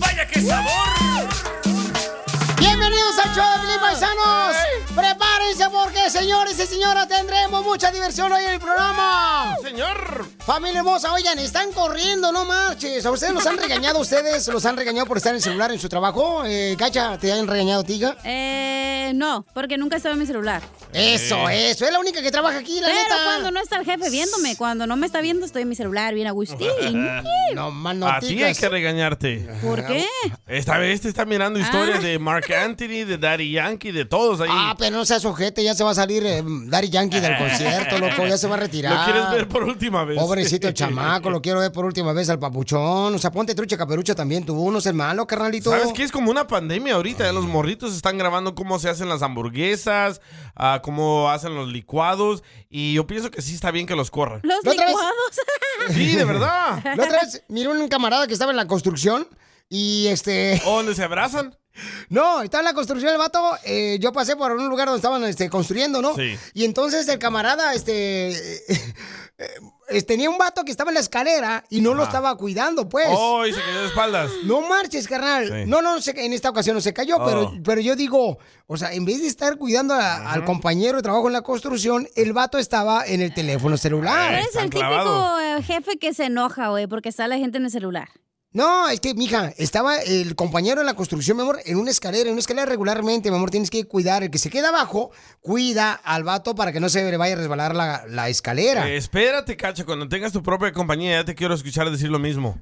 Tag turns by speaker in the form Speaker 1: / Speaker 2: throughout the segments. Speaker 1: ¡Vaya qué sabor!
Speaker 2: Bienvenidos al show de Piolín, Paisanos. Prepárense porque, señores y señoras, tendremos mucha diversión hoy en el programa.
Speaker 1: Señor.
Speaker 2: Familia hermosa, oigan, están corriendo, no marches. ¿A ustedes los han regañado? ¿Ustedes los han regañado por estar en el celular en su trabajo? Eh, Cacha, ¿te han regañado, Tiga?
Speaker 3: Eh, no, porque nunca estaba en mi celular.
Speaker 2: Eso, eso. Es la única que trabaja aquí, la
Speaker 3: Pero
Speaker 2: neta.
Speaker 3: cuando no está el jefe viéndome, cuando no me está viendo, estoy en mi celular bien agustín.
Speaker 2: No, más
Speaker 1: A ti hay
Speaker 2: noticias.
Speaker 1: que regañarte.
Speaker 3: ¿Por qué? Ah.
Speaker 1: Esta vez te está mirando historias de Mark Anthony, de Daddy Yankee, de todos ahí.
Speaker 2: Ah, pero no seas ojete, ya se va a salir eh, Daddy Yankee del concierto, loco, ya se va a retirar.
Speaker 1: ¿Lo quieres ver por última vez?
Speaker 2: Pobrecito el chamaco, lo quiero ver por última vez al papuchón. O sea, ponte trucha caperucha también, tú, uno es el malo, carnalito.
Speaker 1: ¿Sabes qué? Es como una pandemia ahorita. ya Los morritos están grabando cómo se hacen las hamburguesas, ah, cómo hacen los licuados. Y yo pienso que sí está bien que los corran.
Speaker 3: Los
Speaker 2: ¿La otra vez?
Speaker 3: licuados.
Speaker 1: Sí, de verdad.
Speaker 2: La otra vez miré un camarada que estaba en la construcción y este.
Speaker 1: ¿O donde se abrazan?
Speaker 2: No, estaba en la construcción el vato. eh, yo pasé por un lugar donde estaban este, construyendo, ¿no?
Speaker 1: Sí.
Speaker 2: Y entonces el camarada, este. eh, tenía un vato que estaba en la escalera y no lo
Speaker 1: Ajá.
Speaker 2: estaba cuidando, pues.
Speaker 1: ¡Oh! Y se quedó de espaldas.
Speaker 2: No marches, carnal.
Speaker 1: Sí.
Speaker 2: No, no, se- en esta ocasión no se cayó,
Speaker 1: Oh.
Speaker 2: pero, pero yo digo, o sea, en vez de estar cuidando a- al compañero de trabajo en la construcción, el vato estaba en el teléfono celular.
Speaker 1: Eh.
Speaker 3: Eres
Speaker 1: Están
Speaker 3: Ah, el típico
Speaker 1: clavados.
Speaker 3: eh, jefe que se enoja, güey, porque está la gente en el celular.
Speaker 2: No, es que, mija, estaba el compañero de la construcción, mi amor, en una escalera, en una escalera regularmente, mi amor, tienes que cuidar. El que se queda abajo, cuida al vato para que no se le vaya a resbalar la, la escalera.
Speaker 1: Eh, espérate, cacho. Cuando tengas tu propia compañía, ya te quiero escuchar decir lo mismo.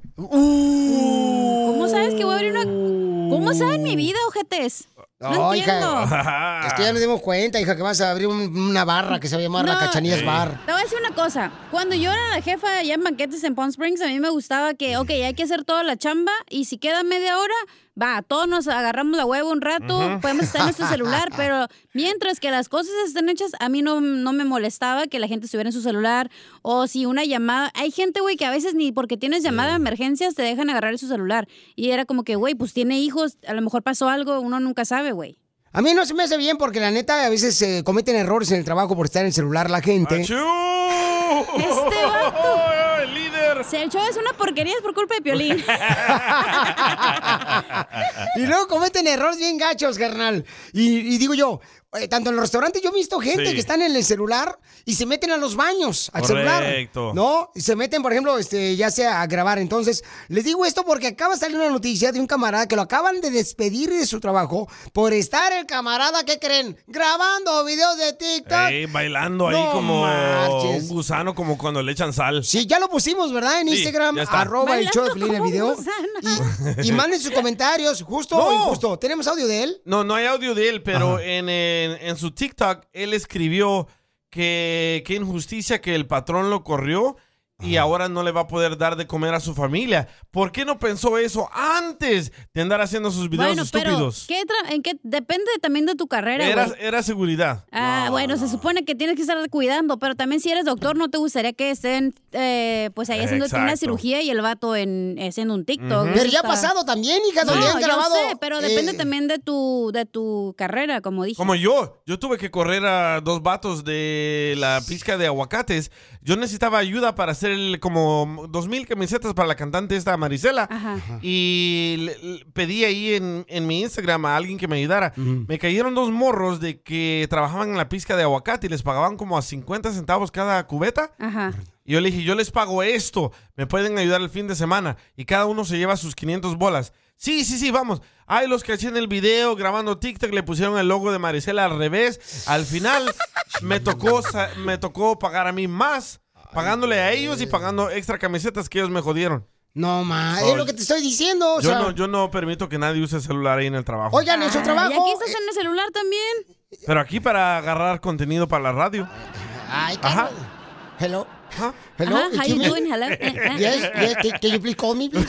Speaker 3: ¿Cómo sabes que voy a abrir una... ¿Cómo saben mi vida, ojetes? No
Speaker 2: No, hija.
Speaker 3: entiendo.
Speaker 2: Es que ya nos dimos cuenta, hija, que vas a abrir un- una barra que se va a llamar la
Speaker 3: No.
Speaker 2: Cachanillas
Speaker 1: Sí.
Speaker 2: Bar.
Speaker 3: Te voy a decir una cosa. Cuando yo era la jefa allá en banquetes en Palm Springs, a mí me gustaba que, ok, hay que hacer toda la chamba y si queda media hora, va, todos nos agarramos la hueva un rato, podemos estar en nuestro celular, pero mientras que las cosas estén hechas, a mí no, no me molestaba que la gente estuviera en su celular o si una llamada. Hay gente, güey, que a veces ni porque tienes llamada de emergencias te dejan agarrar su celular. Y era como que, güey, pues tiene hijos, a lo mejor pasó algo, uno nunca sabe, güey.
Speaker 2: A mí no se me hace bien porque la neta a veces se cometen errores en el trabajo por estar en el celular la gente.
Speaker 1: ¡Achú!
Speaker 3: Este vato.
Speaker 1: ¡El líder!
Speaker 3: Si el show es una porquería es por culpa de Piolín.
Speaker 2: Y luego cometen errores bien gachos, carnal. Y, y digo yo, eh, tanto en los restaurantes yo he visto gente
Speaker 1: Sí.
Speaker 2: que están en el celular y se meten a los baños, al
Speaker 1: Correcto.
Speaker 2: celular. ¿No? Y se meten, por ejemplo, este, ya sea a grabar. Entonces, les digo esto porque acaba de salir una noticia de un camarada que lo acaban de despedir de su trabajo por estar el camarada, ¿qué creen? Grabando videos de TikTok.
Speaker 1: Ey, bailando ahí
Speaker 2: No
Speaker 1: como
Speaker 2: marches.
Speaker 1: un gusano, como cuando le echan sal.
Speaker 2: Sí, ya lo pusimos, ¿verdad? En
Speaker 1: Eh, Sí,
Speaker 2: Instagram,
Speaker 1: ya está.
Speaker 2: arroba el show de Piolín, el video.
Speaker 3: Bailando como
Speaker 2: Y, y manden sus comentarios, justo o
Speaker 1: No.
Speaker 2: injusto. ¿Tenemos audio de él?
Speaker 1: No, no hay audio de él, pero en, en- en su TikTok él escribió que qué injusticia que el patrón lo corrió y ahora no le va a poder dar de comer a su familia. ¿Por qué no pensó eso antes de andar haciendo sus videos
Speaker 3: bueno,
Speaker 1: estúpidos?
Speaker 3: pero ¿qué tra- en qué- depende también de tu carrera,
Speaker 1: era,
Speaker 3: güey.
Speaker 1: era seguridad.
Speaker 3: Ah, bueno, se supone que tienes que estar cuidando, pero también si eres doctor no te gustaría que estén, eh, pues ahí haciéndote una
Speaker 1: Exacto.
Speaker 3: cirugía y el vato en eh, haciendo un TikTok. Eso
Speaker 2: Pero ya ha
Speaker 3: está-
Speaker 2: pasado también, hija,
Speaker 3: No,
Speaker 2: donde han
Speaker 3: yo
Speaker 2: grabado.
Speaker 3: sé, pero depende
Speaker 2: eh,
Speaker 3: también de tu de tu carrera, como dije.
Speaker 1: Como yo, yo tuve que correr a dos vatos de la pizca de aguacates. Yo necesitaba ayuda para hacer el- como dos mil camisetas para la cantante esta Marisela.
Speaker 3: Ajá.
Speaker 1: Y le- le pedí ahí en, en mi Instagram a alguien que me ayudara. Me cayeron dos morros de que trabajaban en la pizca de aguacate y les pagaban como a 50 centavos cada cubeta.
Speaker 3: Ajá.
Speaker 1: Y yo le dije, yo les pago esto, me pueden ayudar el fin de semana. Y cada uno se lleva sus 500 bolas. Sí, sí, sí, vamos. Ay, los caché en el video grabando TikTok, le pusieron el logo de Marisela al revés. Al final me tocó, sa- me tocó pagar a mí más, pagándole a ellos y pagando extra camisetas que ellos me jodieron.
Speaker 2: No, ma, Ah, es lo que te estoy diciendo. o
Speaker 1: yo,
Speaker 2: sea,
Speaker 1: no, yo no permito que nadie use celular ahí en el trabajo.
Speaker 2: Oigan, en su
Speaker 3: Ay,
Speaker 2: trabajo.
Speaker 3: Ah, aquí estás en el celular también.
Speaker 1: Pero aquí para agarrar contenido para la radio.
Speaker 2: Ay,
Speaker 1: Ajá.
Speaker 2: Carlos. Hello.
Speaker 1: Ajá.
Speaker 2: Hello.
Speaker 3: Ajá, how
Speaker 2: excuse
Speaker 3: you
Speaker 2: me.
Speaker 3: doing? Hello. Eh, eh, eh.
Speaker 2: Yes, yes, can, can you please call me, please?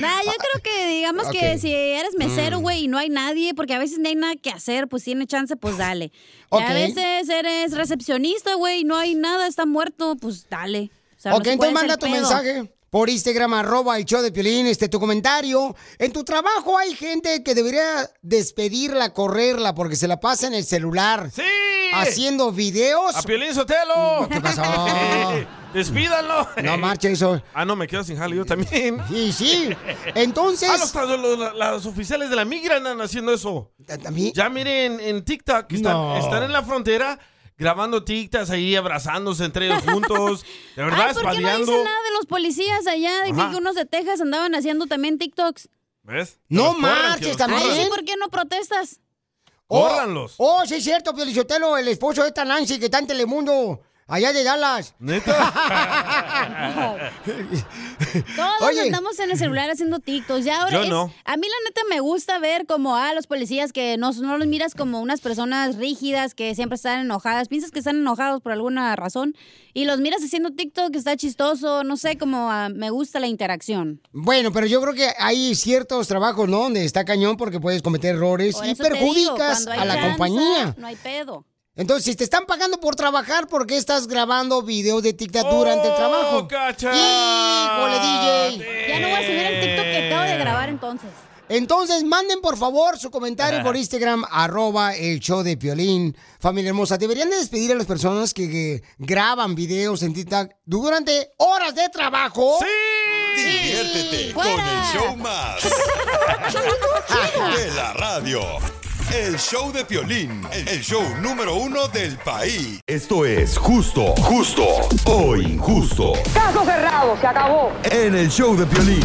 Speaker 3: Nah, yo creo que digamos
Speaker 2: Ok. Mm.
Speaker 3: que si eres mesero, güey, y no hay nadie, porque a veces no hay nada que hacer, pues tiene chance, pues dale. Y
Speaker 2: Ok.
Speaker 3: a veces eres recepcionista, güey, no hay nada, está muerto, pues dale. O sea,
Speaker 2: ok,
Speaker 3: no se puede
Speaker 2: entonces manda
Speaker 3: hacer
Speaker 2: tu
Speaker 3: pedo.
Speaker 2: mensaje por Instagram, arroba el show de Piolín, este, tu comentario. En tu trabajo hay gente que debería despedirla, correrla, porque se la pasa en el celular.
Speaker 1: ¡Sí!
Speaker 2: Haciendo videos.
Speaker 1: ¡A Piolín Sotelo!
Speaker 2: ¿Qué pasó?
Speaker 1: ¡Despídanlo!
Speaker 2: No marchen eso.
Speaker 1: Ah, no, me quedo sin jale yo también.
Speaker 2: Sí, sí. Entonces,
Speaker 1: Ah, los, los- los- los oficiales de la migra andan haciendo eso.
Speaker 2: ta- también.
Speaker 1: Ya miren en TikTok, que están,
Speaker 2: No.
Speaker 1: están en la frontera grabando TikToks ahí, abrazándose entre ellos juntos. De verdad,
Speaker 3: Ay, ¿por qué no
Speaker 1: espaleando.
Speaker 3: dicen nada de los policías allá? De
Speaker 1: Ajá.
Speaker 3: que unos de Texas andaban haciendo también TikToks.
Speaker 1: ¿Ves?
Speaker 2: No
Speaker 1: Los corran,
Speaker 2: marches,
Speaker 1: que los
Speaker 2: también.
Speaker 3: Ay,
Speaker 1: corran.
Speaker 3: sí,
Speaker 2: ¿Eh?
Speaker 3: ¿por qué no protestas?
Speaker 2: Oh,
Speaker 1: Córranlos.
Speaker 2: Oh, sí es cierto, Piolichotelo, el esposo de esta Nancy que está en Telemundo, allá de Dallas.
Speaker 1: ¿Neta?
Speaker 3: Todos
Speaker 2: Oye.
Speaker 3: andamos en el celular haciendo TikToks. Ya ahora
Speaker 1: Yo
Speaker 3: es-
Speaker 1: no.
Speaker 3: A mí la neta me gusta ver como a los policías que no, no los miras como unas personas rígidas que siempre están enojadas. Piensas que están enojados por alguna razón y los miras haciendo TikTok que está chistoso. No sé, como ah, me gusta la interacción.
Speaker 2: Bueno, pero yo creo que hay ciertos trabajos, ¿no? Donde está cañón porque puedes cometer errores
Speaker 3: Por
Speaker 2: y
Speaker 3: eso te digo,
Speaker 2: perjudicas
Speaker 3: cuando hay
Speaker 2: a la
Speaker 3: chanza,
Speaker 2: compañía.
Speaker 3: No hay pedo.
Speaker 2: Entonces, si te están pagando por trabajar, ¿por qué estás grabando videos de TikTok durante el trabajo?
Speaker 1: ¡Oh, cacha!
Speaker 2: Híjole, DJ.
Speaker 3: Ya no voy a subir el TikTok que acabo de grabar entonces.
Speaker 2: Entonces, manden por favor su comentario por Instagram, arroba el show de Piolín. Familia hermosa, deberían de despedir a las personas que, que graban videos en TikTok durante horas de trabajo.
Speaker 4: Diviértete con el show más. De la radio. El show de Piolín, el show número uno del país.
Speaker 5: Esto es justo, justo o injusto.
Speaker 6: Caso cerrado, se acabó.
Speaker 5: En el show de Piolín.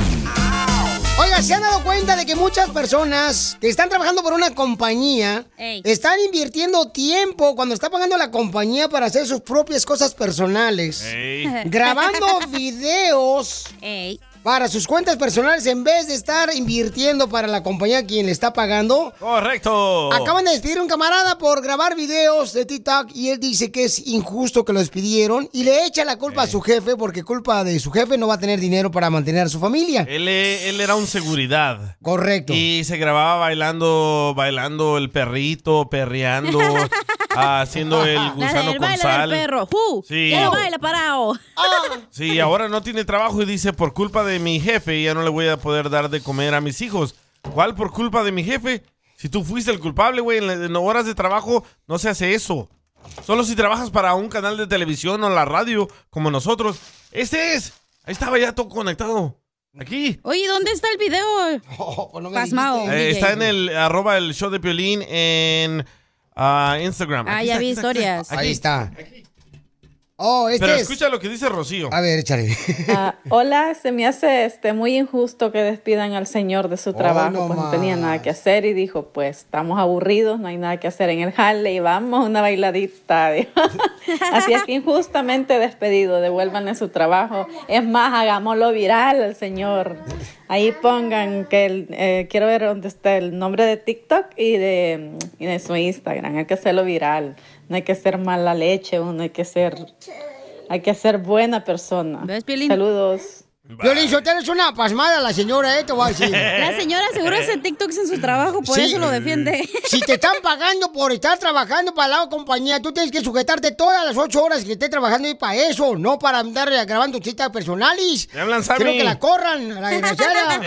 Speaker 2: Oiga, ¿se han dado cuenta de que muchas personas que están trabajando por una compañía
Speaker 3: Ey.
Speaker 2: están invirtiendo tiempo cuando está pagando la compañía para hacer sus propias cosas personales?
Speaker 1: Ey.
Speaker 2: Grabando videos
Speaker 3: Ey.
Speaker 2: para sus cuentas personales en vez de estar invirtiendo para la compañía a quien le está pagando.
Speaker 3: Oh.
Speaker 1: Correcto.
Speaker 2: Acaban de despedir a un camarada por grabar videos de TikTok y él dice que es injusto que lo despidieron y le echa la culpa a su jefe porque culpa de su jefe no va a tener dinero para mantener a su familia.
Speaker 1: Él, eh, él era un seguridad.
Speaker 2: Correcto.
Speaker 1: Y se grababa bailando, bailando el perrito, perreando, ah, haciendo el
Speaker 3: La
Speaker 1: gusano
Speaker 3: del
Speaker 1: con
Speaker 3: baile
Speaker 1: sal.
Speaker 3: del perro. ¡Uh!
Speaker 1: Sí.
Speaker 3: Ya no baila parado.
Speaker 1: Sí, ahora no tiene trabajo y dice, por culpa de mi jefe ya no le voy a poder dar de comer a mis hijos. ¿Cuál por culpa de mi jefe? Si tú fuiste el culpable, güey, en la- en horas de trabajo no se hace eso. Solo si trabajas para un canal de televisión o la radio, como nosotros. Este es. Ahí estaba ya todo conectado. Aquí.
Speaker 3: Oye, ¿dónde está el video?
Speaker 2: Oh, pues no me
Speaker 3: Pasmao.
Speaker 2: dijiste.
Speaker 1: Eh,
Speaker 3: DJ.
Speaker 1: está en el arroba el show de Piolín en ah, Instagram.
Speaker 3: Ah,
Speaker 1: Aquí
Speaker 3: ya
Speaker 1: está,
Speaker 3: vi
Speaker 1: aquí está, aquí
Speaker 3: historias.
Speaker 2: Ahí está. Oh, este
Speaker 1: Pero
Speaker 2: es.
Speaker 1: escucha lo que dice Rocío.
Speaker 2: A ver, échale.
Speaker 7: Ah, hola, se me hace este muy injusto que despidan al señor de su trabajo,
Speaker 2: Oh, no
Speaker 7: pues
Speaker 2: más.
Speaker 7: no tenía nada que hacer y dijo, pues estamos aburridos, no hay nada que hacer en el jale y vamos a una bailadita. dijo. Así es que injustamente despedido, devuélvanle su trabajo. Es más, hagámoslo viral al señor. Ahí pongan que el- eh, quiero ver dónde está el nombre de TikTok y de, y de su Instagram, hay que hacerlo viral. No hay que ser mala leche, uno hay que ser... Hay que ser buena persona.
Speaker 3: ¿Ves, Piolín?
Speaker 7: Saludos.
Speaker 2: Violín Sotelo es una pasmada la señora, eh, te voy a decir.
Speaker 3: La señora seguro hace TikToks en su trabajo, por
Speaker 2: Sí.
Speaker 3: eso lo defiende.
Speaker 2: Si te están pagando por estar trabajando para la compañía, tú tienes que sujetarte todas las ocho horas que estés trabajando y para eso, no para andar grabando citas personales.
Speaker 1: Ya hablan,
Speaker 2: Quiero
Speaker 1: Sammy.
Speaker 2: que la corran, a la desgraciada.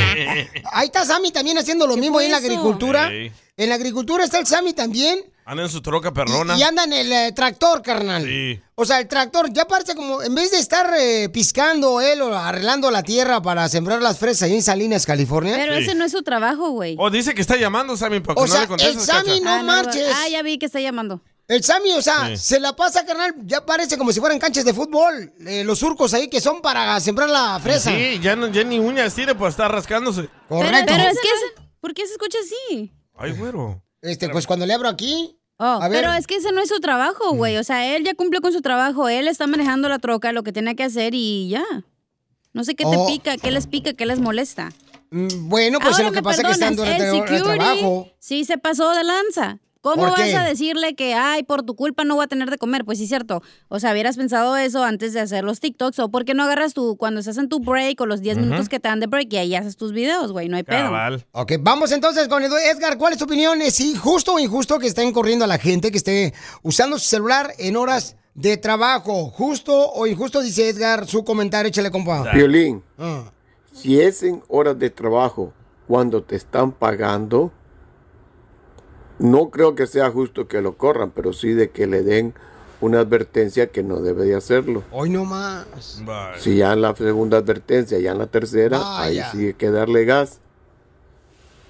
Speaker 2: Ahí está Sammy también haciendo lo mismo
Speaker 3: fue
Speaker 2: ahí en la
Speaker 3: eso?
Speaker 2: agricultura.
Speaker 1: Ey.
Speaker 2: En la agricultura está el Sammy también.
Speaker 1: Anda en su troca
Speaker 2: Y,
Speaker 1: perrona.
Speaker 2: y anda en el eh, tractor, carnal.
Speaker 1: Sí.
Speaker 2: O sea, el tractor ya parece como, en vez de estar eh, piscando él o arreglando la tierra para sembrar las fresas ahí en Salinas, California.
Speaker 3: Pero
Speaker 1: Sí.
Speaker 3: ese no es su trabajo, güey.
Speaker 1: O dice Oh, que está llamando, Sammy, para que
Speaker 2: O
Speaker 1: no
Speaker 2: sea,
Speaker 1: le contestes,
Speaker 2: el Sammy
Speaker 1: cacha.
Speaker 2: no
Speaker 3: Ah,
Speaker 2: marches.
Speaker 3: Ah, ya vi que está llamando.
Speaker 2: El Sammy, o sea,
Speaker 1: Sí.
Speaker 2: se la pasa, carnal, ya parece como si fueran canchas de fútbol. eh, los surcos ahí que son para sembrar la fresa.
Speaker 1: Pues Sí, ya, no- ya ni uñas tiene por estar rascándose.
Speaker 3: Pero,
Speaker 2: Correcto.
Speaker 3: pero es que, ese- ¿por qué se escucha así?
Speaker 1: Ay, güero.
Speaker 2: Este, pues cuando le abro aquí,
Speaker 3: Oh,
Speaker 2: A ver. Mm.
Speaker 3: pero es que ese no es su trabajo, güey. O sea, él ya cumplió con su trabajo. Él está manejando la troca, lo que tiene que hacer y ya. No sé qué
Speaker 2: Oh.
Speaker 3: te pica, qué les pica, qué les molesta.
Speaker 2: mm, bueno, pues
Speaker 3: Ahora
Speaker 2: lo que
Speaker 3: me
Speaker 2: pasa es que están
Speaker 3: perdonas,
Speaker 2: durante
Speaker 3: el
Speaker 2: el, hor- el
Speaker 3: security
Speaker 2: trabajo.
Speaker 3: Sí, se pasó de lanza. ¿Cómo
Speaker 2: ¿Por
Speaker 3: vas
Speaker 2: qué?
Speaker 3: a decirle que, ay, por tu culpa no voy a tener de comer? Pues sí, cierto. O sea, hubieras pensado eso antes de hacer los TikToks. ¿O por qué no agarras tú cuando estás en tu break o los 10 minutos que te dan de break y ahí haces tus videos, güey? No hay pedo.
Speaker 1: Cabal.
Speaker 2: Ok, vamos entonces con Edu- Edgar. ¿Cuál es tu opinión? ¿Es injusto o injusto que estén corriendo a la gente que esté usando su celular en horas de trabajo? ¿Justo o injusto? Dice Edgar su comentario. Échale, compa.
Speaker 8: Violín,
Speaker 2: Ah.
Speaker 8: si es en horas de trabajo cuando te están pagando, no creo que sea justo que lo corran, pero sí de que le den una advertencia que no debe de hacerlo.
Speaker 2: Hoy no más.
Speaker 1: Bye.
Speaker 8: Si ya en la segunda advertencia, ya en la tercera, ahí
Speaker 2: Vaya.
Speaker 8: sí hay que darle gas.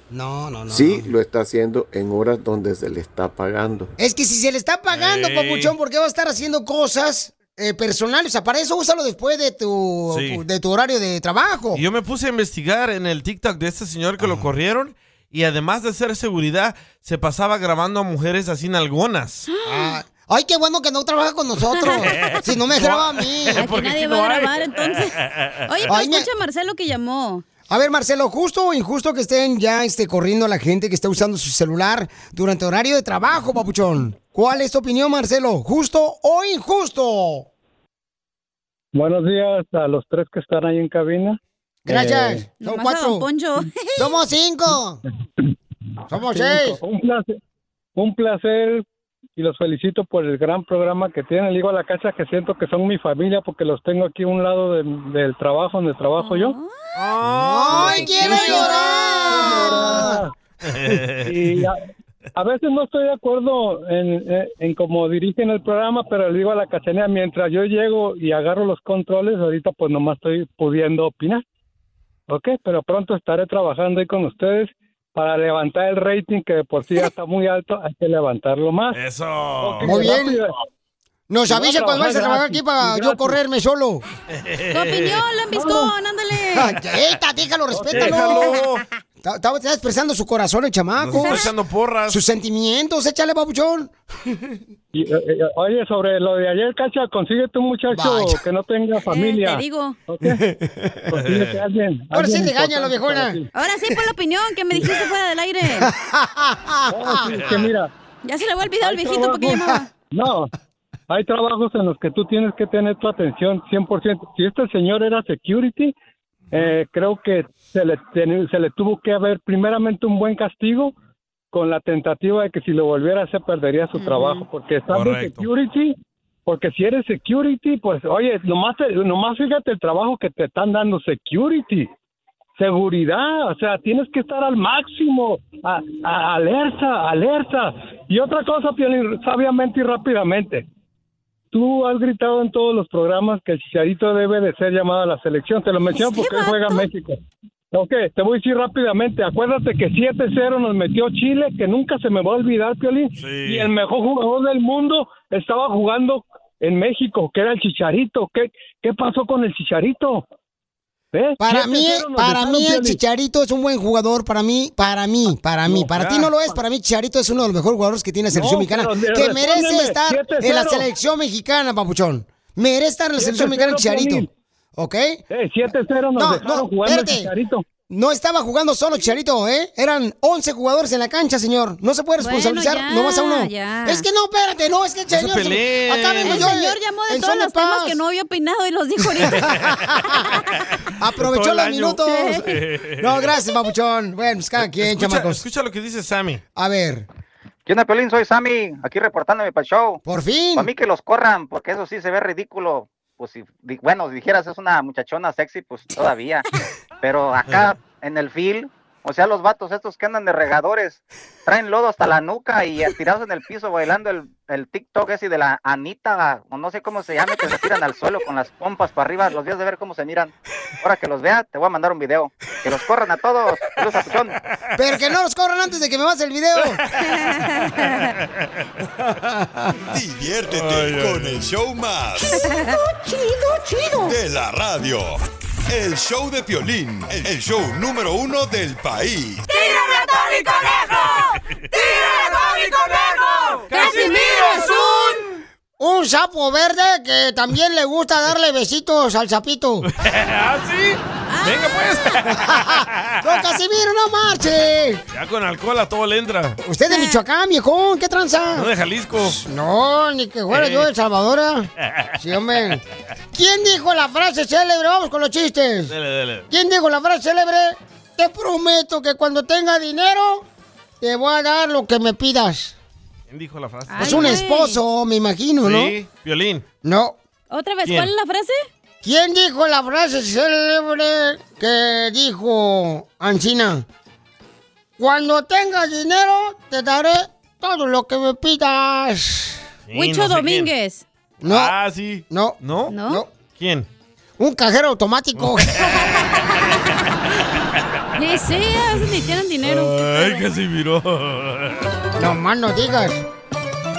Speaker 2: No, no, no.
Speaker 8: Sí,
Speaker 2: no.
Speaker 8: lo está haciendo en horas donde se le está pagando.
Speaker 2: Es que si se le está pagando,
Speaker 1: Ey.
Speaker 2: papuchón, ¿por qué va a estar haciendo cosas eh, personales? O sea, para eso úsalo después de tu,
Speaker 1: Sí.
Speaker 2: de tu horario de trabajo.
Speaker 1: Y yo me puse a investigar en el TikTok de este señor que lo corrieron y además de hacer seguridad, se pasaba grabando a mujeres así nalgonas.
Speaker 2: Ah, Ay, qué bueno que no trabaja con nosotros. si no me graba a mí.
Speaker 3: Aquí
Speaker 1: Porque
Speaker 3: nadie
Speaker 1: aquí
Speaker 3: va
Speaker 1: no
Speaker 3: a
Speaker 1: hay.
Speaker 3: grabar, entonces. Oye, pero
Speaker 2: Ay, me-
Speaker 3: escucha a Marcelo que llamó.
Speaker 2: A ver, Marcelo, ¿justo o injusto que estén ya este, corriendo a la gente que está usando su celular durante horario de trabajo, papuchón? ¿Cuál es tu opinión, Marcelo? ¿Justo o injusto?
Speaker 9: Buenos días a los tres que están ahí en cabina.
Speaker 2: Gracias.
Speaker 9: Eh,
Speaker 2: Son
Speaker 3: Nomás a Don
Speaker 2: cuatro.
Speaker 3: Poncho.
Speaker 2: Somos cinco. Somos seis.
Speaker 9: Un placer, un placer y los felicito por el gran programa que tienen. Le digo a la casa que siento que son mi familia porque los tengo aquí a un lado de- del trabajo donde trabajo yo.
Speaker 2: ¡Ay, quiero llorar! Ah.
Speaker 9: Y a, a veces no estoy de acuerdo en, en- en cómo dirigen el programa, pero le digo a la cachanea, mientras yo llego y agarro los controles, ahorita pues nomás estoy pudiendo opinar. Ok, pero pronto estaré trabajando ahí con ustedes para levantar el rating que de por sí ya está muy alto, hay que levantarlo más.
Speaker 1: Eso.
Speaker 2: Muy bien. Nos
Speaker 9: Yo voy a
Speaker 2: avisa cuando vas a
Speaker 9: trabajar
Speaker 2: trabajar
Speaker 9: gratis,
Speaker 2: aquí para yo
Speaker 9: gratis.
Speaker 2: correrme solo.
Speaker 3: Tu opinión, Lambiscón, ándale.
Speaker 2: ¡Esta, déjalo, respétalo!
Speaker 1: Déjalo.
Speaker 2: Está, está- está expresando su corazón el
Speaker 1: Nos
Speaker 2: chamaco.
Speaker 1: está echando porras.
Speaker 2: Sus sentimientos, échale, papuchón.
Speaker 9: Y, eh, eh, oye, sobre lo de ayer, Cacha, consíguete un muchacho
Speaker 2: Vaya.
Speaker 9: que no tenga
Speaker 3: Eh,
Speaker 9: familia.
Speaker 3: te digo.
Speaker 9: ¿ok? Consíguete a alguien.
Speaker 2: Ahora sí
Speaker 9: alguien
Speaker 2: regáñalo,
Speaker 9: importante
Speaker 2: viejona.
Speaker 9: para ti.
Speaker 3: Ahora sí, por la opinión que me dijiste fuera del aire.
Speaker 9: Ah, sí, es que mira,
Speaker 3: Ya se le va a olvidar al
Speaker 9: Hay
Speaker 3: viejito porque
Speaker 9: trabajos-
Speaker 3: llamaba.
Speaker 9: No, hay trabajos en los que tú tienes que tener tu atención 100%. Si este señor era security, eh, creo que se le, ten- se le tuvo que haber primeramente un buen castigo con la tentativa de que si lo volviera se perdería su trabajo, porque está de
Speaker 1: Correcto.
Speaker 9: security, porque si eres security, pues oye, nomás, te- nomás fíjate el trabajo que te están dando security seguridad, o sea, tienes que estar al máximo, a- a- alerta, alerta. Y otra cosa, Piolín, sabiamente y rápidamente. Tú has gritado en todos los programas que el Chicharito debe de ser llamado a la selección. Te lo menciono
Speaker 3: Este
Speaker 9: porque hoy juega
Speaker 3: vato.
Speaker 9: México. Ok, te voy a decir rápidamente. Acuérdate que 7-0 nos metió Chile, que nunca se me va a olvidar, Piolín.
Speaker 1: Sí.
Speaker 9: Y el mejor jugador del mundo estaba jugando en México, que era el Chicharito. ¿Qué, qué pasó con el Chicharito? ¿Eh?
Speaker 2: Para mí,
Speaker 9: 7-0 nos
Speaker 2: para
Speaker 9: dejaron,
Speaker 2: mí el
Speaker 9: Piolín.
Speaker 2: Chicharito es un buen jugador, para mí, para mí, para mí.
Speaker 9: No,
Speaker 2: Para ti
Speaker 1: ya.
Speaker 2: no lo es, para mí Chicharito es uno de los mejores jugadores que tiene la selección
Speaker 9: No,
Speaker 2: mexicana,
Speaker 9: pero
Speaker 2: que
Speaker 9: respóndeme,
Speaker 2: merece estar en la
Speaker 9: 7-0.
Speaker 2: selección mexicana, papuchón. Merece estar en la selección mexicana el
Speaker 9: 7-0,
Speaker 2: Chicharito,
Speaker 9: Piolín.
Speaker 2: ¿ok?
Speaker 9: Eh, 7-0 nos
Speaker 2: No,
Speaker 9: dejaron
Speaker 2: no,
Speaker 9: jugando el
Speaker 2: espérate.
Speaker 9: Chicharito.
Speaker 2: No estaba jugando solo Chicharito, ¿eh? Eran 11 jugadores en la cancha, señor. No se puede
Speaker 3: Bueno,
Speaker 2: responsabilizar,
Speaker 3: ya,
Speaker 2: no vas a uno.
Speaker 3: ya.
Speaker 2: Es que no, espérate, no, es que el
Speaker 1: se
Speaker 2: señor... se-
Speaker 1: peleen.
Speaker 2: Acá vengo
Speaker 3: El
Speaker 2: yo
Speaker 3: señor llamó de
Speaker 2: en
Speaker 3: todos
Speaker 2: son de
Speaker 3: los temas
Speaker 2: paz.
Speaker 3: que no había opinado y los dijo ahorita.
Speaker 1: Todo
Speaker 2: Aprovechó
Speaker 1: el
Speaker 2: los
Speaker 1: año.
Speaker 2: minutos.
Speaker 1: Sí.
Speaker 2: No, gracias, papuchón. Bueno, pues cada quien,
Speaker 1: Escucha,
Speaker 2: chamacos.
Speaker 1: escucha lo que dice Sammy.
Speaker 2: A ver,
Speaker 6: ¿Qué onda, Piolín? Soy Sammy, aquí reportándome para el show.
Speaker 2: por fin.
Speaker 6: Para mí que los corran, porque eso sí se ve ridículo. Pues si, di- bueno, si dijeras es una muchachona sexy, pues todavía. Pero acá en el field,
Speaker 10: O sea, los vatos estos que andan de regadores traen lodo hasta la nuca y tirados en el piso bailando el, el TikTok ese de la Anita, o no sé cómo se llama, que se tiran al suelo con las pompas para arriba. Los días de ver cómo se miran. Ahora que los vea, te voy a mandar un video. Que los corran a todos. Luz a Tucson.
Speaker 2: Pero que no los corran antes de que me pase el video.
Speaker 4: Diviértete con el show más
Speaker 6: Chido, chido, chido.
Speaker 4: de la radio. El show de Piolín, el el show número uno del país.
Speaker 6: ¡Tírame a Tony Conejo! ¡Tírame a Tony Conejo!
Speaker 2: ¡Casimiro es un... Un sapo verde que también le gusta darle besitos al sapito.
Speaker 1: ¿Ah, sí? Venga, pues.
Speaker 2: ¡Don Casimiro, no marche!
Speaker 1: Ya con alcohol a todo le entra.
Speaker 2: Usted de Michoacán, viejón, ¿qué tranza?
Speaker 1: No de Jalisco.
Speaker 2: No, ni que fuera yo de El Salvador. ¿eh? Sí, hombre. ¿Quién dijo la frase célebre? Vamos con los chistes.
Speaker 1: Dele, dele.
Speaker 2: ¿Quién dijo la frase célebre? Te prometo que cuando tenga dinero, te voy a dar lo que me pidas.
Speaker 1: ¿Quién dijo la frase?
Speaker 2: es un esposo, me imagino, ¿no?
Speaker 1: Sí, violín.
Speaker 2: No.
Speaker 3: ¿Otra vez?
Speaker 1: ¿Quién?
Speaker 3: ¿Cuál es la frase?
Speaker 2: ¿Quién dijo la frase célebre que dijo Ancina? Cuando tengas dinero, te daré todo lo que me pidas.
Speaker 1: Sí, Huicho no sé Domínguez.
Speaker 2: No.
Speaker 1: Ah, sí.
Speaker 2: No.
Speaker 1: ¿No?
Speaker 2: No.
Speaker 1: ¿Quién?
Speaker 2: Un cajero automático.
Speaker 3: Ni sí, a veces ni tienen dinero.
Speaker 1: Ay, que sí miró.
Speaker 2: Uh, No más no digas.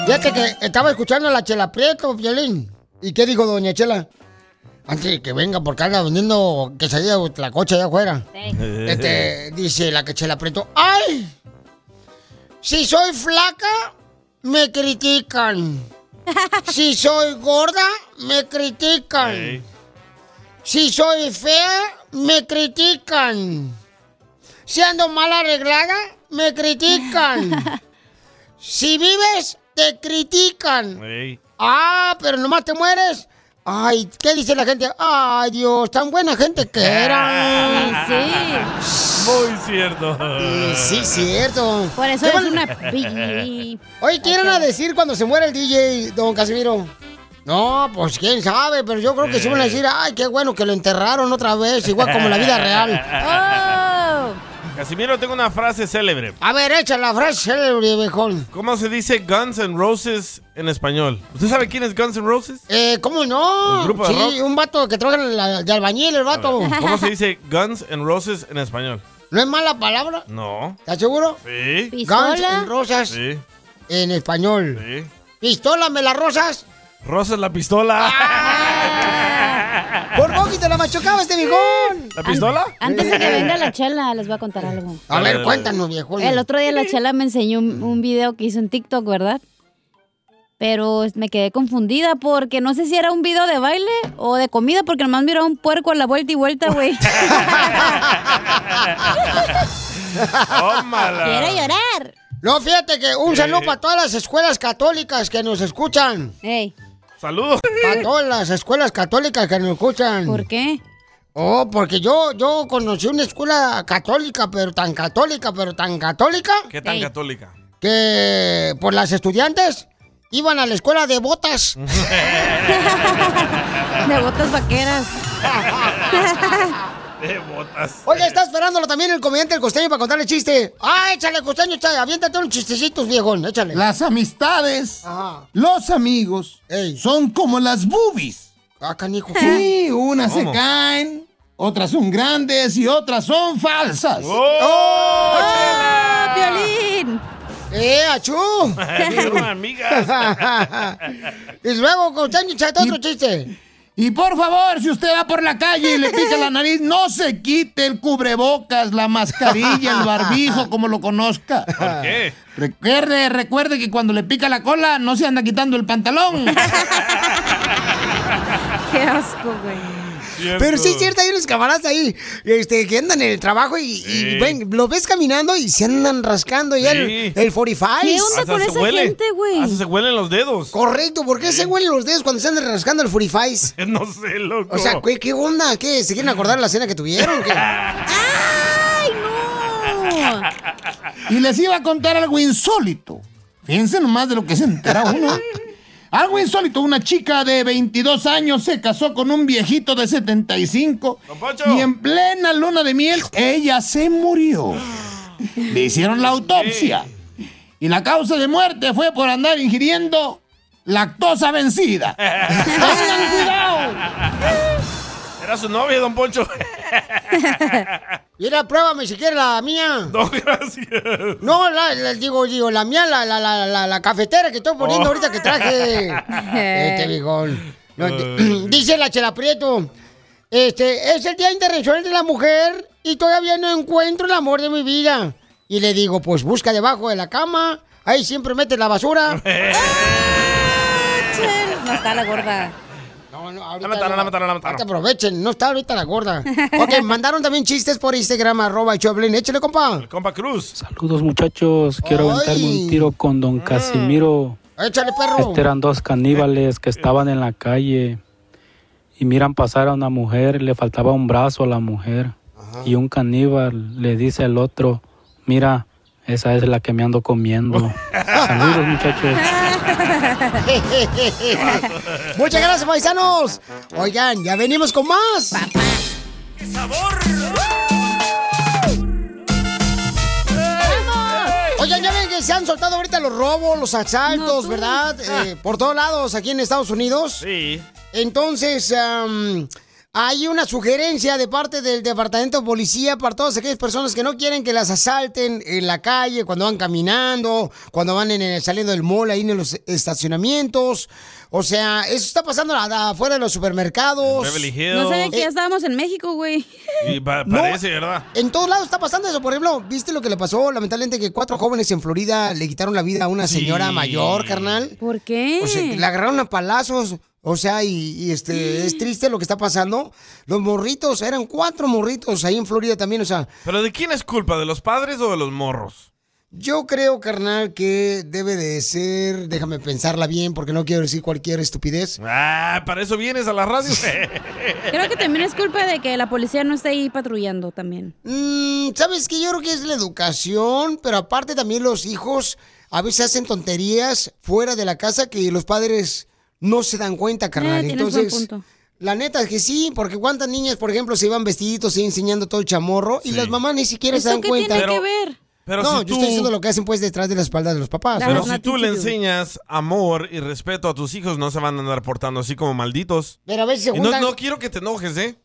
Speaker 2: Fíjate que estaba escuchando a la Chela Prieto, Violín. ¿Y qué dijo doña Chela? Antes de que venga, porque anda vendiendo quesadilla de la coche allá afuera. Este, dice la que Chela Prieto. ¡Ay! Si soy flaca, me critican. Si soy gorda, me critican. Si soy fea, me critican. Si ando mal arreglada, me critican. Si vives, te critican.
Speaker 1: Ey.
Speaker 2: Ah, pero nomás te mueres. Ay, ¿qué dice la gente? Ay, Dios, tan buena gente que era.
Speaker 1: Muy cierto.
Speaker 2: Sí, cierto.
Speaker 3: Por eso
Speaker 2: ¿Qué
Speaker 3: es
Speaker 2: van-
Speaker 3: una pi-
Speaker 2: Oye, ¿qué iban a decir cuando se muere el DJ, don Casimiro? No, pues quién sabe, pero yo creo que se van a decir, ay, qué bueno que lo enterraron otra vez, igual como en la vida real.
Speaker 1: Casimiro, tengo una frase célebre.
Speaker 2: A ver, echa la frase célebre, viejón.
Speaker 1: ¿Cómo se dice Guns N' Roses en español? ¿Usted sabe quién es Guns N' Roses?
Speaker 2: Eh, ¿cómo no?
Speaker 1: ¿El grupo de
Speaker 2: sí,
Speaker 1: rock?
Speaker 2: un vato que trabaja en la- de albañil, el vato.
Speaker 1: ¿Cómo se dice Guns N' Roses en español?
Speaker 2: ¿No es mala palabra?
Speaker 1: No.
Speaker 2: ¿Estás seguro?
Speaker 1: Sí.
Speaker 2: Guns N' Rosas
Speaker 1: Sí.
Speaker 2: en español.
Speaker 1: Sí.
Speaker 2: ¿Pistola me las rosas? Ah,
Speaker 1: Rosas la pistola.
Speaker 2: ¡Por poco y te la machucaba este viejón!
Speaker 1: ¿La pistola?
Speaker 3: Antes de que venga la chela, les voy a contar algo.
Speaker 2: A ver, cuéntanos, viejón.
Speaker 3: El otro día la chela me enseñó un, un video que hizo en TikTok, ¿verdad? Pero me quedé confundida porque no sé si era un video de baile o de comida, porque nomás miraba un puerco a la vuelta y vuelta, güey. Quiero llorar.
Speaker 2: No, fíjate que un
Speaker 3: Eh.
Speaker 2: saludo para todas las escuelas católicas que nos escuchan.
Speaker 1: Saludos.
Speaker 2: Para todas las escuelas católicas que nos escuchan. ¿Por
Speaker 3: qué?
Speaker 2: Oh, porque yo, yo conocí una escuela católica, pero tan católica, pero tan católica,
Speaker 1: ¿Qué tan católica?
Speaker 2: que por las estudiantes iban a la escuela de botas.
Speaker 3: De botas vaqueras.
Speaker 1: De botas.
Speaker 2: Oye, está esperándolo también el comediante El Costeño para contarle chiste. Ah, échale, Costeño, échale, aviéntate unos chistecitos, viejón, échale.
Speaker 11: Las amistades, los amigos, son como las boobies.
Speaker 2: Ah, canijo.
Speaker 11: Sí, unas
Speaker 2: ¿Cómo?
Speaker 11: se caen, otras son grandes y otras son falsas.
Speaker 1: ¡Oh,
Speaker 3: violín!
Speaker 2: ¡Eh, achú!
Speaker 11: Son
Speaker 1: amigas.
Speaker 2: y luego, Costeño, échate otro chiste.
Speaker 11: Y por favor, si usted va por la calle y le pica la nariz, no se quite el cubrebocas, la mascarilla, el barbijo, como lo conozca.
Speaker 6: ¿Por qué?
Speaker 11: Recuerde, recuerde que cuando le pica la cola no se anda quitando el pantalón.
Speaker 3: Qué asco, güey.
Speaker 2: Pero sí es cierto, hay unos camaradas ahí este, que andan en el trabajo y, y
Speaker 3: Sí.
Speaker 2: ven, lo ves caminando y se andan rascando ya el,
Speaker 1: Sí.
Speaker 2: el 45.
Speaker 1: Hasta se huele. Hasta se huelen los dedos.
Speaker 2: Correcto, ¿por qué se huelen los dedos cuando se andan rascando el 45?
Speaker 1: No sé, loco.
Speaker 2: O sea, ¿qué, qué onda? ¿Qué? ¿Se quieren acordar de la cena que tuvieron? ¿Qué?
Speaker 11: Y les iba a contar algo insólito. Fíjense nomás de lo que se entera uno. Algo insólito, una chica de 22 años se casó con un viejito de 75 y en plena luna de miel ella se murió. Le hicieron la autopsia y la causa de muerte fue por andar ingiriendo lactosa vencida.
Speaker 6: ¡Tengan cuidado!
Speaker 1: Era su novia, don Poncho.
Speaker 2: Mira, pruébame si quieres la mía.
Speaker 1: No, gracias.
Speaker 2: No, la, la- digo, digo, la mía, la, la, la, la, la cafetera que estoy poniendo
Speaker 6: Oh.
Speaker 2: ahorita que traje. Este bigón. No, di- dice la Chela Prieto. Este, es el Día Internacional de la Mujer y todavía no encuentro el amor de mi vida. Y le digo, pues busca debajo de la cama. Ahí siempre metes la basura.
Speaker 3: No está la gorda.
Speaker 2: No, no,
Speaker 1: La mataron, la mataron, la
Speaker 2: Ahorita
Speaker 1: mataron.
Speaker 2: aprovechen, no está ahorita la gorda. Ok, mandaron también chistes por Instagram, arroba el Choplin. Échale, compa.
Speaker 1: Compa Cruz.
Speaker 12: Saludos muchachos, quiero aventarme un tiro con don Casimiro.
Speaker 2: Échale, perro.
Speaker 12: Este eran dos caníbales que estaban en la calle y miran pasar a una mujer, le faltaba un brazo a la mujer y un caníbal le dice al otro, mira, esa es la que me ando comiendo. Saludos muchachos.
Speaker 2: Muchas gracias, paisanos. Oigan, ya venimos con más. Oigan, ya ven que se han soltado ahorita los robos, los asaltos, ¿verdad? Eh, por todos lados, aquí en Estados Unidos.
Speaker 1: Sí.
Speaker 2: Entonces, am, hay una sugerencia de parte del Departamento de Policía para todas aquellas personas que no quieren que las asalten en la calle, cuando van caminando, cuando van en el- saliendo del mall, ahí en los estacionamientos. O sea, eso está pasando a- afuera de los supermercados.
Speaker 1: En Beverly Hills.
Speaker 3: No sabía que ya
Speaker 2: Eh,
Speaker 3: estábamos en México, güey.
Speaker 1: Y pa-
Speaker 2: No.
Speaker 1: parece, ¿verdad?
Speaker 2: en todos lados está pasando eso. Por ejemplo, ¿viste lo que le pasó? Lamentablemente que cuatro jóvenes en Florida le quitaron la vida a una señora
Speaker 3: Sí.
Speaker 2: mayor, carnal.
Speaker 3: ¿Por qué?
Speaker 2: O sea, le agarraron a palazos. O sea, y, y este es triste lo que está pasando. Los morritos, eran cuatro morritos ahí en Florida también. O sea,
Speaker 1: ¿Pero de quién es culpa? ¿De los padres o de los morros?
Speaker 2: yo creo, carnal, que debe de ser. Déjame pensarla bien porque no quiero decir cualquier estupidez.
Speaker 1: Ah, para eso vienes a la radio.
Speaker 3: Creo que también es culpa de que la policía no esté ahí patrullando también.
Speaker 2: Mm, ¿Sabes qué? Yo creo que es la educación, pero aparte también los hijos a veces hacen tonterías fuera de la casa que los padres no se dan cuenta, carnal.
Speaker 3: Eh, tienes buen
Speaker 2: Entonces,
Speaker 3: punto.
Speaker 2: la neta es que sí, porque cuántas niñas, por ejemplo, se iban vestiditos, se iban enseñando todo el chamorro y
Speaker 1: Sí.
Speaker 2: las mamás ni siquiera
Speaker 3: ¿Eso
Speaker 2: se dan
Speaker 3: qué
Speaker 2: cuenta.
Speaker 3: tiene que ver?
Speaker 1: Pero
Speaker 2: no,
Speaker 1: si
Speaker 2: yo
Speaker 1: tú-
Speaker 2: estoy diciendo lo que hacen pues detrás de la espalda de los papás.
Speaker 1: Pero
Speaker 2: Ah, ¿no?
Speaker 1: si tú le enseñas amor y respeto a tus hijos, no se van a andar portando así como malditos.
Speaker 2: Pero a veces se
Speaker 1: Y no,
Speaker 2: juntan-
Speaker 1: no quiero que te enojes, ¿eh?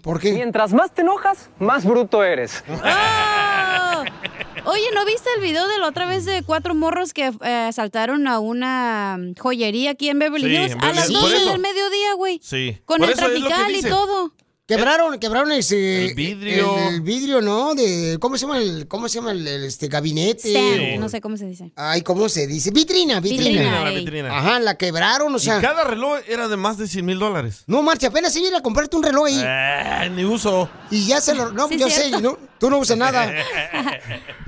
Speaker 2: ¿Por qué?
Speaker 13: Mientras más te enojas, más bruto eres.
Speaker 3: Oh. Oye, ¿no viste el video de la otra vez de cuatro morros que eh, asaltaron a una joyería aquí en Beverly
Speaker 1: Sí,
Speaker 3: Hills?
Speaker 1: en
Speaker 3: a
Speaker 1: Beverly
Speaker 3: las
Speaker 1: Hills. Por
Speaker 3: 12
Speaker 1: eso.
Speaker 3: del mediodía, güey.
Speaker 1: Sí.
Speaker 3: Con
Speaker 1: Por
Speaker 3: el
Speaker 1: eso es lo que
Speaker 3: trafical y
Speaker 1: dice.
Speaker 3: todo.
Speaker 2: Quebraron, quebraron ese el
Speaker 1: vidrio.
Speaker 2: el, vidrio, ¿no? De cómo se llama el cómo se llama el, el, este gabinete.
Speaker 3: Stand, no sé cómo se dice.
Speaker 2: Ay, ¿cómo se dice? Vitrina, vitrina.
Speaker 1: Vitrina, la vitrina.
Speaker 2: Ajá, la quebraron, o sea.
Speaker 1: y cada reloj era de más de 100 mil dólares.
Speaker 2: No, marcha, apenas iba a ir a comprarte un reloj ahí.
Speaker 1: Eh, ni uso.
Speaker 2: Y ya se lo. No,
Speaker 3: Sí,
Speaker 2: yo
Speaker 3: cierto.
Speaker 2: sé, no, tú no usas nada.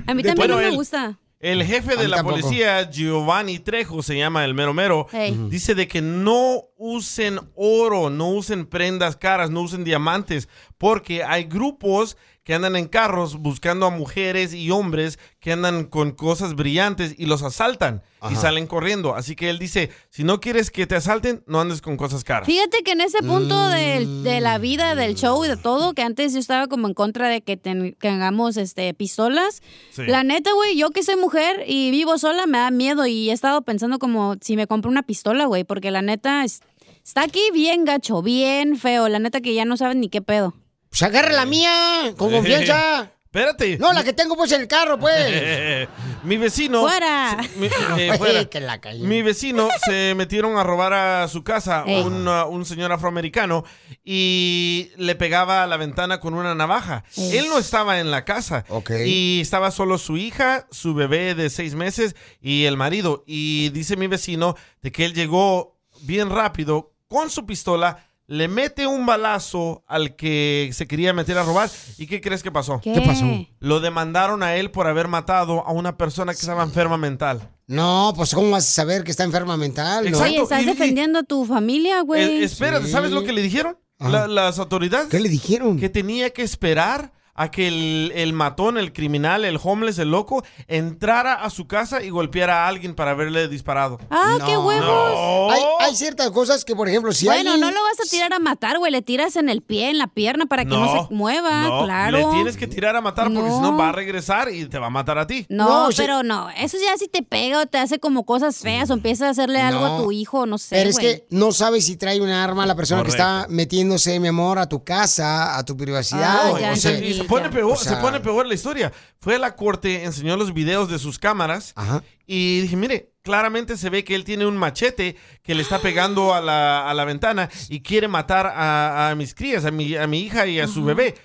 Speaker 3: A mí
Speaker 1: De-
Speaker 3: también
Speaker 1: bueno,
Speaker 3: no me
Speaker 1: él-
Speaker 3: gusta.
Speaker 1: El jefe
Speaker 2: A
Speaker 1: de
Speaker 2: mí
Speaker 1: la
Speaker 2: tampoco.
Speaker 1: policía, Giovanni Trejo, se llama el mero mero,
Speaker 3: Ey. Ujú.
Speaker 1: dice de que no usen oro, no usen prendas caras, no usen diamantes, porque hay grupos que andan en carros buscando a mujeres y hombres que andan con cosas brillantes y los asaltan y salen corriendo. Así que él dice, si no quieres que te asalten, no andes con cosas caras.
Speaker 3: Fíjate que en ese punto
Speaker 1: Mm.
Speaker 3: del- de la vida, del show y de todo, que antes yo estaba como en contra de que ten- tengamos este, pistolas.
Speaker 1: Sí.
Speaker 3: La neta, güey, yo que soy mujer y vivo sola, me da miedo y he estado pensando como si me compro una pistola, güey, porque la neta es- está aquí bien gacho, bien feo. La neta que ya no saben ni qué pedo.
Speaker 2: Pues agarra la mía, con confianza.
Speaker 1: Espérate.
Speaker 2: No, la que tengo pues en el carro, pues.
Speaker 1: mi vecino.
Speaker 2: Fuera.
Speaker 1: se- Mi, eh,
Speaker 2: Güey,
Speaker 1: fuera.
Speaker 2: que la cagué.
Speaker 1: Mi vecino se metieron a robar a su casa
Speaker 2: Ey.
Speaker 1: un, uh, un señor afroamericano y le pegaba a la ventana con una navaja.
Speaker 2: Ey.
Speaker 1: Él no estaba en la casa y estaba solo su hija, su bebé de seis meses y el marido. Y dice mi vecino de que él llegó bien rápido con su pistola. Le mete un balazo al que se quería meter a robar. ¿Y qué crees que pasó?
Speaker 3: ¿Qué pasó?
Speaker 1: Lo demandaron a él por haber matado a una persona que estaba enferma mental.
Speaker 2: No, pues ¿cómo vas a saber que está enferma mental? no?
Speaker 3: Oye, estás Pues defendiendo a tu familia,
Speaker 1: Eh,
Speaker 3: güey.
Speaker 1: espérate, ¿sabes lo que le dijeron? La- las autoridades. ¿Qué
Speaker 2: le dijeron?
Speaker 1: Que tenía que esperar a que el, el matón, el criminal, el homeless, el loco, entrara a su casa y golpeara a alguien para haberle disparado.
Speaker 3: ¡Ah, qué huevos!
Speaker 1: No.
Speaker 2: Hay, hay ciertas cosas que, por ejemplo, si
Speaker 3: bueno,
Speaker 2: alguien-
Speaker 3: no lo vas a tirar a matar, güey. Le tiras en el pie, en la pierna, para que no, se mueva,
Speaker 1: no,
Speaker 3: claro.
Speaker 1: Le tienes que tirar a matar porque
Speaker 3: No.
Speaker 1: si no va a regresar y te va a matar a ti.
Speaker 3: No, pero no. Eso ya si te pega o te hace como cosas feas o empieza a hacerle algo a
Speaker 2: No.
Speaker 3: tu hijo, no sé.
Speaker 2: Pero es
Speaker 3: güey.
Speaker 2: que no sabes si trae un arma la persona que
Speaker 1: Correcto.
Speaker 2: está metiéndose, mi amor, a tu casa, a tu
Speaker 3: Ah,
Speaker 2: privacidad.
Speaker 1: No, y se, y se pone peor,
Speaker 2: O sea,
Speaker 1: se pone peor la historia. Fue a la corte, enseñó los videos de sus cámaras y dije, mire, claramente se ve que él tiene un machete que le está pegando a la, a la ventana y quiere matar a, a mis crías, a mi, a mi hija y a su bebé.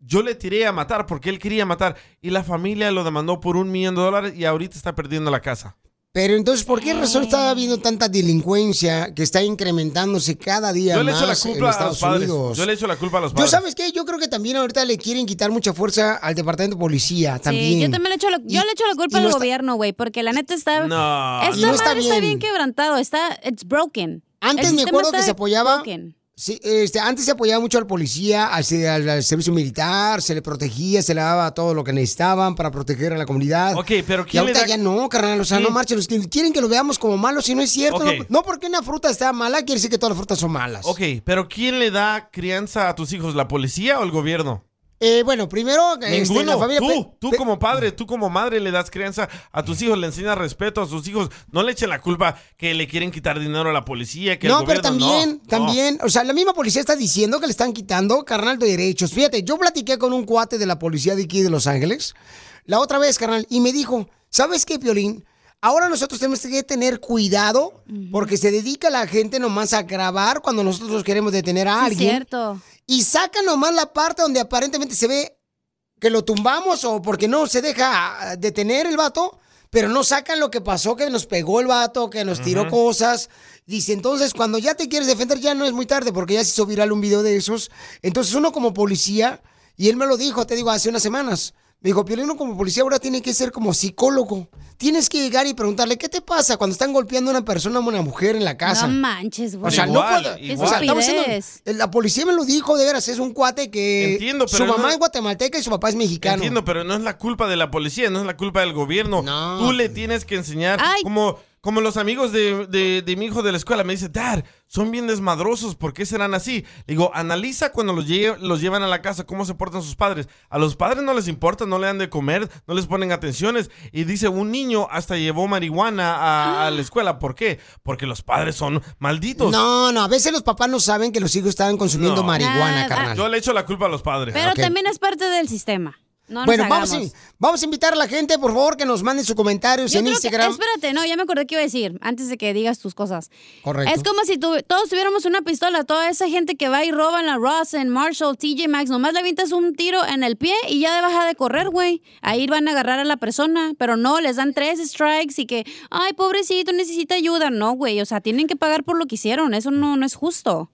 Speaker 1: Yo le tiré a matar porque él quería matar y la familia lo demandó por un millón de dólares y ahorita está perdiendo la casa.
Speaker 2: Pero entonces, ¿por qué razón
Speaker 3: Ah.
Speaker 2: está habiendo tanta delincuencia que está incrementándose cada día
Speaker 1: Yo le
Speaker 2: más
Speaker 1: echo la
Speaker 2: en
Speaker 1: culpa a los
Speaker 2: Estados
Speaker 1: padres.
Speaker 2: Unidos?
Speaker 1: Yo le echo la culpa a los
Speaker 2: Yo
Speaker 1: padres.
Speaker 2: sabes qué, yo creo que también ahorita le quieren quitar mucha fuerza al departamento de policía también.
Speaker 3: Sí, yo también le echo la, yo le echo la culpa
Speaker 2: y
Speaker 3: al
Speaker 2: no está-
Speaker 3: gobierno, güey, porque la neta está...
Speaker 2: No,
Speaker 3: esta
Speaker 2: no. No está
Speaker 3: madre está
Speaker 2: bien.
Speaker 3: bien quebrantado, está... It's broken.
Speaker 2: Antes
Speaker 3: El
Speaker 2: me
Speaker 3: sistema
Speaker 2: acuerdo
Speaker 3: está
Speaker 2: que se apoyaba-
Speaker 3: broken.
Speaker 2: Sí, este, antes se apoyaba mucho al policía, al, se- al- al servicio militar, se le protegía, se le daba todo lo que necesitaban para proteger a la comunidad.
Speaker 1: Ok, pero
Speaker 2: Y
Speaker 1: ¿quién le
Speaker 2: ahorita
Speaker 1: da-
Speaker 2: ya no, carnal, o sea, no
Speaker 1: Sí.
Speaker 2: marchen, los que quieren que lo veamos como malo, si no es cierto,
Speaker 1: Ok.
Speaker 2: no, no porque una fruta está mala, quiere decir que todas las frutas son malas.
Speaker 1: Ok, pero ¿quién le da crianza a tus hijos, la policía o el gobierno?
Speaker 2: Eh, bueno, primero, este,
Speaker 1: Ninguno.
Speaker 2: la familia...
Speaker 1: tú,
Speaker 2: pe-
Speaker 1: tú
Speaker 2: pe-
Speaker 1: como padre, tú como madre le das crianza a tus hijos, le enseñas respeto a sus hijos. No le eche la culpa que le quieren quitar dinero a la policía, que el
Speaker 2: No, pero
Speaker 1: gobierno-
Speaker 2: también,
Speaker 1: no,
Speaker 2: también, o sea, la misma policía está diciendo que le están quitando, carnal, de derechos. Fíjate, yo platiqué con un cuate de la policía de aquí de Los Ángeles la otra vez, carnal, y me dijo, ¿sabes qué, Piolín? Ahora nosotros tenemos que tener cuidado porque se dedica la gente nomás a grabar cuando nosotros queremos detener a
Speaker 3: Sí,
Speaker 2: alguien.
Speaker 3: cierto.
Speaker 2: Y saca nomás la parte donde aparentemente se ve que lo tumbamos o porque no se deja ah, detener el vato, pero no sacan lo que pasó, que nos pegó el vato, que nos tiró
Speaker 14: Ujú.
Speaker 2: cosas. Dice, entonces cuando ya te quieres defender ya no es muy tarde porque ya se hizo viral un video de esos. Entonces uno como policía, y él me lo dijo, te digo, hace unas semanas, me dijo, Piolín, uno como policía ahora tiene que ser como psicólogo. Tienes que llegar y preguntarle, ¿qué te pasa cuando están golpeando a una persona o una mujer en la casa?
Speaker 3: No manches, güey.
Speaker 2: O sea,
Speaker 3: Igual,
Speaker 2: no puedo.
Speaker 3: igual.
Speaker 2: o sea, estamos haciendo- Eh,
Speaker 3: Estupidez.
Speaker 2: la policía me lo dijo, de veras, es un cuate que.
Speaker 1: Entiendo, pero
Speaker 2: Su mamá
Speaker 1: no-
Speaker 2: es guatemalteca y su papá es mexicano.
Speaker 1: Entiendo, pero no es la culpa de la policía, no es la culpa del gobierno. Tú le tienes que enseñar, como, como los amigos de, de- de mi hijo de la escuela me dicen, Dad, son bien desmadrosos, ¿por qué serán así? Le digo, analiza cuando los, lle- los llevan a la casa, cómo se portan sus padres. A los padres no les importa, no le dan de comer, no les ponen atenciones. Y dice, un niño hasta llevó marihuana a, a la escuela, ¿por qué? Porque los padres son malditos.
Speaker 2: No, no, a veces los papás no saben que los hijos estaban consumiendo
Speaker 1: No.
Speaker 2: marihuana, carnal.
Speaker 1: Yo le echo la culpa a los padres.
Speaker 3: Pero también es parte del sistema. No nos
Speaker 2: bueno, vamos a,
Speaker 3: hagamos.
Speaker 2: vamos a invitar a la gente, por favor, que nos manden sus comentarios
Speaker 3: Yo
Speaker 2: en
Speaker 3: creo que-
Speaker 2: Instagram.
Speaker 3: espérate, no, ya me acordé que iba a decir, antes de que digas tus cosas.
Speaker 2: Correcto.
Speaker 3: Es como si tu- todos tuviéramos una pistola, toda esa gente que va y roba en la Ross, en Marshall, TJ Maxx, nomás le avientas un tiro en el pie y ya baja de correr, güey. Ahí van a agarrar a la persona, pero no, les dan tres strikes y que, ay, pobrecito, necesita ayuda. No, güey, o sea, tienen que pagar por lo que hicieron, eso no, no es justo.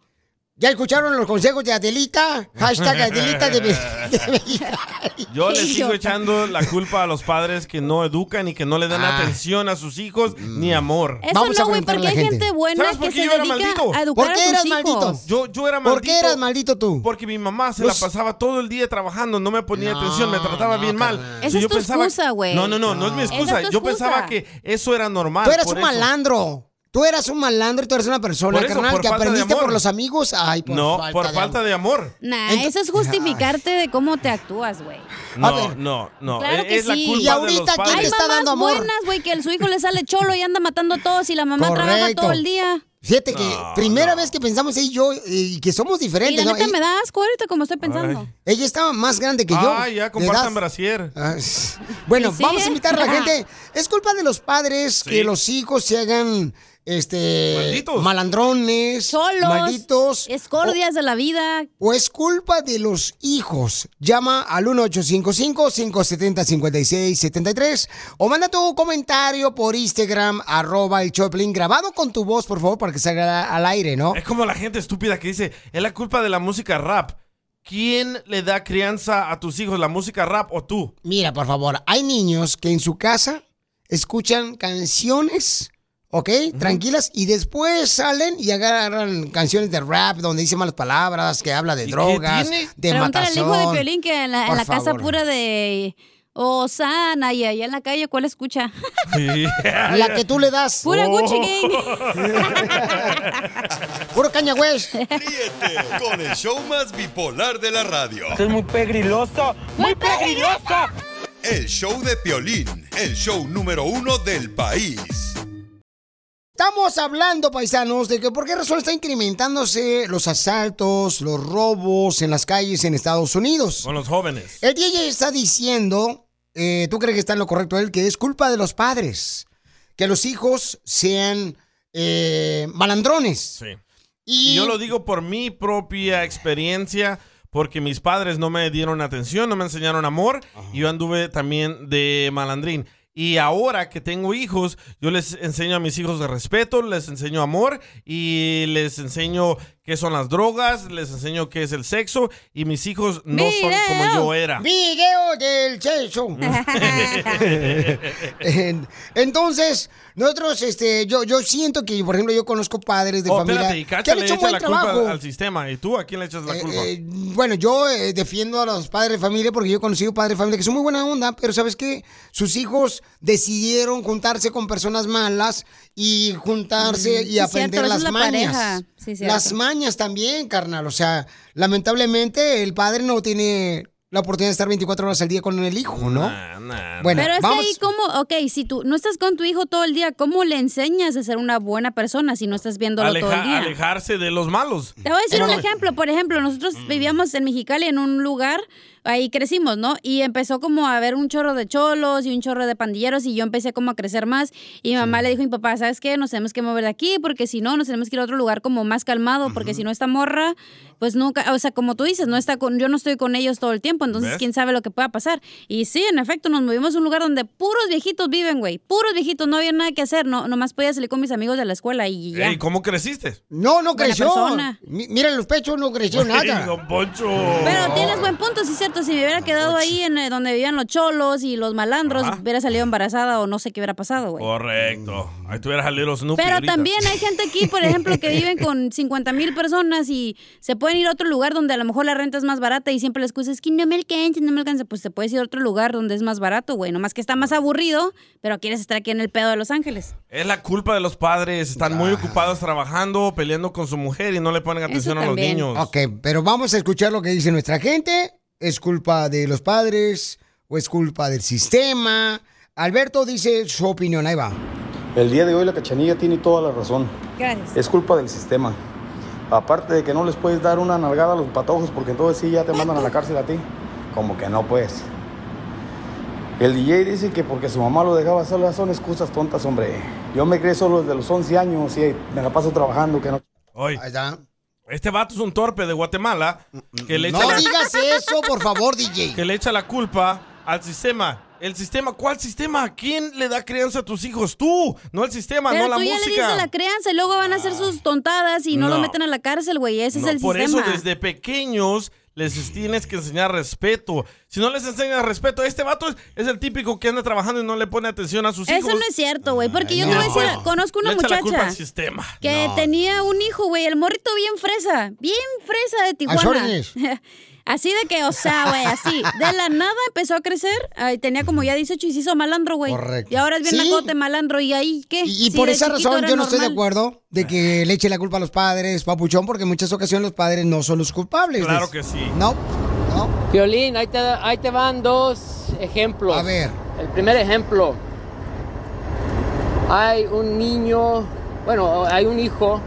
Speaker 2: ¿Ya escucharon los consejos de Adelita? Hashtag Adelita de,
Speaker 1: Yo les sigo echando la culpa a los padres que no educan y que no le dan
Speaker 2: Ah.
Speaker 1: atención a sus hijos
Speaker 2: Mm.
Speaker 1: ni amor.
Speaker 3: Eso no, güey, porque hay gente, buena
Speaker 1: ¿Sabes
Speaker 3: que
Speaker 1: por
Speaker 3: se
Speaker 1: qué yo era
Speaker 3: dedica
Speaker 1: maldito?
Speaker 3: a educar a sus hijos.
Speaker 1: Yo, yo era
Speaker 2: ¿Por
Speaker 1: maldito.
Speaker 2: qué eras maldito tú?
Speaker 1: Porque mi mamá se
Speaker 2: Los-
Speaker 1: la pasaba todo el día trabajando, no me ponía
Speaker 2: No,
Speaker 1: atención, me trataba
Speaker 2: no,
Speaker 1: bien mal.
Speaker 2: carnal.
Speaker 3: Esa
Speaker 1: Si
Speaker 3: es
Speaker 1: yo
Speaker 3: tu excusa, güey.
Speaker 1: No, no, no, no es mi
Speaker 3: Esa es
Speaker 1: excusa.
Speaker 3: tu
Speaker 1: yo
Speaker 3: excusa.
Speaker 1: pensaba que eso era normal.
Speaker 2: Tú eras
Speaker 1: por
Speaker 2: un
Speaker 1: eso.
Speaker 2: malandro. Tú eras un malandro y tú eres una persona,
Speaker 1: Por eso,
Speaker 2: carnal,
Speaker 1: por
Speaker 2: que
Speaker 1: falta de
Speaker 2: aprendiste
Speaker 1: amor.
Speaker 2: por los amigos. Ay, por
Speaker 1: No,
Speaker 2: falta
Speaker 1: por
Speaker 2: de
Speaker 1: falta de amor.
Speaker 3: Nah,
Speaker 2: Ento-
Speaker 3: eso es justificarte de cómo te actúas, güey.
Speaker 1: No,
Speaker 2: ver.
Speaker 1: no, no.
Speaker 3: Claro
Speaker 1: es
Speaker 3: que
Speaker 1: es la
Speaker 3: sí.
Speaker 1: culpa de los padres.
Speaker 3: Hay mamás buenas, güey, que el- su hijo le sale cholo y anda matando a todos y la mamá trabaja
Speaker 2: Correcto.
Speaker 3: todo el día.
Speaker 2: Fíjate que primera vez que pensamos ella y yo eh, y que somos
Speaker 3: Y
Speaker 2: diferentes.
Speaker 3: la
Speaker 2: ¿no?
Speaker 3: neta
Speaker 2: Ella-
Speaker 3: me da asco ahorita como estoy pensando.
Speaker 1: Ay.
Speaker 2: Ella estaba más grande que yo.
Speaker 1: Ah, ya
Speaker 2: de
Speaker 1: compartan
Speaker 2: edad.
Speaker 1: brasier.
Speaker 2: Bueno,
Speaker 1: ¿Y sí,
Speaker 2: vamos a
Speaker 1: eh?
Speaker 2: invitar a la gente. Es culpa de los padres que los hijos se hagan este malandrones,
Speaker 3: Solos,
Speaker 2: malditos.
Speaker 3: Escordias de la vida.
Speaker 2: O es culpa de los hijos. Llama al 1855-570-5673 o manda tu comentario por Instagram, arroba el Choplin, grabado con tu voz, por favor, para que salga al aire, ¿no?
Speaker 1: Es como la gente estúpida que dice, es la culpa de la música rap. ¿Quién le da crianza a tus hijos, la música rap o tú?
Speaker 2: Mira, por favor, hay niños que en su casa escuchan canciones, ¿ok? Tranquilas. Y después salen y agarran canciones de rap donde dice malas palabras, que habla de drogas,
Speaker 3: tiene?
Speaker 2: de
Speaker 3: Pregúntale al hijo de
Speaker 2: matazón.
Speaker 3: Piolín que en la, en
Speaker 2: Por
Speaker 3: la casa
Speaker 2: favor.
Speaker 3: pura de Osana y allá en la calle, ¿cuál escucha?
Speaker 2: La que tú le das.
Speaker 3: Pura
Speaker 1: Oh.
Speaker 3: Gucci
Speaker 2: Puro caña, güey.
Speaker 4: Eh, Con el show más bipolar de la radio.
Speaker 6: Es muy pegriloso, muy pegriloso.
Speaker 4: El show de Piolín, el show número uno del país.
Speaker 2: Estamos hablando, paisanos, de que por qué razón está incrementándose los asaltos, los robos en las calles en Estados Unidos.
Speaker 1: Con los jóvenes.
Speaker 2: El DJ está diciendo, eh, tú crees que está en lo correcto él, que es culpa de los padres, que los hijos sean eh, malandrones.
Speaker 1: Sí.
Speaker 2: Y...
Speaker 1: yo lo digo por mi propia experiencia, porque mis padres no me dieron atención, no me enseñaron amor, y yo anduve también de malandrín. Y ahora que tengo hijos, yo les enseño a mis hijos de respeto, les enseño amor y les enseño qué son las drogas, les enseño qué es el sexo y mis hijos no son como yo era.
Speaker 2: Video del sexo. En- Entonces, nosotros, este, yo, yo siento que, por ejemplo, yo conozco padres de
Speaker 1: Oh,
Speaker 2: familia
Speaker 1: espérate, y
Speaker 2: que
Speaker 1: Cacha
Speaker 2: han
Speaker 1: le
Speaker 2: hecho un
Speaker 1: echa
Speaker 2: buen
Speaker 1: la culpa
Speaker 2: trabajo.
Speaker 1: al, al sistema. ¿Y tú a quién le echas la culpa?
Speaker 2: eh, bueno, yo eh, defiendo a los padres de familia porque yo he conocido padres de familia que son muy buena onda, pero ¿sabes qué? Sus hijos decidieron juntarse con personas malas y juntarse
Speaker 3: Mm, sí,
Speaker 2: y aprender
Speaker 3: cierto, esa
Speaker 2: las
Speaker 3: es la pareja.
Speaker 2: mañas.
Speaker 3: Sí, cierto.
Speaker 2: las mañas también, carnal. O sea, lamentablemente el padre no tiene la oportunidad de estar 24 horas al día con el hijo,
Speaker 1: Ah,
Speaker 2: ¿no? Bueno,
Speaker 3: Pero es
Speaker 2: vamos.
Speaker 3: que ahí como, ok, si tú no estás con tu hijo todo el día, ¿cómo le enseñas a ser una buena persona si no estás viéndolo todo el
Speaker 1: Aleja-
Speaker 3: día?
Speaker 1: alejarse de los malos.
Speaker 3: Te voy a decir un
Speaker 1: Pero-
Speaker 3: ejemplo. Por ejemplo, nosotros vivíamos en Mexicali en un lugar, ahí crecimos, ¿no? Y empezó como a haber un chorro de cholos y un chorro de pandilleros y yo empecé como a crecer más. Y mi mamá le dijo a mi papá, ¿sabes qué? Nos tenemos que mover de aquí porque si no, nos tenemos que ir a otro lugar como más calmado porque si no esta morra, pues nunca, o sea, como tú dices, no está con, yo no estoy con ellos todo el tiempo, entonces
Speaker 14: ¿Ves?
Speaker 3: quién sabe lo que pueda pasar. Y sí, en efecto, nos movimos a un lugar donde puros viejitos viven, güey. Puros viejitos, no había nada que hacer, no, nomás podía salir con mis amigos de la escuela y ya.
Speaker 1: Ey, ¿Cómo creciste?
Speaker 2: No, no
Speaker 3: Buena
Speaker 2: creció.
Speaker 3: persona.
Speaker 2: Mi- Mira los pechos, no creció
Speaker 1: Ey,
Speaker 2: nada.
Speaker 1: don Poncho.
Speaker 3: Pero tienes buen punto, sí es cierto. Si me hubiera quedado ahí en eh, donde vivían los cholos y los malandros, hubiera salido embarazada o no sé qué hubiera pasado,
Speaker 1: Oh,
Speaker 3: güey.
Speaker 1: Correcto. Ahí tuvieras a Little Snoopy
Speaker 3: Pero
Speaker 1: ahorita.
Speaker 3: también hay gente aquí, por ejemplo, que viven con 50 mil personas y se pueden ir a otro lugar donde a lo mejor la renta es más barata y siempre la excusa es que no me alcanza, no me alcanza. Pues te puedes ir a otro lugar donde es más barato, güey. Nomás que está más aburrido, pero quieres estar aquí en el pedo de Los Ángeles.
Speaker 1: Es la culpa de los padres. Están
Speaker 2: Ah.
Speaker 1: muy ocupados trabajando, peleando con su mujer y no le ponen atención a los niños.
Speaker 2: Ok, pero vamos a escuchar lo que dice nuestra gente. ¿Es culpa de los padres o es culpa del sistema? Alberto dice su opinión, ahí va.
Speaker 15: El día de hoy la cachanilla tiene toda la razón.
Speaker 3: Gracias.
Speaker 15: Es culpa del sistema. Aparte de que no les puedes dar una nalgada a los patojos porque entonces sí ya te mandan a la cárcel a ti. Como que no puedes. El DJ dice que porque su mamá lo dejaba sola son excusas tontas, hombre. Yo me creé solo desde los 11 años y me la paso trabajando que no...
Speaker 1: Hoy. Este vato es un torpe de Guatemala que le echa,
Speaker 2: Mm, No
Speaker 1: la,
Speaker 2: digas eso, por favor, DJ.
Speaker 1: que le echa la culpa al sistema. ¿El sistema? ¿Cuál sistema? ¿Quién le da crianza a tus hijos? Tú, no el sistema,
Speaker 3: Pero
Speaker 1: no la
Speaker 3: tú ya le
Speaker 1: música.
Speaker 3: dices la crianza y luego van a hacer sus tontadas y no, lo
Speaker 1: No.
Speaker 3: meten a la cárcel, güey. Ese
Speaker 1: No,
Speaker 3: Este es el
Speaker 1: por
Speaker 3: sistema.
Speaker 1: eso desde pequeños les tienes que enseñar respeto. Si no les enseñas respeto, este vato es, es el típico que anda trabajando y no le pone atención a sus hijos.
Speaker 3: Eso no es cierto, güey, porque yo
Speaker 1: no.
Speaker 3: te voy a decir, conozco una
Speaker 1: Le echa la culpa
Speaker 3: muchacha
Speaker 1: al sistema.
Speaker 3: que
Speaker 1: No.
Speaker 3: tenía un hijo, güey, el morrito bien fresa, bien fresa de
Speaker 6: órdenes.
Speaker 3: Tijuana. Así de que, o sea, güey, así. De la nada empezó a crecer. ay, tenía como ya 18 y se hizo malandro, güey.
Speaker 2: Correcto.
Speaker 3: Y ahora es bien
Speaker 2: Sí.
Speaker 3: nacote, malandro. ¿Y ahí qué?
Speaker 2: Y por esa razón yo no estoy de acuerdo de que le eche la culpa a los padres, papuchón, porque en muchas ocasiones los padres no son los culpables.
Speaker 1: Claro que sí.
Speaker 2: No.
Speaker 16: Violín, ahí te, ahí te van dos ejemplos. A ver. El primer ejemplo. Hay un niño, bueno, hay un hijo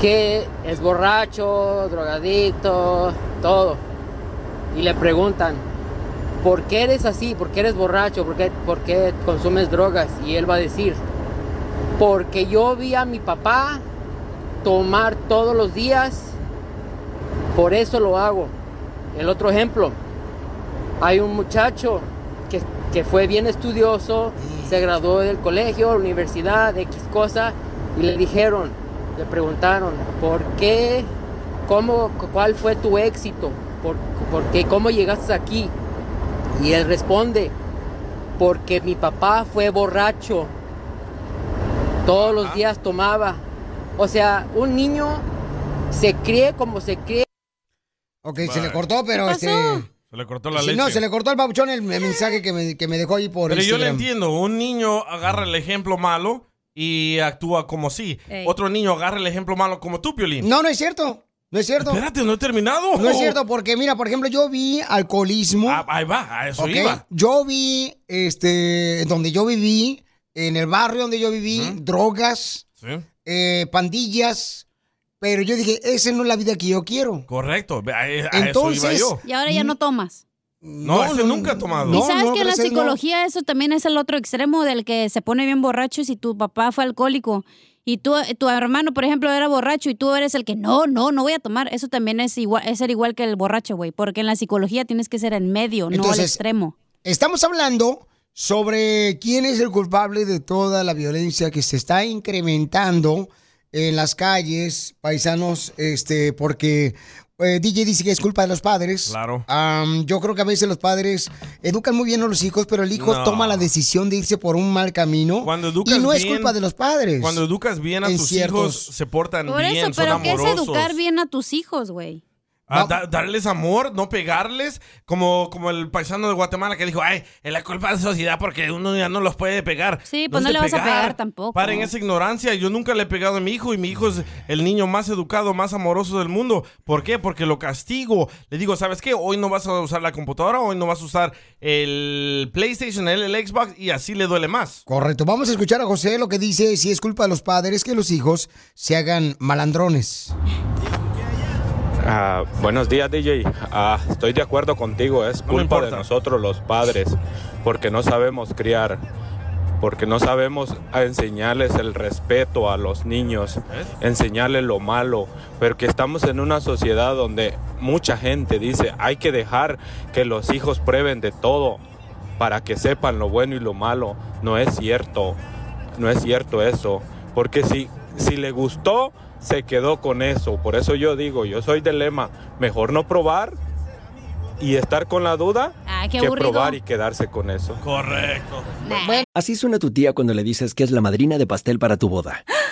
Speaker 16: que es borracho, drogadicto, todo. Y le preguntan, ¿por qué eres así? ¿Por qué eres borracho? ¿Por qué, por qué consumes drogas? Y él va a decir, porque yo vi a mi papá tomar todos los días, por eso lo hago. El otro ejemplo, hay un muchacho que, que fue bien estudioso, se graduó del colegio, universidad, X cosa, y le dijeron, le preguntaron, ¿por qué? ¿Cómo? ¿Cuál fue tu éxito? ¿Por, por qué? ¿Cómo llegaste aquí? Y él responde, porque mi papá fue borracho. Todos los días tomaba. O sea, un niño se cree como se cree.
Speaker 2: Ok, se le cortó, pero
Speaker 16: ¿Qué
Speaker 2: este.
Speaker 16: pasó?
Speaker 1: Se le cortó la
Speaker 2: Sí,
Speaker 1: leche.
Speaker 2: No, se le cortó al papuchón el, el mensaje que me, que me dejó ahí por
Speaker 1: Pero yo le
Speaker 2: Instagram.
Speaker 1: entiendo, un niño agarra el ejemplo malo y actúa como sí.
Speaker 2: Ey.
Speaker 1: Otro niño agarra el ejemplo malo como tú, Piolín.
Speaker 2: No, no es cierto. No es cierto.
Speaker 1: Espérate, no he terminado.
Speaker 2: No es cierto, porque mira, por ejemplo, yo vi alcoholismo.
Speaker 1: Ahí va, a eso
Speaker 2: Ok,
Speaker 1: iba.
Speaker 2: Yo vi, este, donde yo viví, en el barrio donde yo viví, drogas,
Speaker 1: Sí.
Speaker 2: eh, pandillas, pero yo dije, esa no es la vida que yo quiero.
Speaker 1: Correcto, a, a
Speaker 2: Entonces-
Speaker 1: eso iba yo.
Speaker 3: Y ahora ya no tomas.
Speaker 1: No,
Speaker 2: no,
Speaker 1: ese
Speaker 2: no,
Speaker 1: nunca ha tomado.
Speaker 3: y sabes que en la
Speaker 2: gracias, no.
Speaker 3: psicología eso también es el otro extremo del que se pone bien borracho si tu papá fue alcohólico y tú, tu hermano, por ejemplo, era borracho y tú eres el que no, no, no voy a tomar. Eso también es igual, es ser igual que el borracho, güey, porque en la psicología tienes que ser en medio, no al
Speaker 2: Entonces,
Speaker 3: extremo.
Speaker 2: Estamos hablando sobre quién es el culpable de toda la violencia que se está incrementando en las calles, paisanos, este, porque eh, DJ dice que es culpa de los padres.
Speaker 1: Claro.
Speaker 2: Am, yo creo que a veces los padres educan muy bien a los hijos, pero el hijo
Speaker 1: No.
Speaker 2: toma la decisión de irse por un mal camino.
Speaker 1: Cuando
Speaker 2: y
Speaker 1: educas
Speaker 2: no es
Speaker 1: bien-
Speaker 2: culpa de los padres.
Speaker 1: Cuando educas bien a
Speaker 2: En
Speaker 1: tus
Speaker 2: ciertos-
Speaker 1: hijos, se portan
Speaker 3: Por
Speaker 1: bien,
Speaker 3: eso,
Speaker 1: son
Speaker 3: pero ¿qué es
Speaker 1: amorosos.
Speaker 3: educar bien a tus hijos, güey?
Speaker 1: A da- darles amor, no pegarles, como, como el paisano de Guatemala que dijo, ay, es la culpa de la sociedad porque uno ya no los puede pegar.
Speaker 3: Sí, pues no,
Speaker 1: es
Speaker 3: le
Speaker 1: de
Speaker 3: vas a pegar tampoco.
Speaker 1: Paren esa ignorancia, yo nunca le he pegado a mi hijo y mi hijo es el niño más educado, más amoroso del mundo. ¿Por qué? Porque lo castigo. Le digo, ¿sabes qué? Hoy no vas a usar la computadora, hoy no vas a usar el PlayStation, el, el Xbox y así le duele más.
Speaker 2: Correcto. Vamos a escuchar a José lo que dice si es culpa de los padres que los hijos se hagan malandrones.
Speaker 14: Ah, buenos días, DJ. Ah, estoy de acuerdo contigo, es culpa de
Speaker 1: importa.
Speaker 14: nosotros los padres, porque no sabemos criar, porque no sabemos a enseñarles el respeto a los niños, enseñarles lo malo, porque estamos en una sociedad donde mucha gente dice, hay que dejar que los hijos prueben de todo para que sepan lo bueno y lo malo. No es cierto. No es cierto eso. Porque si, si le gustó, se quedó con eso. Por eso yo digo, yo soy de lema, mejor no probar y estar con la duda
Speaker 3: Ay, Ah, qué
Speaker 14: que
Speaker 3: aburrido.
Speaker 14: probar y quedarse con eso.
Speaker 1: Correcto.
Speaker 17: Así suena tu tía cuando le dices que es la madrina de pastel para tu boda.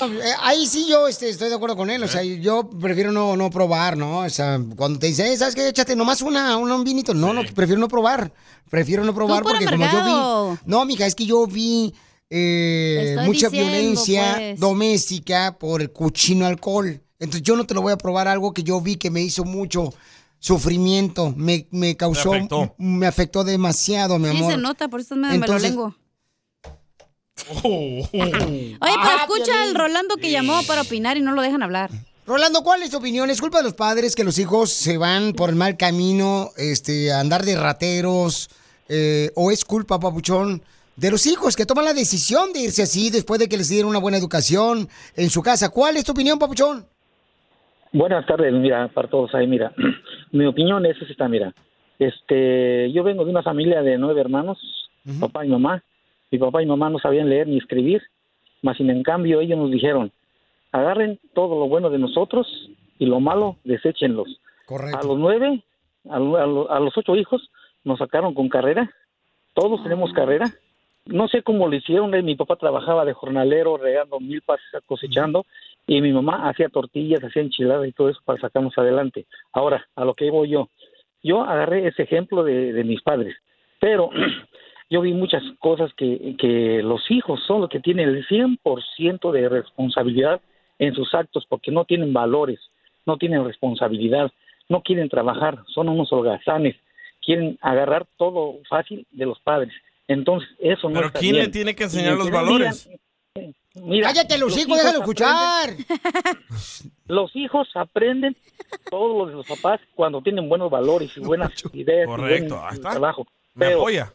Speaker 2: Eh, Ahí sí yo este, estoy de acuerdo con él, o sea, yo prefiero no, no probar, ¿no? O sea, cuando te dicen, "Eh, ¿sabes qué? Échate nomás una, una- un vinito. No, no, prefiero no probar. Prefiero no probar
Speaker 3: por
Speaker 2: porque como yo
Speaker 3: amargado.
Speaker 2: vi... No, mija, es que yo vi eh,
Speaker 3: Te estoy
Speaker 2: mucha
Speaker 3: diciendo,
Speaker 2: violencia
Speaker 3: pues.
Speaker 2: doméstica por el cochino alcohol. Entonces yo no te lo voy a probar algo que yo vi que me hizo mucho sufrimiento, me, me causó...
Speaker 1: afectó.
Speaker 2: me afectó demasiado, mi
Speaker 3: Sí,
Speaker 2: amor.
Speaker 3: se nota, por eso me me lo
Speaker 2: Entonces-
Speaker 3: lengo.
Speaker 1: Oye,
Speaker 3: Oye, pero
Speaker 2: Ah,
Speaker 3: escucha
Speaker 2: Piolín.
Speaker 3: al Rolando que llamó para opinar y no lo dejan hablar.
Speaker 2: Rolando, ¿cuál es tu opinión? ¿Es culpa de los padres que los hijos se van por el mal camino, este, a andar de rateros? eh, ¿O es culpa, papuchón, de los hijos que toman la decisión de irse así después de que les dieron una buena educación en su casa? ¿Cuál es tu opinión, papuchón?
Speaker 18: Buenas tardes, mira, para todos ahí, mira. Mi opinión es esta, mira. Este, yo vengo de una familia de nueve hermanos, papá y mamá. Mi papá y mamá no sabían leer ni escribir, mas sin en cambio ellos nos dijeron, agarren todo lo bueno de nosotros y lo malo, deséchenlos.
Speaker 2: Correcto.
Speaker 18: A los nueve, a, lo- a lo- a los ocho hijos, nos sacaron con carrera. Todos tenemos carrera. No sé cómo lo hicieron. eh, Mi papá trabajaba de jornalero, regando milpas, cosechando. Y mi mamá hacía tortillas, hacía enchiladas y todo eso para sacarnos adelante. Ahora, a lo que voy yo. Yo agarré ese ejemplo de, de mis padres. Pero yo vi muchas cosas que, que los hijos son los que tienen el 100% de responsabilidad en sus actos porque no tienen valores, no tienen responsabilidad, no quieren trabajar, son unos holgazanes, quieren agarrar todo fácil de los padres. Entonces, eso no
Speaker 1: Pero
Speaker 18: está
Speaker 1: ¿quién le
Speaker 18: bien.
Speaker 1: tiene que
Speaker 18: Y
Speaker 1: enseñar los
Speaker 18: entonces,
Speaker 1: valores?
Speaker 18: mira, mira,
Speaker 2: Cállate, los hijos, déjalo escuchar.
Speaker 18: los hijos aprenden todo lo de los papás cuando tienen buenos valores y buenas ideas. y buen
Speaker 1: Correcto, ahí está.
Speaker 18: Trabajo.
Speaker 1: Me
Speaker 18: Pero,
Speaker 1: apoya.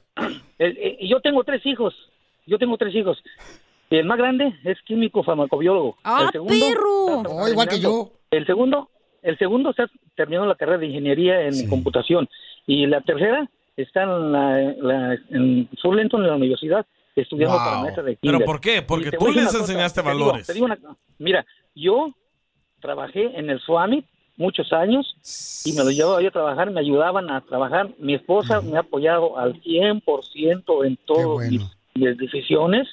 Speaker 18: el- el- yo tengo tres hijos. Yo tengo tres hijos. El más grande es químico farmacobiólogo. el segundo,
Speaker 2: Ah, Oh, igual que yo.
Speaker 18: El segundo, el segundo está terminando la carrera de ingeniería en computación. Y la tercera está en, la, la- en Surlenton, en la universidad, estudiando
Speaker 1: Wow.
Speaker 18: para maestra de
Speaker 1: ¿Pero
Speaker 18: kinder.
Speaker 1: por qué? Porque
Speaker 18: Y te
Speaker 1: tú
Speaker 18: voy a decir
Speaker 1: les
Speaker 18: una cosa,
Speaker 1: enseñaste
Speaker 18: te digo-
Speaker 1: valores.
Speaker 18: te digo una- mira, yo trabajé en el SWAMI muchos años y me lo llevaba yo a trabajar, me ayudaban a trabajar. Mi esposa me ha apoyado al 100% en todo mis decisiones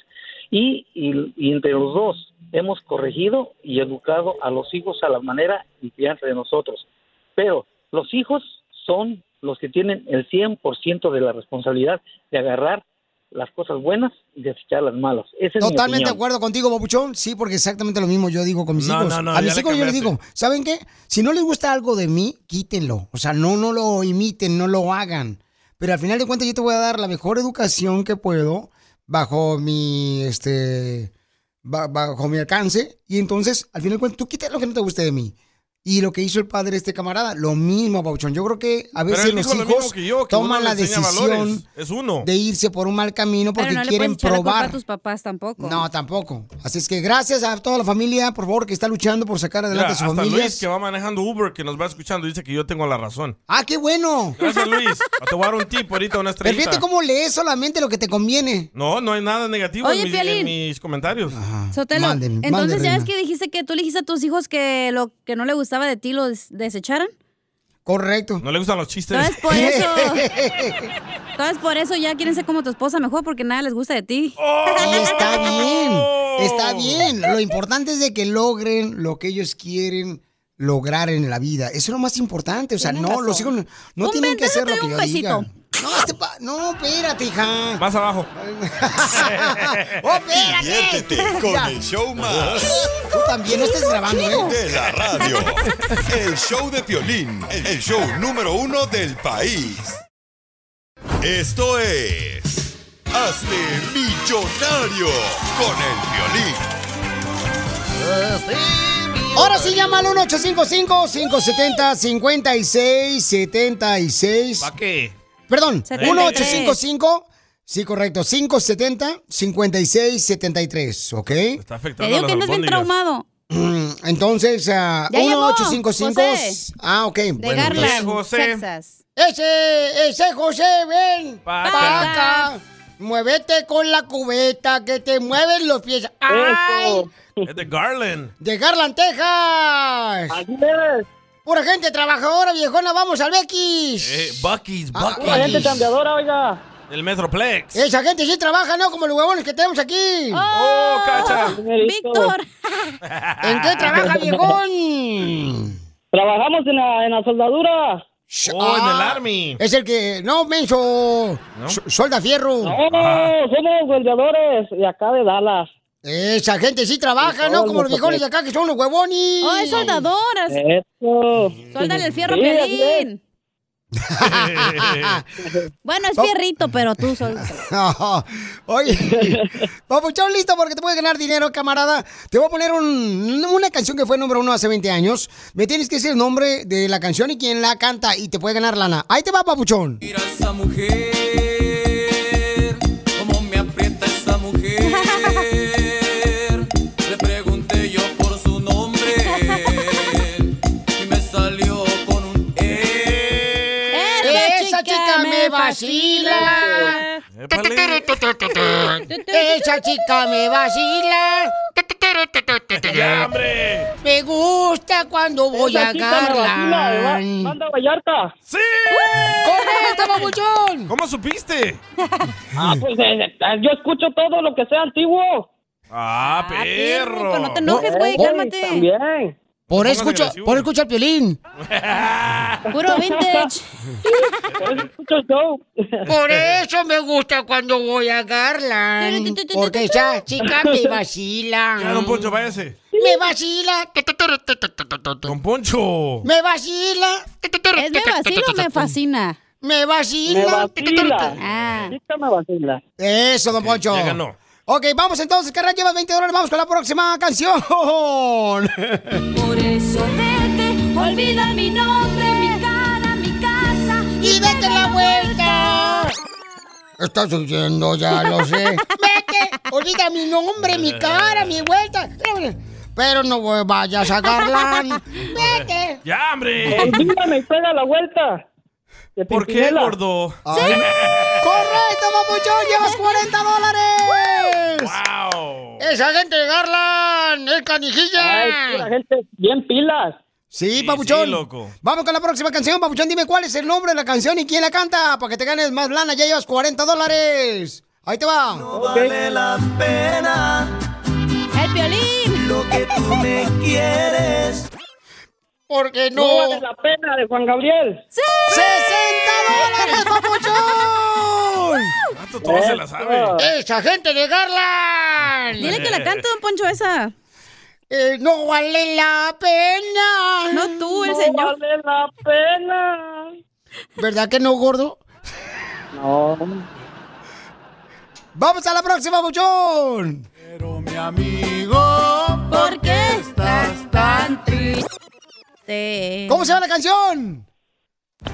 Speaker 18: y, y- y entre los dos hemos corregido y educado a los hijos a la manera y crianza de nosotros. Pero los hijos son los que tienen el 100% de la responsabilidad de agarrar las cosas buenas y desechar las malas. Esa es mi
Speaker 2: Totalmente de
Speaker 18: opinión.
Speaker 2: acuerdo contigo, Papuchón. Sí, porque exactamente lo mismo yo digo con mis
Speaker 18: No,
Speaker 2: hijos.
Speaker 18: no, no,
Speaker 2: a
Speaker 18: ya
Speaker 2: mis
Speaker 18: le
Speaker 2: hijos yo les
Speaker 18: cambiaste.
Speaker 2: digo, ¿saben qué? Si no les gusta algo de mí, quítenlo. O sea, no, no lo imiten, no lo hagan. Pero al final de cuentas yo te voy a dar la mejor educación que puedo bajo mi, este, ba- bajo mi alcance. Y entonces, al final de cuentas, tú quitas lo que no te guste de mí. Y lo que hizo el padre de este camarada, lo mismo, Papuchón. Yo creo que a
Speaker 1: Pero
Speaker 2: veces
Speaker 1: él
Speaker 2: los
Speaker 1: dijo lo mismo
Speaker 2: hijos
Speaker 1: que yo, que uno
Speaker 2: toman
Speaker 1: le
Speaker 2: la
Speaker 1: enseña
Speaker 2: decisión
Speaker 1: valores. Es uno.
Speaker 2: de irse por un mal camino porque
Speaker 3: Pero no le
Speaker 2: quieren
Speaker 3: puedes echar la culpa
Speaker 2: probar.
Speaker 3: a tus papás tampoco.
Speaker 2: No, tampoco. Así es que gracias a toda la familia, por favor, que está luchando por sacar
Speaker 1: Mira,
Speaker 2: adelante a
Speaker 1: hasta
Speaker 2: sus
Speaker 1: Luis,
Speaker 2: familias.
Speaker 1: que va manejando Uber, que nos va escuchando, dice que yo tengo la razón.
Speaker 2: ¡Ah, qué bueno!
Speaker 1: Gracias, Luis. Ah, Te voy a dar un tip ahorita, una
Speaker 2: Pero
Speaker 1: estrellita.
Speaker 2: fíjate cómo lees solamente lo que te conviene.
Speaker 1: No, no hay nada negativo
Speaker 3: Oye,
Speaker 1: en, mis,
Speaker 3: Piolín.
Speaker 1: en mis comentarios.
Speaker 3: Sotelo,
Speaker 2: Mande, mande,
Speaker 3: entonces ya ves
Speaker 2: reina.
Speaker 3: que dijiste que tú le dijiste a tus hijos que lo que no le gustaba de ti lo des- desecharan.
Speaker 2: Correcto.
Speaker 1: No le gustan los chistes.
Speaker 3: Entonces por eso. entonces por eso ya quieren ser como tu esposa mejor porque nada les gusta de ti.
Speaker 2: Y está bien,
Speaker 1: Oh.
Speaker 2: está bien. Lo importante es de que logren lo que ellos quieren lograr en la vida. Eso es lo más importante. O sea,
Speaker 3: Tienen
Speaker 2: no,
Speaker 3: razón.
Speaker 2: los hijos no, no
Speaker 3: Un
Speaker 2: tienen que
Speaker 3: vendazo
Speaker 2: hacer lo
Speaker 3: y
Speaker 2: que
Speaker 3: un
Speaker 2: yo
Speaker 3: besito.
Speaker 2: diga. No, este pa- no, espérate, hija.
Speaker 1: Más abajo.
Speaker 2: ¡Oh, espérate!
Speaker 4: Diviértete con el show más.
Speaker 2: Tú también no estés grabando, ¿eh?
Speaker 4: De la radio. El show de Piolín, el show número uno del país. Esto es... Hazte millonario con el violín.
Speaker 2: Ahora sí, llama al 1-855-570-5676.
Speaker 1: ¿Para qué?
Speaker 2: Perdón,
Speaker 1: 73.
Speaker 2: 1-855. Sí, correcto. 570-5673, ¿ok? Está
Speaker 3: Te digo que andas bien traumado.
Speaker 2: Entonces, ah,
Speaker 3: Ya llegó,
Speaker 2: 1-855.
Speaker 3: José.
Speaker 2: Ah, ok.
Speaker 3: De Garland, Texas.
Speaker 2: Ese, ese José, ven.
Speaker 3: Paca.
Speaker 2: pa' acá. Muévete con la cubeta, que te mueven los pies. ¡Ay!
Speaker 1: Es de Garland.
Speaker 2: De Garland, Texas. Pura gente trabajadora, viejona, vamos al Bequis.
Speaker 1: Eh, Bucky's, Bucky's.
Speaker 2: pura Ah, gente chambeadora, oiga.
Speaker 1: El Metroplex.
Speaker 2: Esa gente sí trabaja, ¿no? Como los huevones que tenemos aquí.
Speaker 1: ¡Oh, cacha!
Speaker 2: ¡Víctor! ¿En qué trabaja, viejón? Trabajamos en la, soldadura.
Speaker 1: Oh, en el Army.
Speaker 2: ah, Es el que... No, menso. So- Solda fierro.
Speaker 19: No, somos vendedores de acá de Dallas.
Speaker 2: Esa gente sí trabaja, ¿no? Como los viejones de acá que son los huevones.
Speaker 3: Oh, es soldador, así-
Speaker 5: Eh.
Speaker 19: Eso.
Speaker 3: Suéltale el fierro,
Speaker 19: Sí, así es.
Speaker 3: Piolín. bueno, es
Speaker 2: Oh.
Speaker 3: fierrito, pero tú sol-
Speaker 2: Oye, Papuchón, listo porque te puede ganar dinero, camarada. Te voy a poner un- una canción que fue número uno hace 20 años. Me tienes que decir el nombre de la canción y quién la canta y te puede ganar lana. Ahí te va, Papuchón.
Speaker 6: esa mujer, cómo me aprieta esa mujer. Le pregunté yo por su nombre y me salió con un E.
Speaker 2: Esa chica me vacila. Esa chica me vacila.
Speaker 6: ¡Ya, hombre!
Speaker 2: Me gusta cuando voy
Speaker 6: Esa
Speaker 2: a ¡Uh!
Speaker 6: chica me vacila,
Speaker 2: Garland.
Speaker 6: ¿verdad?
Speaker 2: ¡Manda Vallarta! ¡Sí! ¡Correcto, babuchón!
Speaker 1: ¿Cómo supiste?
Speaker 19: Ah, pues eh, eh, yo escucho todo
Speaker 3: Ah,
Speaker 19: lo que sea antiguo.
Speaker 1: Ah, perro.
Speaker 19: También.
Speaker 1: No
Speaker 2: Por eso
Speaker 1: pongas
Speaker 2: escucho,
Speaker 1: agresivo.
Speaker 2: por eso escucho el piolín.
Speaker 3: Puro vintage.
Speaker 2: Por eso me gusta cuando voy a Garland. Porque esa chica me vacila.
Speaker 1: Ya, don Poncho, váyase.
Speaker 2: Me vacila.
Speaker 1: Don Poncho.
Speaker 2: Me vacila.
Speaker 3: ¿Es me vacila o me fascina?
Speaker 2: Me vacila.
Speaker 3: Me vacila.
Speaker 2: Ah. Eso, don Poncho.
Speaker 1: ya ganó.
Speaker 2: Ok, vamos entonces, carnal, lleva 20 dólares. Vamos con la próxima canción.
Speaker 5: Por eso vete, olvida mi nombre, mi cara, mi casa y vete la vuelta.
Speaker 2: Estás oyendo, ya lo sé. Vete, olvida mi nombre, mi cara, mi vuelta. Pero no vayas a Garland. Vete.
Speaker 1: ¡Ya, hombre!
Speaker 19: Olvídame y pega la vuelta. De
Speaker 1: ¿Por qué,
Speaker 19: Pimpinela.
Speaker 1: gordo?
Speaker 2: ¡Correcto, papuchón! ¡Llevas 40 dólares!
Speaker 1: ¡Wow!
Speaker 2: ¡Esa gente de Garland! ¡Es canijilla!
Speaker 19: La gente bien pilas.
Speaker 2: Sí, papuchón.
Speaker 19: sí, loco.
Speaker 2: Vamos con la próxima canción, papuchón. Dime cuál es el nombre de la canción y quién la canta para que te ganes más lana. Ya llevas 40 dólares. Ahí te va.
Speaker 5: vale la pena.
Speaker 3: El violín.
Speaker 5: Lo que tú me quieres.
Speaker 3: Eh,
Speaker 2: Porque
Speaker 19: no. vale la pena de Juan Gabriel.
Speaker 2: ¡Sí! ¡60 dólares, papuchón!
Speaker 1: todo se la sabe.
Speaker 2: ¡Esa gente de Garland!
Speaker 3: Dile
Speaker 1: Eh.
Speaker 3: que la cante, don Poncho, esa.
Speaker 2: Eh, no vale la pena.
Speaker 3: No tú, el señor.
Speaker 19: vale la pena.
Speaker 2: ¿Verdad que no, gordo?
Speaker 19: No.
Speaker 2: ¡Vamos a la próxima, papuchón!
Speaker 5: Mi amigo, ¿por qué estás tan triste?
Speaker 2: ¿Cómo se llama la canción?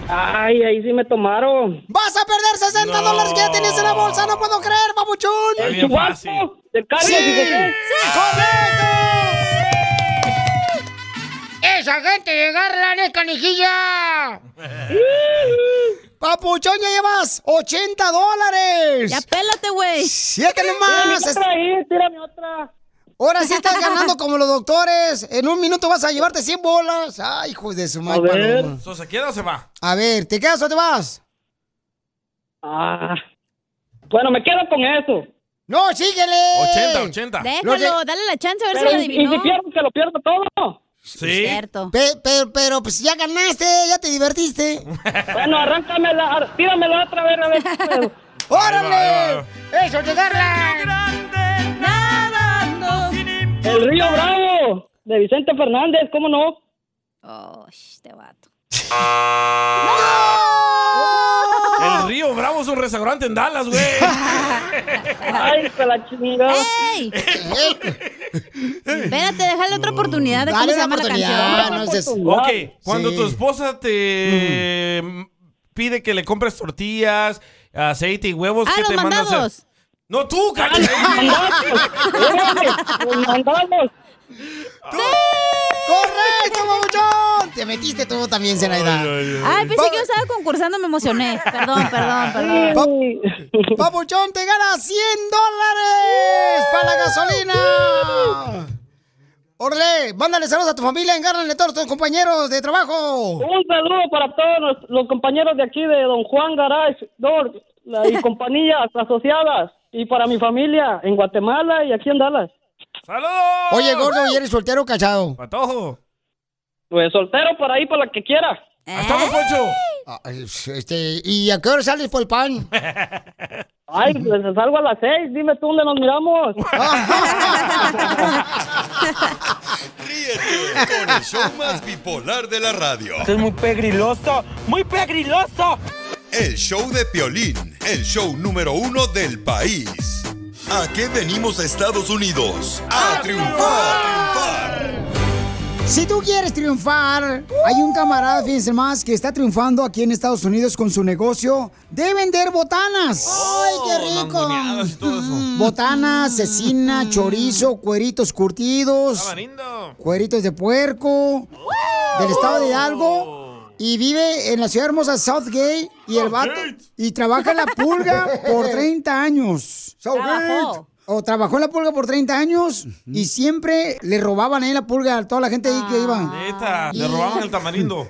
Speaker 19: Ay, ahí sí me tomaron.
Speaker 2: ¡Vas a perder 60 dólares que ya tenías en la bolsa! ¡No puedo creer, papuchón!
Speaker 19: El Chihuahua de Carlos
Speaker 2: ¡Sí!
Speaker 19: y José.
Speaker 2: ¡Sí! ¡Correcto! ¡Esa gente de Garland es canijilla! ¡Papuchón, ya llevas 80 dólares! ¡Ya
Speaker 3: pélate, güey!
Speaker 2: ¡Siete
Speaker 19: Tírame
Speaker 2: nomás!
Speaker 19: otra ahí, tírame otra.
Speaker 2: Ahora sí estás ganando como los doctores. En un minuto vas a llevarte 100 bolas. ¡Ay, hijo de su madre! paloma.
Speaker 1: ¿So se queda o se va?
Speaker 2: A ver, ¿te quedas o te vas?
Speaker 19: Ah. Bueno, me quedo con eso.
Speaker 2: ¡No, síguele!
Speaker 1: 80, 80.
Speaker 3: Déjalo, dale la chance a ver si lo adivinó.
Speaker 19: que lo pierdo todo.
Speaker 1: Sí.
Speaker 2: Pe- pero, pero, pues ya ganaste, ya te divertiste.
Speaker 19: Bueno, arráncamela, ar- tíramela otra vez, a ver. si puedo.
Speaker 2: ¡Órale! ¡Eso, llegarla!
Speaker 19: El Río Bravo, de Vicente Fernández, ¿cómo no?
Speaker 3: Oh, este vato.
Speaker 1: El Río Bravo es un restaurante en Dallas, güey.
Speaker 19: Ay, con la chingada.
Speaker 2: Eh.
Speaker 3: ¡Ey! Espérate, déjale otra oportunidad de cómo
Speaker 2: Dale
Speaker 3: se
Speaker 2: una
Speaker 3: llama la
Speaker 2: oportunidad,
Speaker 3: canción.
Speaker 2: no seas-
Speaker 1: Ok, cuando
Speaker 2: Sí. Mm.
Speaker 1: tu esposa te pide que le compres tortillas, aceite y huevos,
Speaker 3: Ah,
Speaker 1: ¿qué
Speaker 3: los
Speaker 1: te manda a hacer?
Speaker 3: mandados. Ah,
Speaker 1: No, tú, cállate.
Speaker 19: Los mandamos.
Speaker 3: Ah.
Speaker 2: ¡Correcto, mamuchón! Te metiste tú también, Zenaida.
Speaker 3: Ay, pensé que yo estaba concursando, me emocioné. Perdón, perdón, perdón.
Speaker 2: Pap- Papuchón, te gana 100 dólares para la gasolina. Orle, mándale saludos a tu familia, engárnale a todos tus compañeros de trabajo.
Speaker 19: Un saludo para todos los, los compañeros de aquí de Don Juan Garage Door la- y compañías asociadas. Y para mi familia en Guatemala y aquí en Dallas.
Speaker 1: ¡Saludos!
Speaker 2: Oye, gordo, ¿y eres soltero o casado?
Speaker 1: ¡Patojo!
Speaker 19: Pues soltero por ahí, para la que quiera.
Speaker 1: ¡Hasta Poncho!
Speaker 2: Este, ¿Y a qué hora sales por el pan?
Speaker 19: Ay, pues salgo a las seis. Dime tú dónde nos miramos.
Speaker 4: Con el show más bipolar de la radio.
Speaker 5: Esto es muy pegriloso, muy pegriloso.
Speaker 4: El show de Piolín, el show número uno del país. ¿A qué venimos a Estados Unidos? A triunfar.
Speaker 2: Si tú quieres triunfar, hay un camarada, fíjense más, que está triunfando aquí en Estados Unidos con su negocio de vender botanas.
Speaker 1: Oh,
Speaker 2: ¡Ay, qué rico! Mm. Botanas, cecina, chorizo, cueritos curtidos, cueritos de puerco, del estado de Hidalgo. Y vive en la ciudad hermosa Southgate y el vato y trabaja en la pulga por 30 años.
Speaker 5: Trabajó.
Speaker 2: O trabajó en la pulga por 30 años y siempre le robaban ahí la pulga a toda la gente ahí que iba.
Speaker 1: Neta, le robaron el tamarindo.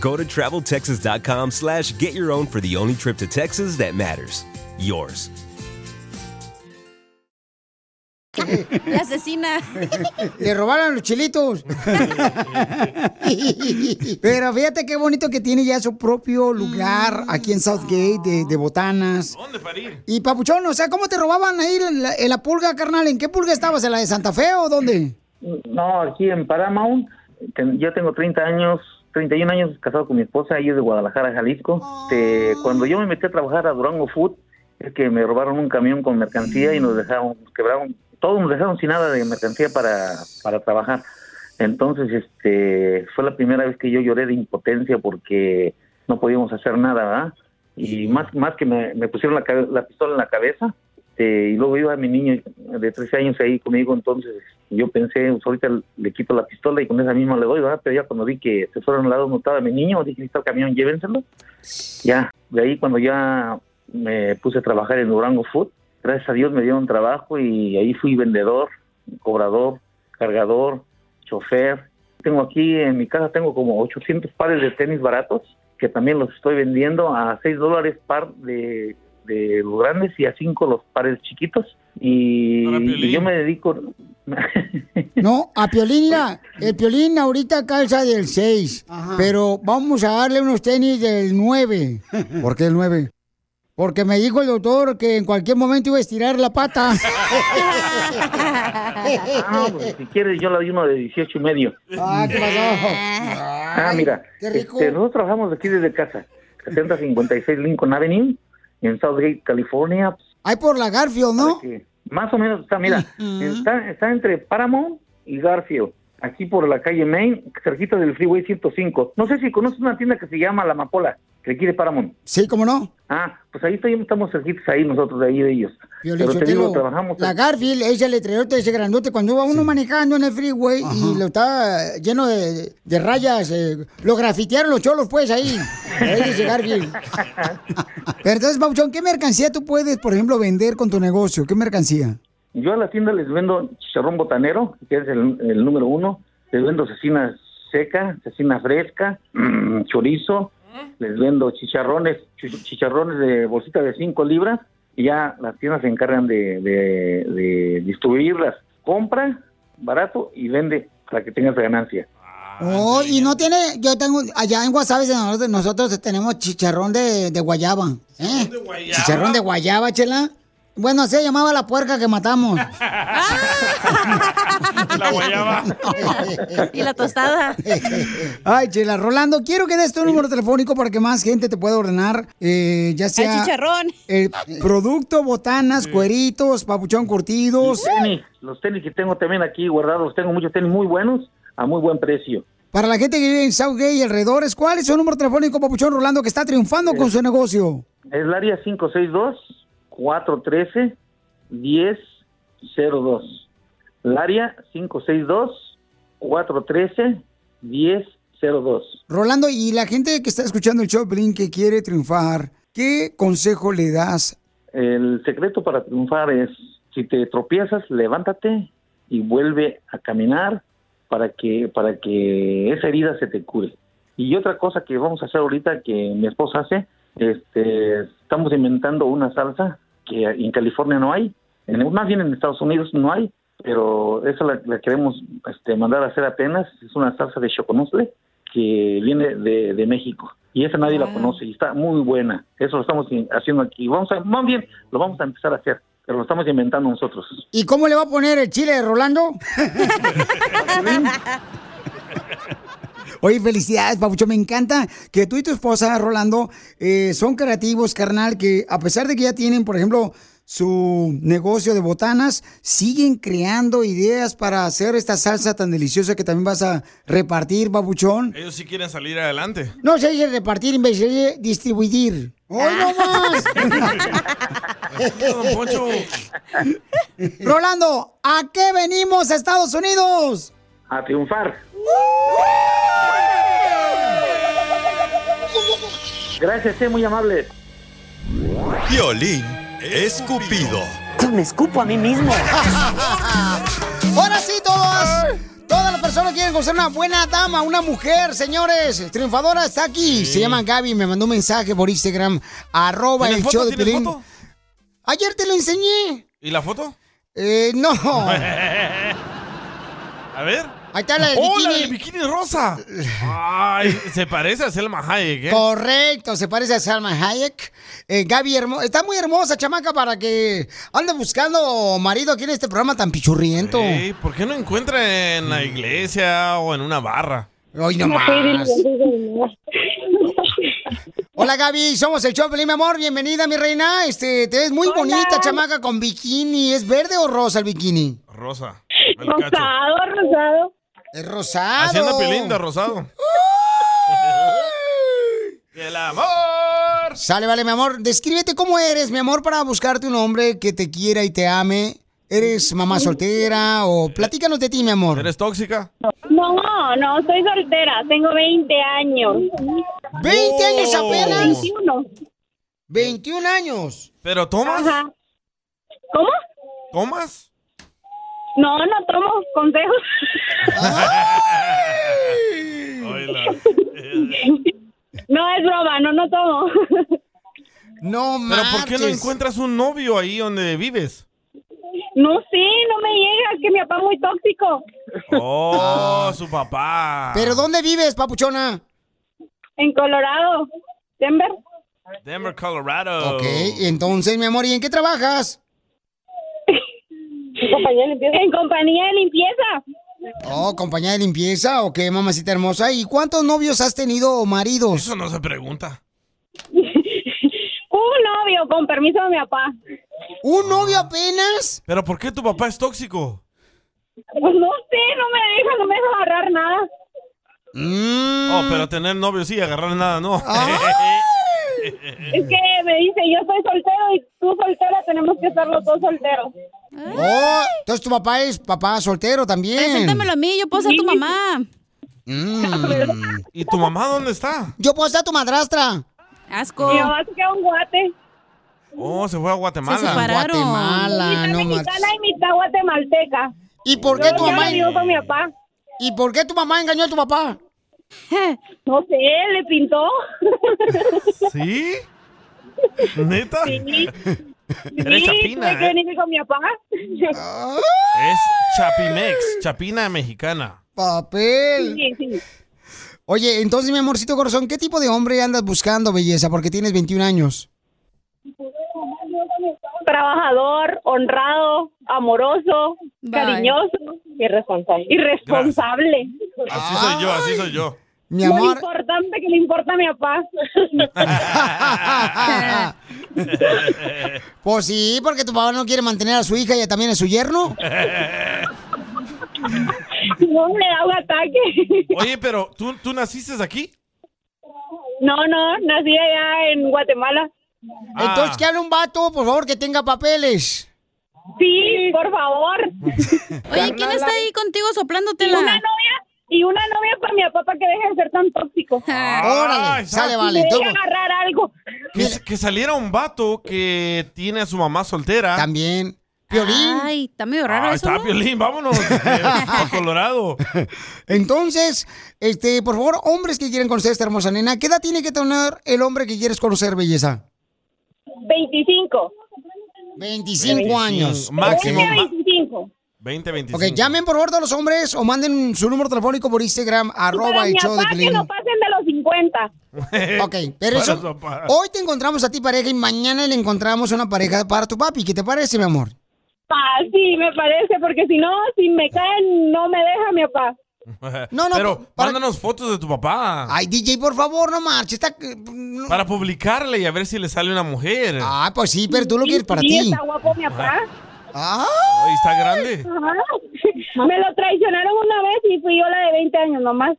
Speaker 7: Go to traveltexas.com slash get your own for the only trip to Texas that matters. Yours.
Speaker 3: La asesina.
Speaker 2: Le robaron los chilitos. Pero fíjate qué bonito que tiene ya su propio lugar
Speaker 3: Mm.
Speaker 2: aquí en Southgate de, de botanas.
Speaker 1: ¿Dónde parir?
Speaker 2: Y Papuchón, o sea, ¿cómo te robaban ahí en la, en la pulga, carnal? ¿En qué pulga estabas? ¿En la de Santa Fe o dónde?
Speaker 20: No, aquí en Paramount, ten- yo tengo 30 años, 31 años casado con mi esposa, ella es de Guadalajara, Jalisco. Este,
Speaker 2: Ah.
Speaker 20: cuando yo me metí a trabajar a Durango Food, es que me robaron un camión con mercancía y nos dejaron, nos quebraron, todos nos dejaron sin nada de mercancía para, para trabajar. Entonces, este, fue la primera vez que yo lloré de impotencia porque no podíamos hacer nada, ¿verdad? Y más, más que me, me pusieron la, cabe- la pistola en la cabeza, este, y luego iba mi niño de 13 años ahí conmigo, entonces yo pensé, pues ahorita le quito la pistola y con esa misma le doy, ¿verdad? Pero ya cuando vi que se fueron al lado notaba mi niño, dije, "Ahí está el camión, llévenselo. Ya, de ahí cuando ya me puse a trabajar en Durango Food, gracias a Dios me dieron trabajo y ahí fui vendedor, cobrador, cargador, chofer. Tengo aquí en mi casa, tengo como 800 pares de tenis baratos, que también los estoy vendiendo a 6 dólares par de, de los grandes y a 5 los pares chiquitos. Y, y yo me dedico...
Speaker 2: No, a Piolín, mira, el Piolín ahorita calza del 6, pero vamos a darle unos tenis del 9. ¿Por qué el 9? Porque me dijo el doctor que en cualquier momento iba a estirar la pata.
Speaker 20: Ah, pues, si quieres, yo le doy uno de 18 y medio.
Speaker 2: Ah, ¿qué pasó?
Speaker 20: Ah, mira,
Speaker 2: qué rico.
Speaker 20: este, nosotros trabajamos aquí desde casa, 7056 Lincoln Avenue, en Southgate, California.
Speaker 2: Ahí por la Garfield, ¿no?
Speaker 20: Más o menos está, mira, está, está entre Paramount y Garfield, aquí por la calle Main, cerquita del Freeway 105. No sé si conoces una tienda que se llama La Amapola, que aquí de Paramount.
Speaker 2: Sí, ¿cómo no?
Speaker 20: Ah, pues ahí estoy- estamos cerquitos ahí nosotros, de ahí de ellos.
Speaker 2: Piolín
Speaker 20: Pero te
Speaker 2: Sotelo,
Speaker 20: digo, trabajamos...
Speaker 2: La Garfield, ese letrerote, ese grandote, cuando va uno manejando en el freeway y lo está lleno de, de rayas, eh, lo grafitearon los cholos, pues, ahí. Ahí dice Garfield. Pero entonces, Pauchón, ¿qué mercancía tú puedes, por ejemplo, vender con tu negocio? ¿Qué mercancía?
Speaker 20: Yo a la tienda les vendo chicharrón botanero, que es el, el número uno. Les vendo cecina seca, cecina fresca, mm, chorizo. Les vendo chicharrones, chi- chicharrones de bolsita de 5 libras. Y ya las tiendas se encargan de, de- de distribuirlas. Compra barato y vende para que tengas ganancia.
Speaker 2: Oh, y no tiene, yo tengo, allá en WhatsApp nosotros, nosotros tenemos chicharrón de, de guayaba. ¿eh? Chicharrón de guayaba, chela. Bueno, así se llamaba la puerca que matamos.
Speaker 5: La guayaba.
Speaker 2: y la tostada. Ay, Chela, Rolando, quiero que des tu número telefónico para que más gente te pueda ordenar, eh, ya sea...
Speaker 3: chicharrón.
Speaker 2: El producto, botanas, cueritos, papuchón curtidos.
Speaker 20: Tenis, los tenis que tengo también aquí guardados, tengo muchos tenis muy buenos a muy buen precio.
Speaker 2: Para la gente que vive en Southgate y alrededores, ¿cuál es su número telefónico, papuchón Rolando, que está triunfando con su negocio?
Speaker 20: Es el área 562-413-1002. El área 562-413-1002.
Speaker 2: Rolando, y la gente que está escuchando el show, de Piolín, que quiere triunfar, ¿qué consejo le das?
Speaker 20: El secreto para triunfar es, si te tropiezas, levántate y vuelve a caminar para que, para que esa herida se te cure. Y otra cosa que vamos a hacer ahorita que mi esposa hace, este, estamos inventando una salsa que en California no hay, en- más bien en Estados Unidos no hay, pero esa la, la queremos este, mandar a hacer apenas, es una salsa de choconusle que viene de, de México. y esa nadie la conoce y está muy buena. Eso lo estamos in- haciendo aquí. Vamos a, más bien, lo vamos a empezar a hacer, pero lo estamos inventando nosotros.
Speaker 2: ¿Y cómo le va a poner el chile de Rolando? Oye, felicidades, Papucho. Me encanta que tú y tu esposa, Rolando, eh, son creativos, carnal, que a pesar de que ya tienen, por ejemplo, su negocio de botanas, siguen creando ideas para hacer esta salsa tan deliciosa que también vas a repartir, Papuchón.
Speaker 1: Ellos sí quieren salir adelante.
Speaker 2: No se dice repartir, en vez de distribuir. ¡Hoy no más!
Speaker 1: Don Poncho.
Speaker 2: Rolando, ¿a qué venimos a Estados Unidos?
Speaker 20: A triunfar. Gracias, sé muy amable.
Speaker 4: Violín escupido.
Speaker 2: Me escupo a mí mismo. Ahora sí, todos. Todas las personas quieren conocer una buena dama, una mujer, señores. Triunfadora está aquí. Se llama Gaby. Me mandó un mensaje por Instagram. Arroba
Speaker 1: ¿Tiene
Speaker 2: el
Speaker 1: foto?
Speaker 2: show de
Speaker 1: ¿Tiene
Speaker 2: Piolín.
Speaker 1: foto?
Speaker 2: Ayer te lo enseñé.
Speaker 1: ¿Y la foto?
Speaker 2: Eh, no.
Speaker 1: A ver.
Speaker 2: Ahí está la del
Speaker 1: ¡Oh, la
Speaker 2: bikini.
Speaker 1: del bikini rosa! Ay, se parece a Selma Hayek, ¿eh?
Speaker 2: Correcto, se parece a Salma Hayek. Eh, Gaby, hermo- está muy hermosa, chamaca, para que ande buscando marido aquí en este programa tan pichurriento.
Speaker 1: Ey, ¿Por qué no encuentra en la iglesia o en una barra?
Speaker 2: Hoy no más. Hola Gaby, somos el Choplin, mi amor, bienvenida mi reina. Este, te ves muy bonita, chamaca, con bikini. ¿Es verde o rosa el bikini?
Speaker 1: Rosa.
Speaker 2: Rosado, rosado. Es rosado.
Speaker 1: Haciendo pilinda, rosado. ¡El amor!
Speaker 2: Sale, vale, mi amor. Descríbete cómo eres, mi amor, para buscarte un hombre que te quiera y te ame. ¿Eres mamá soltera o platícanos de ti, mi amor?
Speaker 1: ¿Eres tóxica?
Speaker 21: No, no, soy soltera, tengo 20 años. ¿20
Speaker 2: ¿20 años apenas?
Speaker 21: 21.
Speaker 2: 21 años.
Speaker 1: ¿Pero tomas?
Speaker 21: Ajá. ¿Cómo?
Speaker 1: ¿Tomas?
Speaker 21: No, no tomo consejos. no, es broma, no, no tomo.
Speaker 2: No
Speaker 1: ¿Pero por qué no
Speaker 21: marches.
Speaker 1: encuentras un novio ahí donde vives?
Speaker 21: No, sí, no me llega, es que mi papá es muy tóxico.
Speaker 1: Oh, su papá.
Speaker 2: ¿Pero dónde vives, papuchona?
Speaker 21: En Colorado, Denver.
Speaker 1: Denver, Colorado.
Speaker 2: Ok, E, entonces, mi amor, ¿y en qué trabajas?
Speaker 21: En compañía de limpieza. En compañía de limpieza.
Speaker 2: Oh, compañía de limpieza, ok, mamacita hermosa. ¿Y cuántos novios has tenido o maridos?
Speaker 1: Eso no se pregunta.
Speaker 21: Un novio, con permiso de mi papá.
Speaker 2: ¿Un novio apenas?
Speaker 1: ¿Pero por qué tu papá es tóxico?
Speaker 21: Pues no sé, no me deja, no me deja agarrar nada.
Speaker 1: Oh, pero tener novio sí, agarrar nada, no.
Speaker 21: Es que me dice, yo soy soltero y tú soltera, tenemos que estar los dos solteros.
Speaker 2: Oh, entonces tu papá es papá soltero también.
Speaker 3: Preséntamelo a mí, yo puedo ser tu mamá.
Speaker 2: Mm.
Speaker 1: ¿Y tu mamá dónde está?
Speaker 2: Yo puedo ser tu madrastra.
Speaker 3: Asco.
Speaker 21: Mi mamá se quedó en Guate.
Speaker 1: Oh, se fue a Guatemala.
Speaker 2: Guatemala, no
Speaker 21: Mexicana y mitad guatemalteca.
Speaker 2: ¿Y por
Speaker 21: qué
Speaker 2: tu mamá-
Speaker 21: con mi papá.
Speaker 2: ¿Y por qué tu mamá engañó a tu papá?
Speaker 21: No sé, le pintó.
Speaker 1: ¿Sí? ¿Neta?
Speaker 21: Sí.
Speaker 1: Eres
Speaker 21: sí,
Speaker 1: chapina,
Speaker 21: tuve que
Speaker 1: ¿eh?
Speaker 21: venirme con mi papá.
Speaker 1: Es Chapimex, chapina mexicana.
Speaker 2: Papel.
Speaker 21: Sí, sí.
Speaker 2: Oye, entonces, mi amorcito corazón, ¿qué tipo de hombre andas buscando, belleza? Porque tienes 21 años.
Speaker 21: Trabajador, honrado, amoroso, cariñoso y responsable. Y responsable.
Speaker 1: Así soy yo, así soy yo.
Speaker 2: Mi
Speaker 21: amor. Lo importante que le importa a mi papá.
Speaker 2: Pues sí, porque tu papá no quiere mantener a su hija y también a su yerno.
Speaker 21: No le da un ataque.
Speaker 1: Oye, pero ¿tú, tú naciste aquí?
Speaker 21: No, no, nací allá en Guatemala. Ah.
Speaker 2: Entonces, que hable un vato, por favor, que tenga papeles.
Speaker 21: Sí, por favor.
Speaker 3: Oye, ¿quién está ahí contigo
Speaker 21: Y
Speaker 3: soplándotela?
Speaker 21: una novia, y una novia para mi papá para que deje de ser tan tóxico.
Speaker 3: Ah.
Speaker 1: Órale, sale, vale,
Speaker 21: Debería
Speaker 1: todo.
Speaker 21: agarrar algo.
Speaker 1: Que, que saliera un vato que tiene a su mamá soltera.
Speaker 2: También. Piolín.
Speaker 3: Ay, está medio raro
Speaker 1: Ah,
Speaker 3: eso,
Speaker 1: está
Speaker 3: ¿no?
Speaker 1: Piolín, vámonos. eh, a Colorado.
Speaker 2: Entonces, este, por favor, hombres que quieren conocer a esta hermosa nena, ¿qué edad tiene que tener el hombre que quieres conocer, belleza?
Speaker 21: 25.
Speaker 2: 25, años.
Speaker 1: Máximo.
Speaker 2: Ok.
Speaker 1: ma-
Speaker 21: 25.
Speaker 1: 20, 25.
Speaker 2: Ok, llamen por favor todos los hombres o manden su número telefónico por Instagram,
Speaker 21: Para
Speaker 2: arroba
Speaker 21: mi
Speaker 2: el show de
Speaker 21: papá que
Speaker 2: Piolín.
Speaker 21: no pasen de los 50.
Speaker 2: Ok, pero eso. Oh. Hoy te encontramos a ti pareja y mañana le encontramos una pareja para tu papi. ¿Qué te parece, mi amor?
Speaker 21: Pa, Ah, sí, me parece, porque si no, si me caen, no me deja mi papá.
Speaker 2: No, no,
Speaker 1: Pero mándanos fotos de tu papá.
Speaker 2: Ay, DJ, por favor, no marches. Está...
Speaker 1: Para publicarle y a ver si le sale una mujer.
Speaker 2: Ah, pues sí, pero tú lo quieres para
Speaker 21: Sí,
Speaker 2: ti.
Speaker 21: está guapo mi papá.
Speaker 2: Ah.
Speaker 1: Ay, está grande.
Speaker 21: Ajá. Me lo traicionaron una vez y fui yo la de 20 años nomás.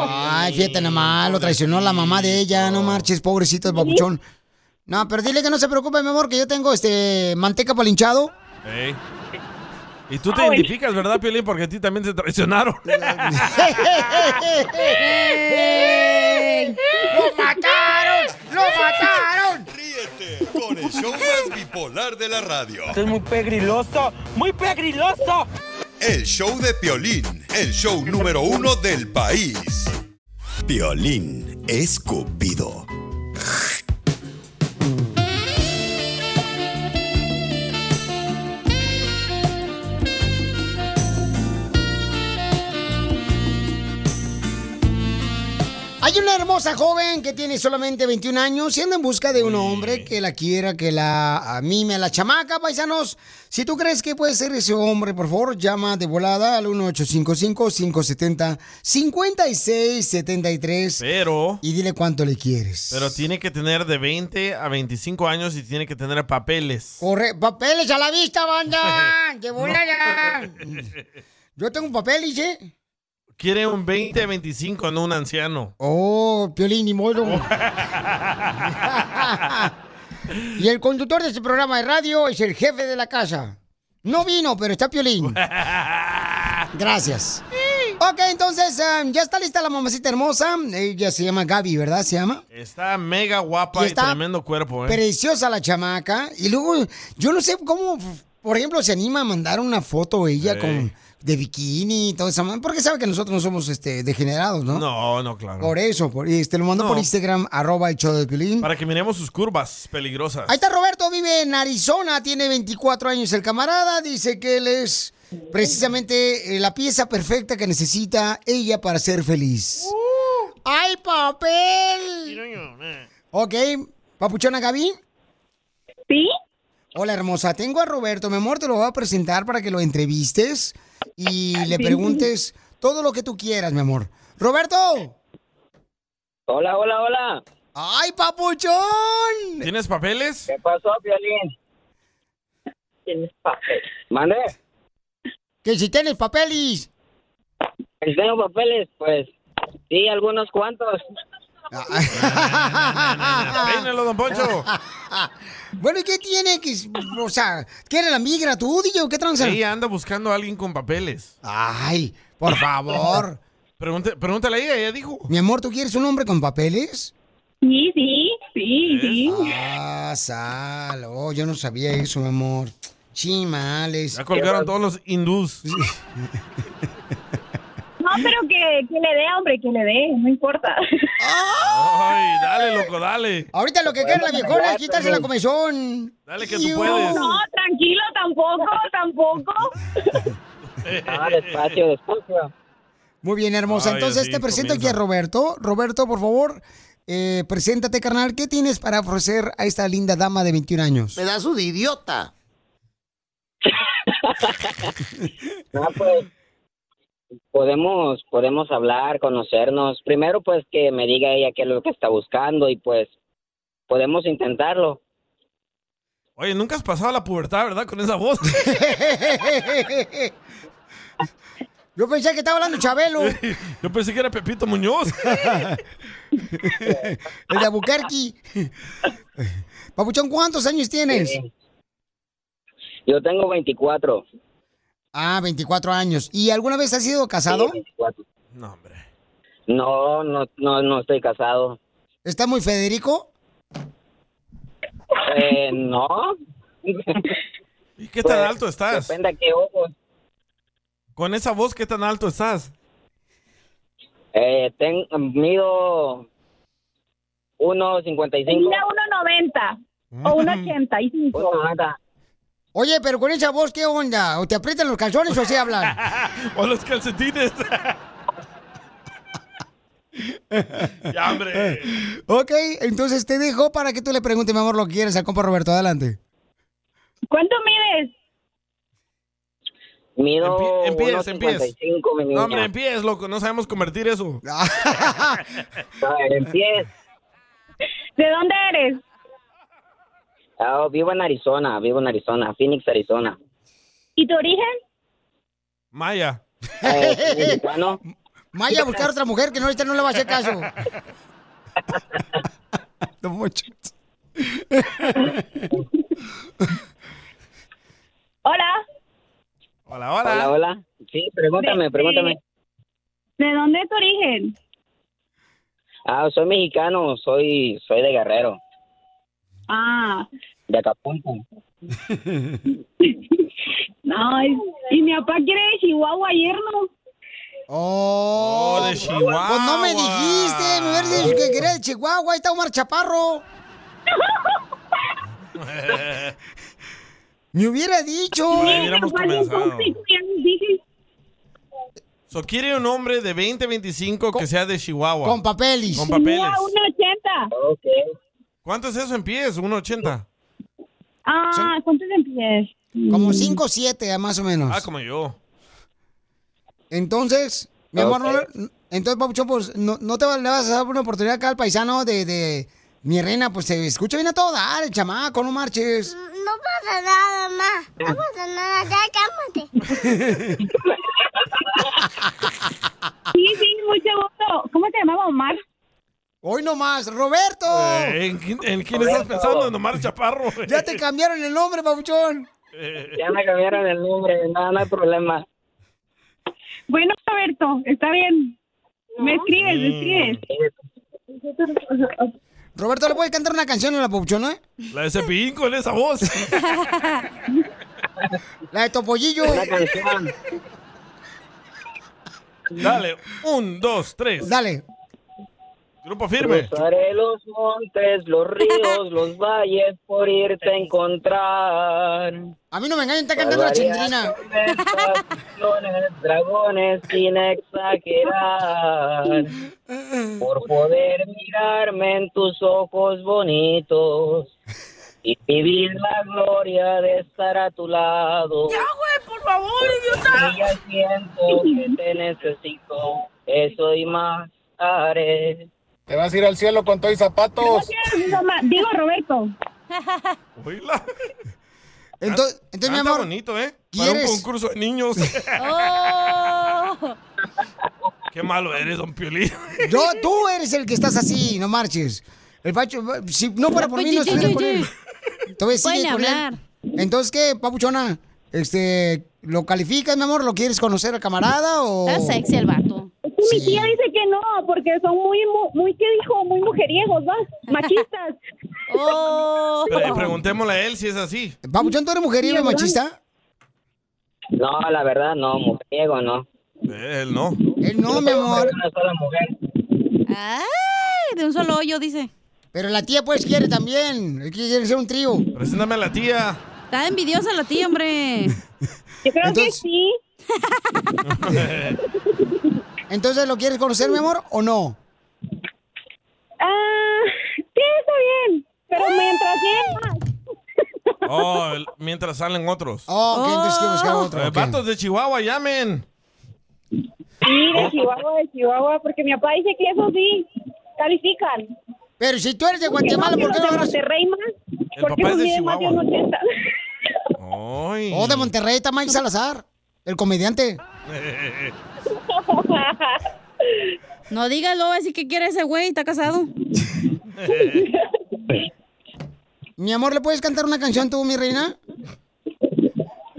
Speaker 2: Ay, fíjate nomás, lo traicionó la mamá de ella, no marches, pobrecito el papuchón. No, pero dile que no se preocupe, mi amor, que yo tengo este manteca para el hinchado.
Speaker 1: Ey. Y tú te identificas, ¿verdad, Piolín? Porque a ti también te traicionaron.
Speaker 5: ¡Lo mataron! ¡Lo mataron!
Speaker 4: Con el show más bipolar de la radio.
Speaker 5: es muy pegriloso, muy pegriloso.
Speaker 4: El show de Piolín, el show número uno del país. Piolín escupido.
Speaker 2: Hay una hermosa joven que tiene solamente 21 años y anda en busca de un hombre que la quiera, que la mime a la chamaca, paisanos. Si tú crees que puede ser ese hombre, por favor, llama de volada al 1855-570-5673
Speaker 1: Pero,
Speaker 2: y dile cuánto le quieres.
Speaker 1: pero tiene que tener de 20 a 25 años y tiene que tener papeles.
Speaker 2: Corre, papeles a la vista, banda. ¡Que voy allá! Yo tengo un papel, dice.
Speaker 1: Quiere un 20 a 25, no un anciano.
Speaker 2: Oh, Piolín y modo. y el conductor de este programa de radio es el jefe de la casa. No vino, pero está Piolín. Gracias. Ok, entonces, eh, ya está lista la mamacita hermosa. Ella se llama Gaby, ¿verdad? Se llama.
Speaker 1: Está mega guapa
Speaker 2: Y
Speaker 1: y,
Speaker 2: está
Speaker 1: tremendo cuerpo, ¿eh?
Speaker 2: Preciosa la chamaca. Y luego, yo no sé cómo, por ejemplo, se anima a mandar una foto ella
Speaker 1: Sí.
Speaker 2: con de bikini y todo eso. Porque sabe que nosotros no somos este, degenerados, ¿no?
Speaker 1: No, no, claro.
Speaker 2: Por eso, por, este, lo mandó
Speaker 1: No.
Speaker 2: por Instagram, arroba el show de Piolín.
Speaker 1: Para que miremos sus curvas peligrosas.
Speaker 2: Ahí está Roberto, vive en Arizona, tiene 24 años el camarada, dice que él es precisamente eh, la pieza perfecta que necesita ella para ser feliz.
Speaker 1: Uh.
Speaker 2: ¡Ay, papel! Ok, papuchona Gaby.
Speaker 21: ¿Sí?
Speaker 2: Hola, hermosa. Tengo a Roberto, mi amor, te lo voy a presentar para que lo entrevistes y le
Speaker 22: Sí.
Speaker 2: preguntes todo lo que tú quieras, mi amor. ¡Roberto!
Speaker 22: Hola, hola, hola.
Speaker 2: ¡Ay, papuchón!
Speaker 1: ¿Tienes papeles?
Speaker 22: ¿Qué pasó, Violín? ¿Tienes papeles? ¿Mande?
Speaker 2: Que si tienes papeles.
Speaker 22: Si tengo papeles, pues sí, algunos cuantos.
Speaker 1: Peínalo, don Poncho.
Speaker 2: bueno, ¿y qué tiene? que O sea, ¿qué era la migra tú, DJ? o ¿Qué tranza?
Speaker 1: Ella anda pues. buscando a alguien con papeles.
Speaker 2: Ay, por favor.
Speaker 1: Pregunte- pregúntale a ella, ella dijo.
Speaker 2: Mi amor, ¿tú quieres un hombre con papeles?
Speaker 21: Sí, sí, sí, sí.
Speaker 2: Ah, sal. Oh, yo no sabía eso, mi amor. Chimales.
Speaker 1: Ya colgaron todos los hindús.
Speaker 21: No, pero que, que le dé, hombre, que le dé, no importa.
Speaker 1: Ay, dale, loco, dale.
Speaker 2: Ahorita lo que quiere la viejona es quitarse la comezón.
Speaker 1: Dale
Speaker 2: que tú puedes.
Speaker 21: No, tranquilo, tampoco, tampoco.
Speaker 22: Ah, despacio, despacio.
Speaker 2: Muy bien, hermosa.
Speaker 22: Ay,
Speaker 2: Entonces
Speaker 22: así
Speaker 2: te presento aquí a
Speaker 22: comienza.
Speaker 2: Roberto. Roberto, por favor, eh, preséntate, carnal. ¿Qué tienes para ofrecer a esta linda dama de 21 años?
Speaker 22: Pedazo de idiota. no, pues podemos, podemos hablar, conocernos. Primero, pues que me diga ella qué es lo que está buscando y pues podemos intentarlo.
Speaker 1: Oye, nunca has pasado la pubertad, ¿verdad? Con esa voz.
Speaker 2: Yo pensé Pues que estaba hablando Chabelo.
Speaker 1: Yo pensé que era Pepito Muñoz.
Speaker 2: El de Albuquerque. Papuchón, ¿cuántos años tienes?
Speaker 22: Yo tengo 24.
Speaker 2: Ah, 24 años. ¿Y alguna vez has sido casado?
Speaker 1: No, hombre.
Speaker 22: No, no, no, no estoy casado.
Speaker 2: ¿Está muy Federico?
Speaker 22: Eh, no.
Speaker 1: ¿Y qué
Speaker 22: Pues,
Speaker 1: tan alto estás?
Speaker 22: Depende a qué ojos.
Speaker 1: Con esa voz, ¿qué tan alto estás?
Speaker 22: Eh, ten- mido 1.55.
Speaker 21: Mira, 1.90 o 1.85.
Speaker 2: Oye, pero con esa voz, ¿qué onda? ¿O te aprietan los calzones o así hablan?
Speaker 1: O los calcetines. Ya, hombre.
Speaker 2: Ok, entonces te dejo para que tú le preguntes, mi amor, lo que quieres al compa Roberto. Adelante.
Speaker 22: ¿Cuánto mides?
Speaker 23: Mido
Speaker 1: Empieza, empieza.
Speaker 23: 1.55, mi niña.
Speaker 1: No, hombre, empieza, loco. No sabemos convertir eso.
Speaker 23: A ver, empieza.
Speaker 22: ¿De dónde eres?
Speaker 23: Ah, vivo en Arizona, vivo en Arizona, Phoenix, Arizona.
Speaker 22: ¿Y tu origen?
Speaker 1: Maya.
Speaker 23: Eh,
Speaker 2: Eh,
Speaker 23: Bueno,
Speaker 2: Maya, buscar otra mujer que no, esta no le va a hacer caso. No mucho.
Speaker 22: Hola.
Speaker 1: Hola,
Speaker 23: hola. Hola, hola. Sí, pregúntame,
Speaker 22: De-
Speaker 23: pregúntame.
Speaker 22: ¿De dónde es tu origen?
Speaker 23: Ah, soy mexicano, soy soy de Guerrero,
Speaker 22: Ah,
Speaker 23: de Acapulco.
Speaker 22: no, es- y mi papá quiere de Chihuahua ayer, ¿no?
Speaker 2: Oh,
Speaker 1: de Chihuahua.
Speaker 2: Pues no me dijiste, me hubieras dicho que quería de Chihuahua. Ahí está Omar Chaparro. Me hubiera dicho.
Speaker 1: Ahí hubiéramos comenzado. So, quiere un hombre de 20, 25 que sea de Chihuahua.
Speaker 2: Con papeles.
Speaker 1: Con papeles.
Speaker 22: Mira, 1.80.
Speaker 1: ¿Cuánto es eso en pies? 1.80.
Speaker 22: Ah, ¿cuántos empiezas? Mm.
Speaker 2: Como 5 o 7, más o menos.
Speaker 1: Ah, como yo.
Speaker 2: Entonces, mi amor, no
Speaker 1: Ok.
Speaker 2: le- entonces, Papuchón, pues, no, no te va- le vas a dar una oportunidad acá al paisano de, de mi reina, pues se escucha bien a todo dar, el chamaco, no marches.
Speaker 5: No pasa nada, mamá.
Speaker 22: Ah.
Speaker 5: No pasa nada, ya cálmate.
Speaker 22: Ah, Sí, sí, mucho gusto. ¿Cómo te llamaba Omar?
Speaker 2: Hoy nomás, Roberto.
Speaker 1: Eh, ¿En quién, en quién estás pensando? En Omar Chaparro. Eh,
Speaker 2: Ya te cambiaron el nombre, Papuchón.
Speaker 23: Ya me cambiaron el nombre, no, no hay problema.
Speaker 22: Bueno, Roberto, está bien. Me escribes, me escribes.
Speaker 2: Mm. Roberto, ¿le puedes cantar una canción a la Papuchón, eh?
Speaker 1: La de Cepillín con esa voz.
Speaker 2: La de Topollillo.
Speaker 1: Una canción. Dale, un, dos, tres.
Speaker 2: Dale.
Speaker 1: Grupo firme.
Speaker 23: Cruzaré los montes, los ríos, los valles por irte a encontrar.
Speaker 2: A mí no me engañen, está cantando la chindrina.
Speaker 23: Dragones sin exagerar. Por poder mirarme en tus ojos bonitos y vivir la gloria de estar a tu lado.
Speaker 5: por favor,
Speaker 23: Y ya siento que te necesito, eso y más haré.
Speaker 17: Te vas a ir al cielo con todo y zapatos.
Speaker 22: Digo, Roberto.
Speaker 2: Entonces, entonces, mi
Speaker 1: Canta
Speaker 2: amor.
Speaker 1: bonito, ¿eh? Para
Speaker 2: ¿quieres?
Speaker 1: un concurso de niños.
Speaker 2: Oh.
Speaker 1: Qué malo eres, don Piolín.
Speaker 2: Yo, tú eres el que estás así, no marches. El Pacho, si no fuera por mí, no estuviera con él. Entonces, sigue
Speaker 3: Pueden
Speaker 2: con él.
Speaker 3: hablar.
Speaker 2: Entonces, ¿qué, papuchona? Este, ¿lo calificas, mi amor? ¿Lo quieres conocer al camarada o...?
Speaker 3: Está sexy el vato.
Speaker 22: Mi tía dice que no, porque son muy, mu- muy, ¿qué dijo? Muy mujeriegos, ¿no? Machistas.
Speaker 3: oh.
Speaker 1: Pero preguntémosle a él si es así.
Speaker 2: Papuchón, ¿tú eres mujeriego y machista?
Speaker 23: No, la verdad no, mujeriego no.
Speaker 1: Él no.
Speaker 2: Él no, mi amor.
Speaker 23: Una sola mujer.
Speaker 3: Ay, de un solo hoyo, dice.
Speaker 2: Pero la tía, pues, quiere también. Él quiere ser un trío.
Speaker 1: Preséntame a la tía.
Speaker 3: Está envidiosa la tía, hombre.
Speaker 22: Yo creo
Speaker 2: Entonces-
Speaker 22: que sí.
Speaker 2: Entonces, ¿lo quieres conocer, mi amor, o no?
Speaker 22: Ah, sí, está bien. Pero mientras bien.
Speaker 1: Oh, el- mientras salen otros.
Speaker 2: Oh, ok, entonces quiero buscar otro,
Speaker 1: Eh,
Speaker 2: ok.
Speaker 1: Vatos de Chihuahua, llamen.
Speaker 22: Sí,
Speaker 2: Oh.
Speaker 22: de Chihuahua, de Chihuahua, porque mi papá dice que eso sí, califican.
Speaker 2: Pero si tú eres de Guatemala, ¿por qué no
Speaker 22: de
Speaker 2: agarras-
Speaker 22: Monterrey más?
Speaker 1: El
Speaker 22: ¿Por qué
Speaker 1: papá es Pues
Speaker 22: no
Speaker 1: de
Speaker 22: miden más de
Speaker 1: Chihuahua.
Speaker 22: 1.80?
Speaker 1: Ay.
Speaker 2: O Oh, de Monterrey está Mike Salazar, el comediante.
Speaker 3: No digas, luego así que quiere ese güey, está casado.
Speaker 2: Mi amor, ¿le puedes cantar una canción tú, mi reina?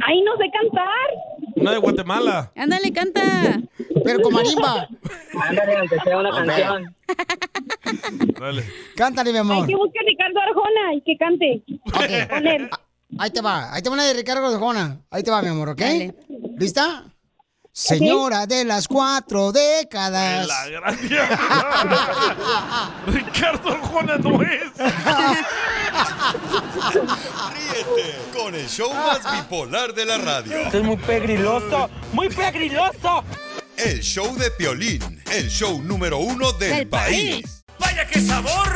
Speaker 22: Ay, no sé cantar.
Speaker 1: Una de Guatemala.
Speaker 3: Ándale, canta.
Speaker 2: Pero con marimba.
Speaker 23: Ándale, aunque sea una
Speaker 2: Hombre.
Speaker 23: canción.
Speaker 1: Dale.
Speaker 2: Cántale, mi amor.
Speaker 22: Hay que buscar a Ricardo Arjona y que cante.
Speaker 2: Ok. Ah,
Speaker 22: Con él.
Speaker 2: Ahí te va, ahí te va una de Ricardo de Jona. Ahí te va, mi amor, ¿ok? ¿Lista? Señora de las cuatro décadas.
Speaker 1: La gran Ricardo Arjona no es.
Speaker 4: Ríete con el show más bipolar de la radio.
Speaker 24: Esto es muy pegriloso, muy pegriloso.
Speaker 4: El show de Piolín, el show número uno del,
Speaker 5: Del
Speaker 4: país.
Speaker 1: ¡Vaya qué sabor!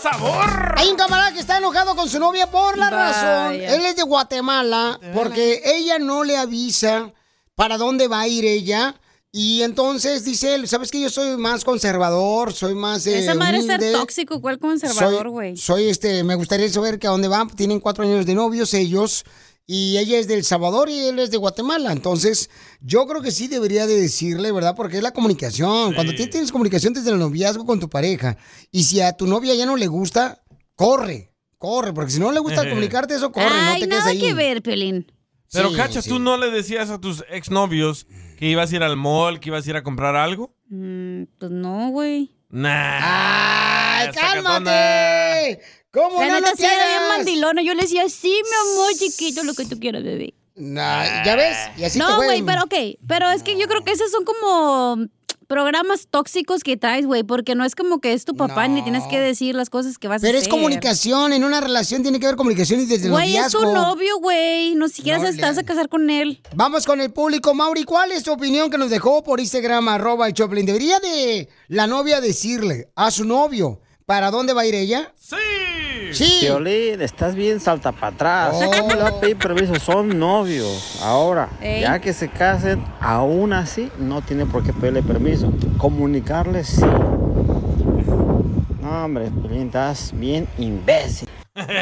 Speaker 2: ¡Sabor! Hay un camarada que está enojado con su novia por la
Speaker 5: Vaya.
Speaker 2: razón. Él es de Guatemala porque ella no le avisa para dónde va a ir ella. Y entonces dice él, ¿sabes que Yo soy más conservador, soy más eh,
Speaker 3: Esa madre es ser
Speaker 2: humilde".
Speaker 3: tóxico, ¿cuál
Speaker 2: Soy-
Speaker 3: conservador, güey?
Speaker 2: Soy, este, me gustaría saber que a dónde van. Tienen cuatro años de novios ellos. Y ella es del Salvador y él es de Guatemala. Entonces, yo creo que sí debería de decirle, ¿verdad? Porque es la comunicación. Cuando ti- tienes comunicación desde el noviazgo con tu pareja. Y si a tu novia ya no le gusta, corre. Corre, porque si no le
Speaker 1: Eh.
Speaker 2: gusta comunicarte, eso corre, no
Speaker 3: Ay,
Speaker 2: te quedes
Speaker 3: nada
Speaker 2: ahí.
Speaker 3: que ver, Piolín.
Speaker 1: Pero,
Speaker 2: Sí,
Speaker 1: Cacha,
Speaker 2: sí.
Speaker 1: ¿tú no le decías a tus exnovios que ibas a ir al mall, que ibas a ir a comprar algo?
Speaker 3: Mm, pues no, güey.
Speaker 1: Nah.
Speaker 2: ¡Ay,
Speaker 1: sacatona.
Speaker 2: cálmate! ¿Cómo
Speaker 3: La
Speaker 2: no
Speaker 3: neta
Speaker 2: lo
Speaker 3: sí era bien
Speaker 2: quieras?
Speaker 3: mandilona. Yo le decía, sí, mi amor, chiquito, lo que tú quieras, bebé.
Speaker 2: Nah, ya ves, y así te
Speaker 3: No,
Speaker 2: fue.
Speaker 3: güey, pero ok. Pero es que yo creo que esos son como programas tóxicos que traes, güey, porque no es como que es tu papá ni tienes que decir las cosas que vas
Speaker 2: Pero
Speaker 3: a
Speaker 2: es
Speaker 3: hacer.
Speaker 2: comunicación, en una relación tiene que haber comunicación y desde el
Speaker 3: Güey, es
Speaker 2: noviazgo.
Speaker 3: tu novio, güey. No siquiera
Speaker 2: No
Speaker 3: se
Speaker 2: le
Speaker 3: estás a casar con él.
Speaker 2: Vamos con el público. Mauri, ¿cuál es tu opinión que nos dejó por Instagram, arroba el Choplin? ¿Debería de la novia decirle a su novio para dónde va a ir ella? Sí.
Speaker 11: Violín, estás bien salta para atrás.
Speaker 2: Oh.
Speaker 11: ¿Cómo le va a pedir permiso? Son novios. Ahora,
Speaker 5: Ey.
Speaker 11: ya que se casen, aún así no tiene por qué pedirle permiso. Comunicarle sí. No, hombre, Violín, estás bien imbécil.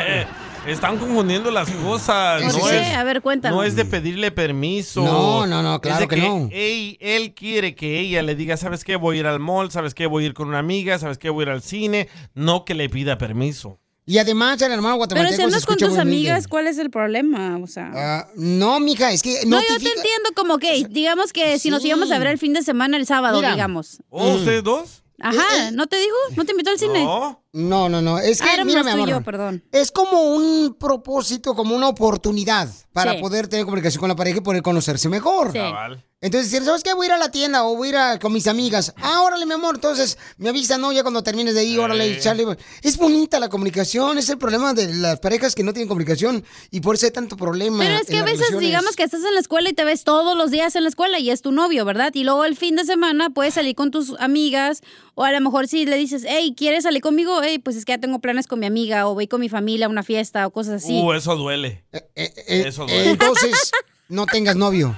Speaker 1: Están confundiendo las cosas.
Speaker 3: ¿Por
Speaker 1: No
Speaker 3: qué?
Speaker 1: es,
Speaker 3: A ver, cuéntame.
Speaker 1: no es de pedirle permiso.
Speaker 2: No, no, no, claro
Speaker 1: Es de
Speaker 2: que no.
Speaker 1: Él, él quiere que ella le diga, ¿sabes qué? Voy a ir al mall, ¿sabes qué? Voy a ir con una amiga, ¿sabes qué? Voy a ir al cine. No que le pida permiso.
Speaker 2: Y además, el hermano
Speaker 3: Pero
Speaker 2: guatemalteco
Speaker 3: si
Speaker 2: se
Speaker 3: andas con
Speaker 2: escucha
Speaker 3: tus
Speaker 2: pues, muy humilde.
Speaker 3: amigas, ¿cuál es el problema? O sea.
Speaker 2: Ah, no, mija, es que
Speaker 3: no,
Speaker 2: notifica-
Speaker 3: yo te entiendo como que, digamos que si nos
Speaker 2: sí.
Speaker 3: íbamos a ver el fin de semana, el sábado,
Speaker 2: Mira.
Speaker 3: digamos.
Speaker 2: Mm.
Speaker 1: ¿Oh, ustedes dos?
Speaker 3: Ajá, ¿no te dijo? ¿No te invitó al cine?
Speaker 2: No, no, no. Es que,
Speaker 3: Ah, éramos
Speaker 2: mira, mi
Speaker 3: tú y
Speaker 2: amor,
Speaker 3: yo, perdón.
Speaker 2: Es como un propósito, como una oportunidad para
Speaker 3: Sí.
Speaker 2: poder tener comunicación con la pareja y poder conocerse mejor.
Speaker 3: Sí. Cabal.
Speaker 2: Entonces, decir, ¿sabes qué? Voy a ir a la tienda o voy a ir a- con mis amigas. Ah, órale, mi amor. Entonces, me avisa, ¿no? Ya cuando termines de ahí, órale, chale. Es bonita la comunicación. Es el problema de las parejas que no tienen comunicación y por eso hay tanto problema.
Speaker 3: Pero es
Speaker 2: en
Speaker 3: que a
Speaker 2: las
Speaker 3: veces,
Speaker 2: relaciones.
Speaker 3: digamos que estás en la escuela y te ves todos los días en la escuela y es tu novio, ¿verdad? Y luego el fin de semana puedes salir con tus amigas o a lo mejor si le dices, hey, ¿quieres salir conmigo? Hey, pues es que ya tengo planes con mi amiga o voy con mi familia a una fiesta o cosas así.
Speaker 1: Uh, eso duele. eso duele.
Speaker 2: Eh, Entonces, no tengas novio.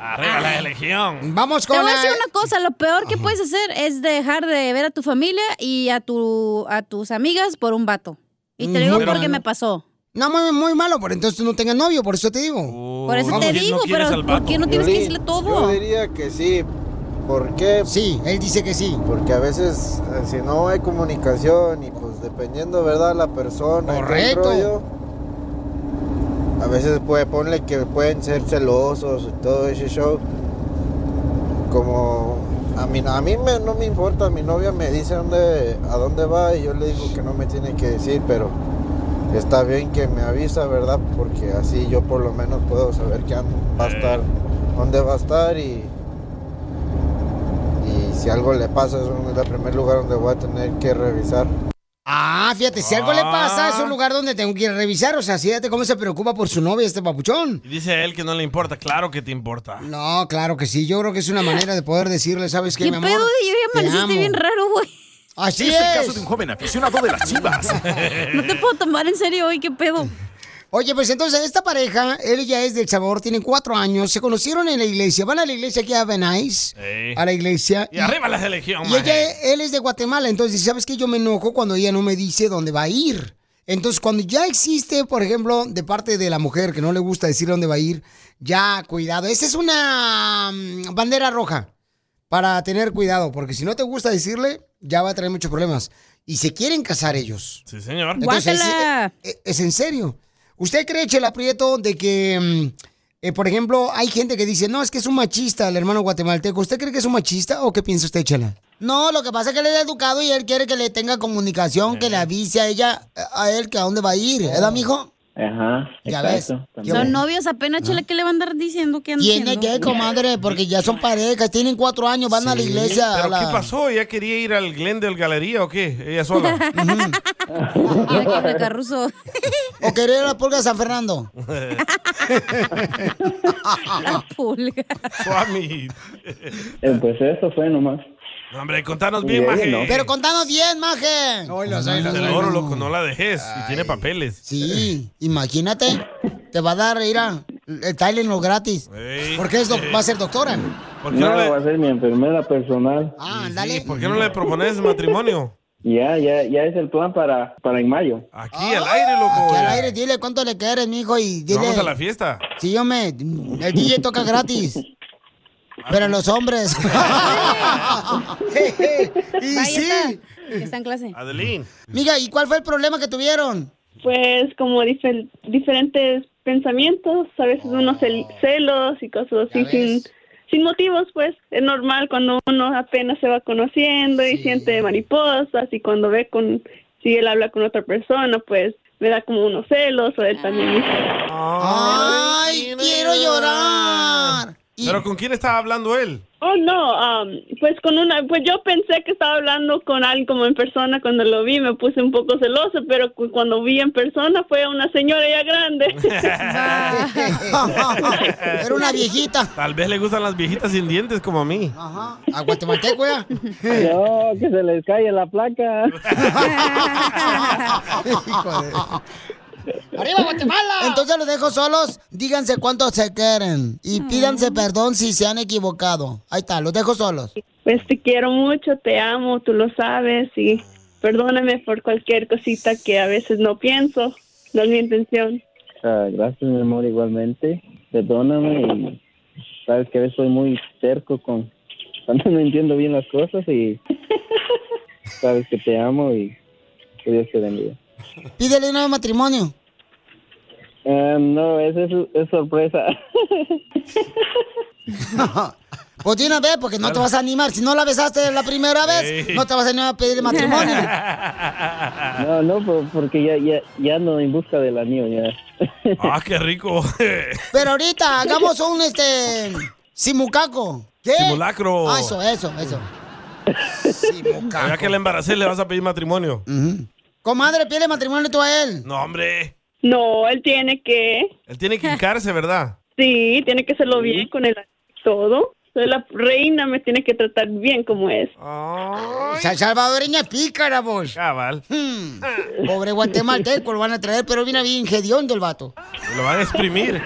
Speaker 1: Arriba la elección.
Speaker 2: Vamos
Speaker 3: Ah. Te
Speaker 2: con
Speaker 3: voy a decir
Speaker 2: la-
Speaker 3: una cosa, lo peor que puedes hacer es dejar de ver a tu familia y a tu a tus amigas por un vato. Y te lo digo
Speaker 2: Pero-
Speaker 3: porque me pasó.
Speaker 2: No, muy, muy malo, por entonces tú no tengas novio, por eso te digo.
Speaker 1: Oh.
Speaker 3: Por eso te digo, pero ¿por qué no tienes que
Speaker 12: Violín,
Speaker 3: decirle todo?
Speaker 12: Yo diría que sí. ¿Por qué?
Speaker 2: Sí, él dice que sí.
Speaker 12: Porque a veces, eh, si no hay comunicación y pues dependiendo, ¿verdad? La persona. y todo el
Speaker 2: Correcto.
Speaker 12: rollo, a veces puede, ponle que pueden ser celosos y todo ese show. Como a mí, a mí me- no me importa, mi novia me dice dónde, a dónde va y yo le digo que no me tiene que decir, pero está bien que me avisa, ¿verdad? Porque así yo por lo menos puedo saber que va a estar, dónde va a estar y, y si algo le pasa es un- el primer lugar donde voy a tener que revisar.
Speaker 2: Ah, fíjate, si algo le pasa,
Speaker 1: Ah.
Speaker 2: es un lugar donde tengo que ir a revisar. O sea, fíjate cómo se preocupa por su novia este papuchón.
Speaker 1: Y dice a él que no le importa. Claro que te importa.
Speaker 2: No, claro que sí. Yo creo que es una manera de poder decirle, ¿sabes qué,
Speaker 3: ¿Qué
Speaker 2: mi
Speaker 3: pedo?
Speaker 2: amor?
Speaker 3: de- Yo
Speaker 2: Te
Speaker 3: ya amaneciste
Speaker 2: amo.
Speaker 3: bien raro, güey.
Speaker 2: Así es.
Speaker 12: joven aficionado de las chivas.
Speaker 3: No te puedo tomar en serio hoy, ¿qué pedo?
Speaker 2: Oye, pues entonces, esta pareja, él y ella es del Salvador, tienen cuatro años, se conocieron en la iglesia. Van a la iglesia aquí a Benais,
Speaker 1: Ey.
Speaker 2: a la iglesia.
Speaker 1: Y arriba la selección,
Speaker 5: Oh
Speaker 2: Y
Speaker 1: maje.
Speaker 2: ella, e, él es de Guatemala, entonces, ¿sabes qué? Yo me enojo cuando ella no me dice dónde va a ir. Entonces, cuando ya existe, por ejemplo, de parte de la mujer que no le gusta decir dónde va a ir, ya, cuidado. Esa es una mm, bandera roja para tener cuidado, porque si no te gusta decirle, ya va a traer muchos problemas. Y se quieren casar ellos.
Speaker 1: Sí, señor.
Speaker 2: Entonces, es, e, es- es en serio. ¿Usted cree, Chela Prieto, de que, mm, eh, por ejemplo, hay gente que dice, no, es que es un machista el hermano guatemalteco? ¿Usted cree que es un machista o qué piensa usted, Chela? No, lo que pasa es que él es educado y él quiere que le tenga comunicación, que le avise a ella, a él, que a dónde va a ir, ¿verdad, mijo?
Speaker 11: Ajá,
Speaker 2: Ya ves. también.
Speaker 3: Son novios apenas, chela, ¿qué le van a andar diciendo que andan
Speaker 2: Tiene
Speaker 3: haciendo?
Speaker 2: que, comadre, porque ya son parejas, tienen cuatro años, van a la iglesia. a
Speaker 1: ¿Pero
Speaker 2: la-
Speaker 1: qué pasó? ¿Ya quería ir al Glendale Galería o qué? Ella sola.
Speaker 3: Mira que Carruso.
Speaker 2: ¿O quería la pulga de San Fernando?
Speaker 1: Eh,
Speaker 3: La pulga.
Speaker 1: Suami.
Speaker 13: Eh, pues eso fue nomás.
Speaker 1: No, hombre, contanos
Speaker 13: Y
Speaker 1: bien,
Speaker 13: de ahí,
Speaker 1: maje.
Speaker 13: ¿no?
Speaker 2: Pero contanos bien, maje.
Speaker 1: Te la oro, loco, no la dejes. Y tiene papeles.
Speaker 2: Sí, imagínate. Te va a dar, mira, el Tylenol gratis.
Speaker 1: Ey.
Speaker 2: Porque es doc-
Speaker 1: Ey.
Speaker 2: va a ser doctora.
Speaker 1: ¿Por qué
Speaker 13: No,
Speaker 1: no, le,
Speaker 13: va a ser mi enfermera personal.
Speaker 2: Ah, dale.
Speaker 1: por qué no le propones matrimonio?
Speaker 13: Ya, ya, ya es el plan para, para en mayo.
Speaker 1: Aquí al aire, loco.
Speaker 2: Aquí al aire, dile cuánto le quieres, mijo, y dile...
Speaker 1: Vamos a la fiesta.
Speaker 2: Sí, yo me... El DJ toca gratis.
Speaker 1: Ah,
Speaker 2: Pero los hombres... y
Speaker 3: Vaya,
Speaker 2: sí.
Speaker 3: está. Está en clase.
Speaker 1: Adeline.
Speaker 2: Miga, ¿y cuál fue el problema que tuvieron?
Speaker 21: Pues como difen- diferentes pensamientos, a veces unos cel- celos y cosas así sin, sin motivos, pues es normal cuando uno apenas se va conociendo y siente mariposas y cuando ve con, si él habla con otra persona, pues me da como unos celos o él también.
Speaker 2: Ah. ¡Ay, quiero llorar!
Speaker 1: ¿Pero con quién estaba hablando él?
Speaker 21: Oh, no, am, pues con una, pues yo pensé que estaba hablando con alguien como en persona cuando lo vi, me puse un poco celoso, pero cu- cuando vi en persona fue una señora ya grande.
Speaker 2: Era una viejita.
Speaker 1: Tal vez le gustan las viejitas sin dientes como a mí.
Speaker 2: ¿A guatemalteco ya?
Speaker 13: No, que se les cae la placa.
Speaker 2: ¡Arriba Guatemala! Entonces los dejo solos, díganse cuánto se quieren y pídanse perdón si se han equivocado. Ahí está, los dejo solos.
Speaker 21: Pues te quiero mucho, te amo, tú lo sabes y perdóname por cualquier cosita que a veces no pienso, no es mi intención.
Speaker 13: Ah, gracias, mi amor, igualmente. Perdóname. y sabes que a veces soy muy terco con... Cuando no entiendo bien las cosas y... Sabes que te amo y... Que Dios te bendiga.
Speaker 2: Pídele un nuevo matrimonio.
Speaker 13: Ah, no, esa es, es sorpresa.
Speaker 2: Pues de una vez, porque no te vas a animar. Si no la besaste la primera vez,
Speaker 13: Sí.
Speaker 2: no te vas a animar a pedir matrimonio.
Speaker 13: No, no, por- porque ya, ya, ya no en busca del anillo, ya.
Speaker 1: Ah, qué rico.
Speaker 2: Pero ahorita hagamos un este simucaco. ¿Qué?
Speaker 1: Simulacro.
Speaker 2: Ah, eso, eso, eso.
Speaker 1: Ya que le embaracé, le vas a pedir matrimonio.
Speaker 2: Comadre, pídele matrimonio tú a él.
Speaker 1: No, hombre.
Speaker 21: No, él tiene que,
Speaker 1: Él tiene que hincarse, ¿verdad?
Speaker 21: sí, tiene que hacerlo bien con el todo. Soy la reina, me tiene que tratar bien como es.
Speaker 2: Sa- Salvadoreña es pícara, vos. Hmm.
Speaker 1: Cabal.
Speaker 2: Pobre guatemalteco, lo van a traer, pero viene bien hediondo el vato.
Speaker 1: Lo van a exprimir.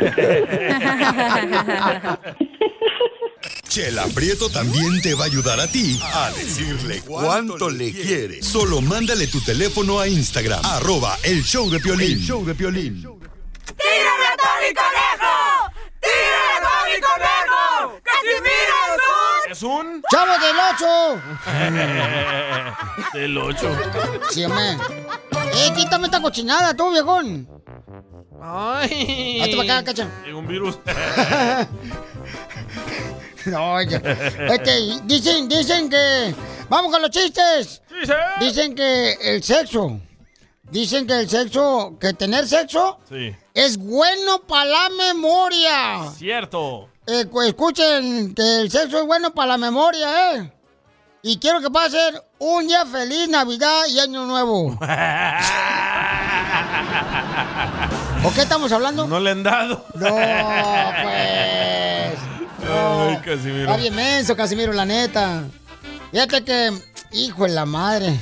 Speaker 4: Chela Prieto también te va a ayudar a ti a decirle cuánto le quiere. Solo mándale tu teléfono a Instagram, arroba el show de Piolín. show de Piolín.
Speaker 5: ¡Tírame a Tony Conejo! ¡Tírame a Tony Conejo! ¡Casimiro
Speaker 1: es un...
Speaker 2: ¡Chavo del 8!
Speaker 1: Del 8.
Speaker 2: Sí, hombre. ¡Eh, quítame esta cochinada tú, viejón!
Speaker 1: ¡Ay!
Speaker 2: Hazte para acá, cacha.
Speaker 1: Llegó un virus.
Speaker 2: No, ya. Este, dicen, dicen que. ¡Vamos con los chistes! Dicen que el sexo. Dicen que el sexo. Que tener sexo
Speaker 1: Sí.
Speaker 2: es bueno para la memoria.
Speaker 1: Cierto.
Speaker 2: Eh, cu- escuchen que el sexo es bueno para la memoria, ¿eh? Y quiero que pasen un día feliz, Navidad y Año Nuevo. ¿O qué estamos hablando?
Speaker 1: No le han dado.
Speaker 2: No, pues.
Speaker 1: Ay, Casimiro.
Speaker 2: Está bien menso, Casimiro, la neta. Fíjate que, hijo de la madre.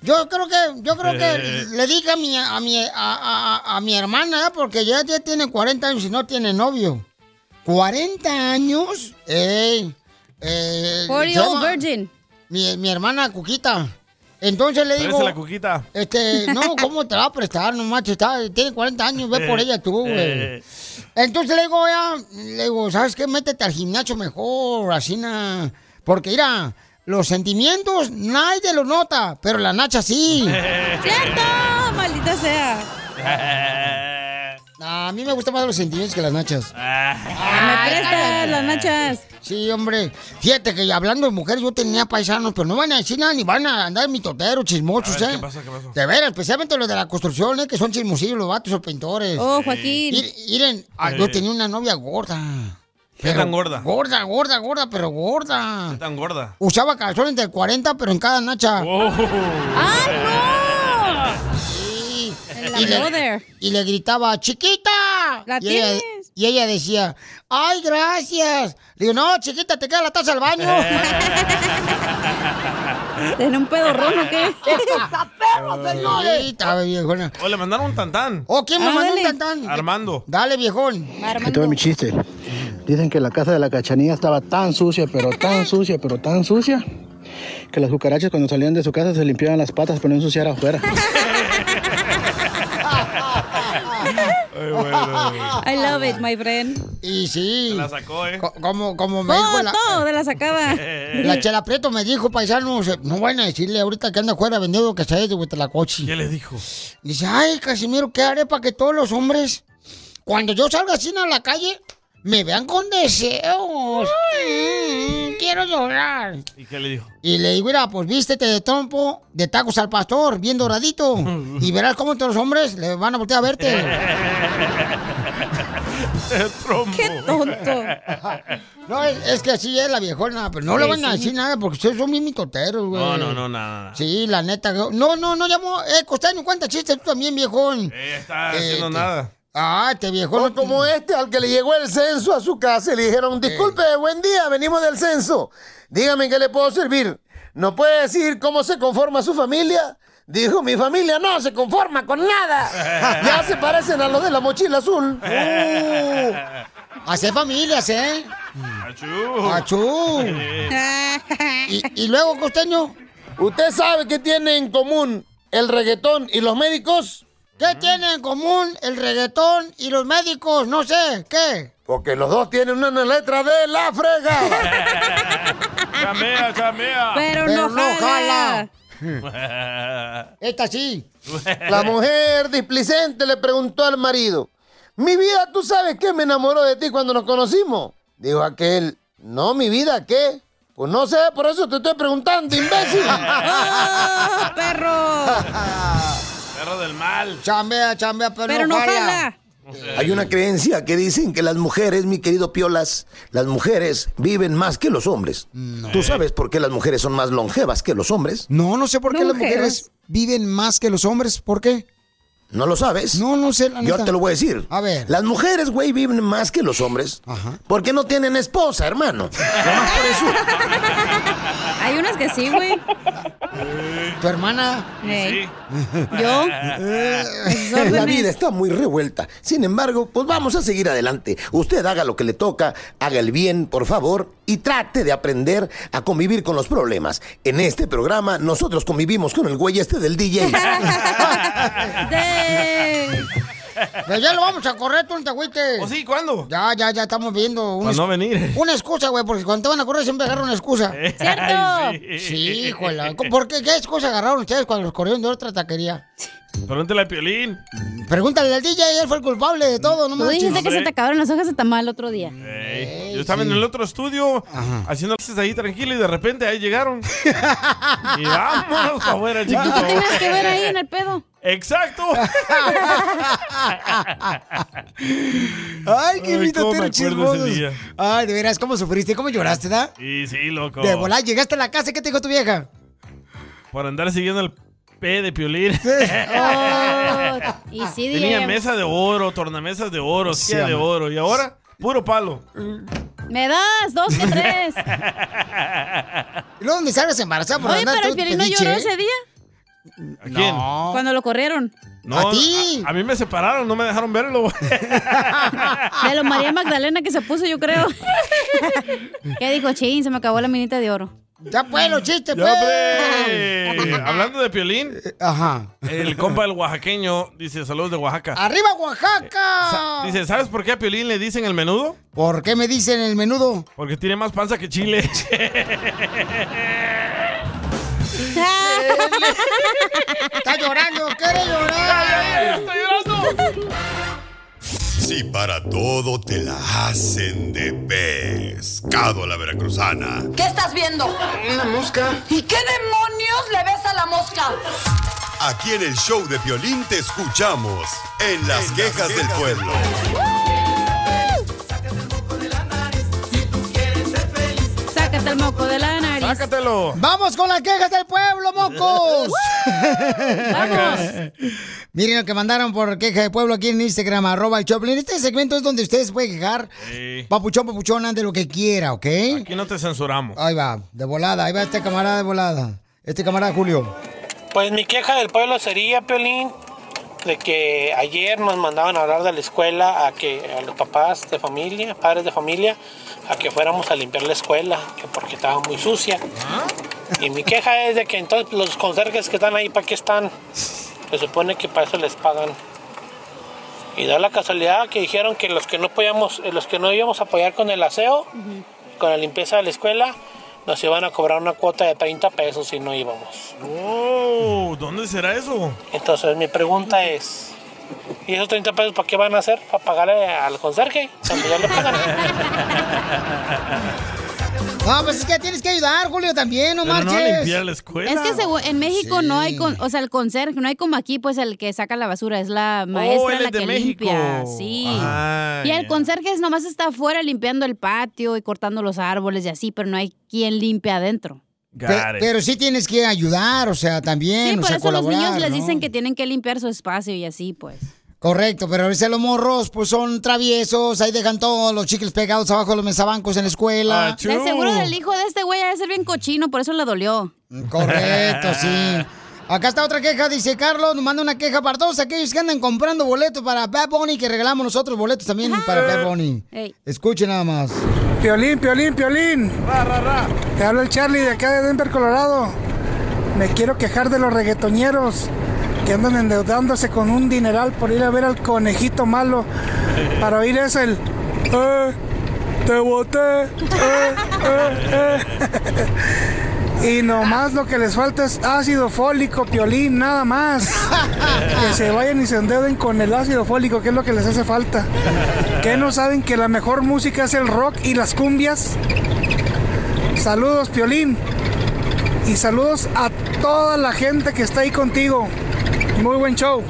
Speaker 2: Yo creo que, yo creo que le dije a mi, a mi, a, a- a mi hermana, ¿eh? porque ya, ya tiene 40 años y no tiene novio. 40 años, ey. eh,
Speaker 3: Forty
Speaker 2: se
Speaker 3: old
Speaker 2: llama-
Speaker 3: virgin.
Speaker 2: Mi, mi hermana Cuquita. Entonces le digo.
Speaker 1: Parece la cuquita.
Speaker 2: Este, no, ¿cómo te la va a prestar? No, macho, está, tiene 40 años, ve por ella tú, güey.
Speaker 1: Eh,
Speaker 2: Entonces le digo, ya, le digo, ¿sabes qué? Métete al gimnasio mejor, así na. Porque, mira, los sentimientos nadie lo nota, pero la Nacha sí.
Speaker 3: ¡Cierto! ¡Maldita sea!
Speaker 2: A mí me gustan más los sentimientos que las Nachas.
Speaker 3: Me prestas las nachas.
Speaker 2: Sí, hombre. Fíjate que hablando de mujeres, yo tenía paisanos, pero no van a decir nada ni van a andar mitoteros, chismosos,
Speaker 1: A ver,
Speaker 2: ¿eh?
Speaker 1: ¿qué pasó, qué pasó?
Speaker 2: De veras, especialmente los de la construcción, ¿eh? Que son chismosillos los vatos o pintores.
Speaker 3: Oh, Joaquín.
Speaker 2: Mir- este, Miren, ah,
Speaker 1: Sí.
Speaker 2: yo tenía una novia gorda.
Speaker 1: Eh. ¿Qué tan gorda?
Speaker 2: Gorda, gorda, gorda, pero gorda.
Speaker 1: Tan gorda. Oh.
Speaker 2: Usaba calzones del 40, pero en cada nacha.
Speaker 1: ¡Ay,
Speaker 2: no!
Speaker 3: Ah, la
Speaker 2: y,
Speaker 3: pegó
Speaker 2: le,
Speaker 3: there.
Speaker 2: y le gritaba, chiquita. y, ella, y ella decía, ay, gracias. Le digo, no, chiquita, te queda la taza al baño.
Speaker 3: ¿Tiene un pedorrón o qué?
Speaker 2: ¡Está perro, señores! viejona.
Speaker 1: O le mandaron un tantán.
Speaker 2: ¿O quién me mandó un tantán?
Speaker 1: Armando.
Speaker 2: Dale, viejón.
Speaker 12: Que todo mi chiste. Dicen que la casa de la cachanilla estaba tan sucia, pero tan sucia, pero tan sucia, que las cucarachas cuando salían de su casa se limpiaban las patas para no ensuciar afuera.
Speaker 3: I love it, my friend.
Speaker 2: Y sí.
Speaker 1: La sacó, ¿eh?
Speaker 2: Co- Como, como me dijo
Speaker 3: Todo,
Speaker 2: la,
Speaker 3: todo de la sacada.
Speaker 2: la Chela Prieto me dijo, paisanos, eh, no vayan a decirle ahorita que anda fuera vendiendo casadetes de Huitlacoche.
Speaker 1: ¿Qué le dijo?
Speaker 2: Dice, ay, Casimiro, ¿qué haré para que todos los hombres, cuando yo salga así a la calle, me vean con deseos? Mm, quiero llorar.
Speaker 1: ¿Y qué le dijo?
Speaker 2: Y le digo, mira, pues vístete de trompo, de tacos al pastor, bien doradito. Y verás cómo todos los hombres le van a voltear a verte.
Speaker 1: ¡Qué
Speaker 2: tonto! No, es, es que así es la viejona, pero no le
Speaker 1: Sí,
Speaker 2: van a
Speaker 1: sí.
Speaker 2: decir nada porque ustedes son bien mitoteros, güey.
Speaker 1: No, no, no, nada. nada.
Speaker 2: Sí, la neta. No, no, no llamó. Eh, Costeño, cuenta chistes tú también, viejón.
Speaker 1: Ella está haciendo
Speaker 2: Eh,
Speaker 1: nada.
Speaker 2: Ah, este viejón.
Speaker 11: O como este al que le llegó el censo a su casa y le dijeron,
Speaker 2: Eh.
Speaker 11: disculpe, buen día, venimos del censo. Dígame en qué le puedo servir. ¿No puede decir cómo se conforma su familia? Dijo, mi familia no se conforma con nada. ya se parecen a los de la mochila azul.
Speaker 2: Uh, hace familias, ¿eh?
Speaker 1: Achú.
Speaker 2: Achú. ¿Y, luego, costeño?
Speaker 11: ¿Usted sabe qué tiene en común el reggaetón y los médicos?
Speaker 2: ¿Qué tienen en común el reggaetón y los médicos? No sé, ¿qué?
Speaker 11: Porque los dos tienen una letra de la frega.
Speaker 1: Chamea, chamea.
Speaker 11: Pero no Pero no jala.
Speaker 2: Esta sí.
Speaker 11: La mujer displicente le preguntó al marido, mi vida, ¿tú sabes qué me enamoró de ti cuando nos conocimos? Dijo aquel, no, mi vida, ¿qué? Pues no sé, por eso te estoy preguntando, imbécil. Ah,
Speaker 2: perro!
Speaker 1: Perro del mal.
Speaker 2: Chambea, chambea, pero, no jala.
Speaker 11: Hay una creencia que dicen que las mujeres, mi querido Piolas, las mujeres viven más que los hombres. ¿Tú sabes por qué las mujeres son más longevas que los hombres?
Speaker 2: No, no sé por qué las mujeres viven más que los hombres. ¿Por qué?
Speaker 11: ¿No lo sabes?
Speaker 2: No, no sé. La
Speaker 11: Yo
Speaker 2: neta.
Speaker 11: te lo voy a decir.
Speaker 2: A ver.
Speaker 11: Las mujeres, güey, viven más que los hombres. Porque no tienen esposa, hermano. Nomás por eso.
Speaker 3: Hay unas que sí, güey.
Speaker 2: ¿Tu hermana?
Speaker 3: Sí. Yo.
Speaker 2: pues,
Speaker 11: La vida está muy revuelta. Sin embargo, pues vamos a seguir adelante. Usted haga lo que le toca, haga el bien, por favor, y trate de aprender a convivir con los problemas. En este programa, nosotros convivimos con el güey este del DJ.
Speaker 2: Pero Pues ya lo vamos a correr, tú no te agüites. ¿O
Speaker 1: sí? ¿Cuándo?
Speaker 2: Ya, ya, ya estamos viendo. un-
Speaker 1: Para no venir.
Speaker 2: Una excusa, güey, porque cuando te van a correr siempre agarran una excusa.
Speaker 1: Ay, sí.
Speaker 2: Sí, híjole. ¿Por qué? ¿Qué excusa agarraron ustedes cuando los corrieron de otra taquería?
Speaker 1: Pregúntale a Piolín.
Speaker 2: Pregúntale al DJ, él fue el culpable de todo, no
Speaker 3: Tú
Speaker 2: manches.
Speaker 3: dijiste que se te acabaron las hojas de tamal el otro día.
Speaker 1: Mm. Ey, Yo estaba en el otro estudio haciendo cosas ahí tranquilo y de repente ahí llegaron. y vámonos para afuera,
Speaker 3: ¿Y tú
Speaker 1: chiquito.
Speaker 3: qué tenías que ver ahí en el pedo?
Speaker 1: Exacto.
Speaker 2: Ay, qué
Speaker 1: Ay,
Speaker 2: mito,
Speaker 1: cómo me
Speaker 2: te
Speaker 1: acuerdo
Speaker 2: chismosos.
Speaker 1: ese día.
Speaker 2: Ay, de veras, ¿cómo sufriste? ¿Cómo lloraste, da?
Speaker 1: Y sí, loco.
Speaker 2: De volar, llegaste a la casa, ¿qué te dijo tu vieja?
Speaker 1: Por andar siguiendo el P de Piolín.
Speaker 3: Oh, y sí,
Speaker 1: Tenía
Speaker 3: DJ.
Speaker 1: mesa de oro, tornamesas de oro,
Speaker 3: Sí,
Speaker 1: silla de
Speaker 3: ama.
Speaker 1: oro. Y ahora, puro palo.
Speaker 3: Me das dos que tres.
Speaker 2: ¿Y luego dónde sales embarazada por
Speaker 3: Oye,
Speaker 2: andar
Speaker 3: pero el
Speaker 2: todo
Speaker 3: Piolín no
Speaker 2: pediche,
Speaker 3: lloró
Speaker 2: eh?
Speaker 3: ese día.
Speaker 1: ¿A quién?
Speaker 3: Cuando lo corrieron.
Speaker 1: No, a, a mí me separaron, no me dejaron verlo. güey.
Speaker 3: De los María Magdalena que se puso, yo creo. ¿Qué dijo? Chin, se me acabó la minita de oro.
Speaker 2: Ya pues, los chistes,
Speaker 1: Ya, hombre. Hablando de Piolín.
Speaker 2: ¡Eh! Ajá.
Speaker 1: El compa del oaxaqueño dice, saludos de Oaxaca.
Speaker 2: ¡Arriba, Oaxaca!
Speaker 1: Eh, Dice, ¿sabes por qué a Piolín le dicen el menudo?
Speaker 2: ¿Por qué me dicen el menudo?
Speaker 1: Porque tiene más panza que chile.
Speaker 2: Está llorando, quiere llorar.
Speaker 1: ¡Estoy llorando!
Speaker 4: Si para todo te la hacen de pescado a la veracruzana.
Speaker 5: ¿Qué estás viendo? Una mosca. ¿Y qué demonios le ves a la mosca?
Speaker 4: Aquí en el show de violín te escuchamos en las quejas del pueblo.
Speaker 3: Saca Sácate el moco de la nariz.
Speaker 1: Sácatelo.
Speaker 2: ¡Vamos con las quejas del pueblo, mocos! ¡Vamos! Miren lo que mandaron por queja del pueblo aquí en Instagram, arroba el Choplin. Este segmento es donde ustedes pueden quejar,
Speaker 1: Sí.
Speaker 2: papuchón, papuchona, de lo que quiera, ¿ok?
Speaker 1: Aquí no te censuramos.
Speaker 2: Ahí va, de volada, ahí va este camarada de volada. Este camarada Julio.
Speaker 25: Pues mi queja del pueblo sería, Piolín, de que ayer nos mandaban a hablar de la escuela a que a los papás de familia, padres de familia, a que fuéramos a limpiar la escuela, que porque estaba muy sucia. Y mi queja es de que entonces los conserjes que están ahí, ¿para qué están? Se supone que para eso les pagan. Y da la casualidad que dijeron que los que no podíamos, eh, los que no íbamos a apoyar con el aseo, con la limpieza de la escuela, nos iban a cobrar una cuota de 30 pesos si no íbamos.
Speaker 1: Oh, ¿dónde será eso?
Speaker 25: Entonces mi pregunta es, ¿y esos 30 pesos para qué van a hacer? ¿Para pagarle al conserje? Cuando ya le pagan.
Speaker 2: No, pues es que tienes que ayudar, Julio, también, no
Speaker 1: Pero no
Speaker 2: marches.
Speaker 1: limpiar la escuela.
Speaker 3: Es que según- en México no hay, con, o sea, el conserje, no hay como aquí, pues el que saca la basura, es la maestra
Speaker 1: Oh, él es
Speaker 3: la
Speaker 1: de
Speaker 3: que
Speaker 1: México.
Speaker 3: limpia. Sí.
Speaker 1: Ah,
Speaker 3: y el
Speaker 1: ya.
Speaker 3: conserje es nomás está afuera limpiando el patio y cortando los árboles y así, pero no hay quien limpie adentro.
Speaker 2: Pe- pero sí tienes que ayudar, o sea, también,
Speaker 3: Sí,
Speaker 2: o
Speaker 3: por
Speaker 2: sea,
Speaker 3: eso los
Speaker 2: Eh, colaborar,
Speaker 3: niños les
Speaker 2: ¿no?
Speaker 3: dicen que tienen que limpiar su espacio y así, pues.
Speaker 2: Correcto, pero a veces los morros pues son traviesos, ahí dejan todos los chicles pegados abajo de los mesabancos en la escuela.
Speaker 1: Ah,
Speaker 3: De seguro del hijo de este güey ha de ser bien cochino, por eso le dolió.
Speaker 2: Correcto, sí. Acá está otra queja, dice Carlos, nos manda una queja para todos aquellos que andan comprando boletos para Bad Bunny, que regalamos nosotros boletos también para Bad Bunny. Escuchen nada más.
Speaker 17: Piolín, Piolín, Piolín. Te habla el Charlie de acá de Denver, Colorado. Me quiero quejar de los reggaetoñeros que andan endeudándose con un dineral por ir a ver al conejito malo. Para oír es el... "Eh, te boté. eh, eh, eh". Y nomás lo que les falta es ácido fólico, piolín, nada más. Que se vayan y se endeuden con el ácido fólico, que es lo que les hace falta. ¿Qué no saben que la mejor música es el rock y las cumbias? Saludos, Piolín. Y saludos a toda la gente que está ahí contigo. Muy buen show.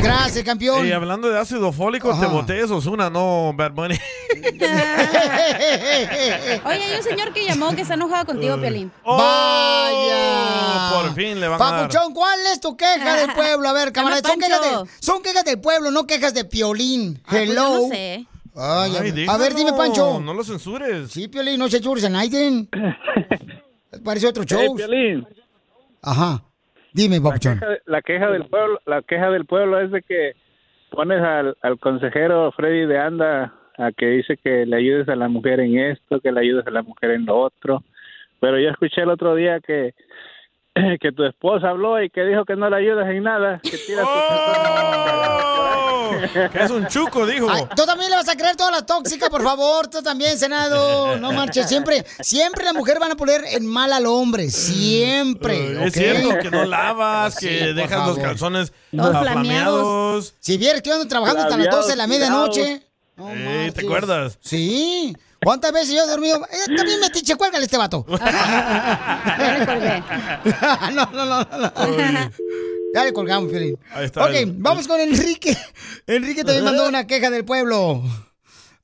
Speaker 2: Gracias, campeón.
Speaker 1: Y hablando de ácido fólico, te boté esos una, no, Bad Bunny.
Speaker 3: Oye, hay un señor que llamó que está enojado contigo, Pelín.
Speaker 2: ¡Vaya!
Speaker 1: Oh, Por fin pues, le van a dar.
Speaker 2: Papuchón, ¿cuál es tu queja del pueblo? A ver, camarada, son
Speaker 3: Pancho.
Speaker 2: quejas, de- son quejas del pueblo, no quejas de Piolín.
Speaker 3: Ah, pues yo
Speaker 2: Hello.
Speaker 3: no sé.
Speaker 2: Ay, a ver.
Speaker 1: Ay,
Speaker 2: a ver, dime,
Speaker 1: déjalo,
Speaker 2: Pancho.
Speaker 1: No lo censures.
Speaker 2: Sí, Piolín, no se chursen, Aiden. Parece otro show.
Speaker 19: Hey, Eh, Piolín.
Speaker 2: Ajá. Dime, Papuchón.
Speaker 19: queja- la queja del pueblo la queja del pueblo es de que pones al, al consejero Freddy de Anda a que dice que le ayudes a la mujer en esto que le ayudes a la mujer en lo otro pero yo escuché el otro día que que tu esposa habló y que dijo que no le ayudas en nada que tiras
Speaker 1: ¡Oh!
Speaker 19: ¡Oh!
Speaker 1: que es un chuco dijo
Speaker 2: Ay, Tú también le vas a creer toda la tóxica, por favor. Tú también, Senado. No marches. Siempre, siempre la mujer van a poner en mal al hombre. Siempre.
Speaker 1: Es
Speaker 2: ¿ok?
Speaker 1: cierto que no lavas, que
Speaker 2: por
Speaker 1: dejas los
Speaker 2: favor.
Speaker 1: calzones
Speaker 2: Todos
Speaker 1: aflameados.
Speaker 2: Si vieres que yo ando trabajando hasta las 12 de la
Speaker 1: Labiados,
Speaker 2: medianoche.
Speaker 1: Eh, ¿Te acuerdas?
Speaker 2: Sí. ¿Cuántas veces yo he dormido? Eh, también me tiche, cuélgale a este vato. no, no, no, no. no. Ya le colgamos, Felipe.
Speaker 1: Ahí está
Speaker 2: Ok,
Speaker 1: el-
Speaker 2: vamos con Enrique. Enrique también mandó una queja del pueblo.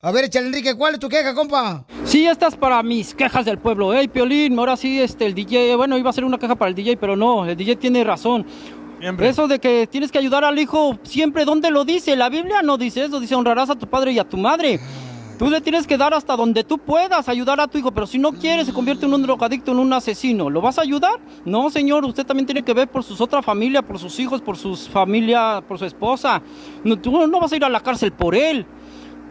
Speaker 2: A ver, échale, Enrique, ¿cuál es tu queja, compa?
Speaker 26: Sí, esta es para mis quejas del pueblo. Hey, Piolín, ahora sí, este, el DJ, bueno, iba a ser una queja para el DJ, pero no, el DJ tiene razón. Eso de que tienes que ayudar al hijo siempre, ¿dónde lo dice? La Biblia no dice eso, dice honrarás a tu padre y a tu madre. Tú le tienes que dar hasta donde tú puedas ayudar a tu hijo, pero si no quieres, se convierte en un drogadicto, en un asesino. ¿Lo vas a ayudar? No, señor, usted también tiene que ver por sus otra familia, por sus hijos, por sus familia, por su esposa. No, tú no vas a ir a la cárcel por él.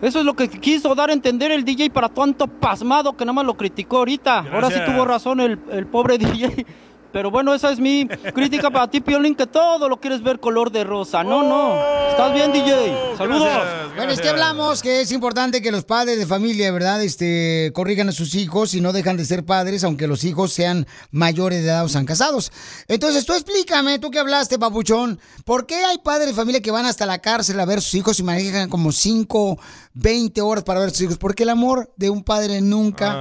Speaker 26: Eso es lo que quiso dar a entender el DJ para tanto pasmado que nada más lo criticó ahorita. Ahora sí
Speaker 5: Gracias.
Speaker 26: tuvo razón el, el pobre DJ. Pero bueno, esa es mi crítica para ti, Piolín, que todo lo quieres ver color de rosa. No, no. Estás bien, DJ. Saludos.
Speaker 2: Bueno, es que hablamos que es importante que los padres de familia, ¿verdad? Este, corrijan a sus hijos y no dejan de ser padres, aunque los hijos sean mayores de edad o sean casados. Entonces, tú explícame, tú que hablaste, papuchón, ¿por qué hay padres de familia que van hasta la cárcel a ver sus hijos y manejan como 5, 20 horas para ver sus hijos? Porque el amor de un padre nunca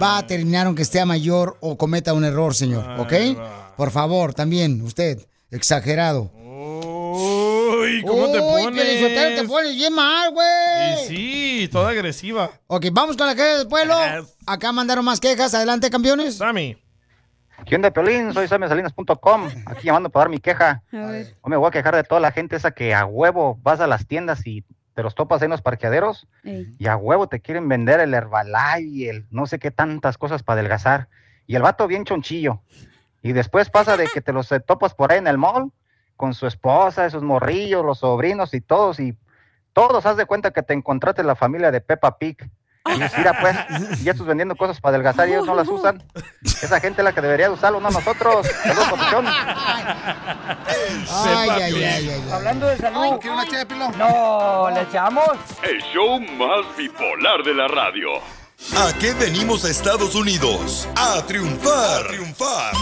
Speaker 2: va a terminar aunque esté mayor o cometa un error, señor, ¿ok? Por favor, también, usted, exagerado.
Speaker 1: Uy, ¿cómo te
Speaker 2: Uy,
Speaker 1: pones?
Speaker 2: Pelizotero, te pones bien mal, güey.
Speaker 1: Y sí, toda agresiva.
Speaker 2: Ok, vamos con la queja del pueblo. Acá mandaron más quejas. Adelante, campeones.
Speaker 1: Sammy.
Speaker 6: ¿Qué onda, Piolín? Soy salinas.com, aquí llamando para dar mi queja. Hoy me voy a quejar de toda la gente esa que a huevo vas a las tiendas y te los topas ahí en los parqueaderos y a huevo te quieren vender el Herbalife y el no sé qué tantas cosas para adelgazar. Y el vato bien chonchillo. Y después pasa de que te los eh, topas por ahí en el mall con su esposa, esos morrillos, los sobrinos y todos. Y todos haz de cuenta que te encontraste la familia de Peppa Pig. Y dices, mira pues, y estos vendiendo cosas para adelgazar y ellos no las usan. Esa gente es la que debería de usarlo, no nosotros. Saludos, papuchón.
Speaker 2: Ay, ay, ay, ay, ay.
Speaker 27: Hablando de salud. una No, ¿le echamos?
Speaker 4: El show más bipolar de la radio.
Speaker 6: ¿A qué venimos a Estados Unidos?
Speaker 4: A triunfar. A triunfar.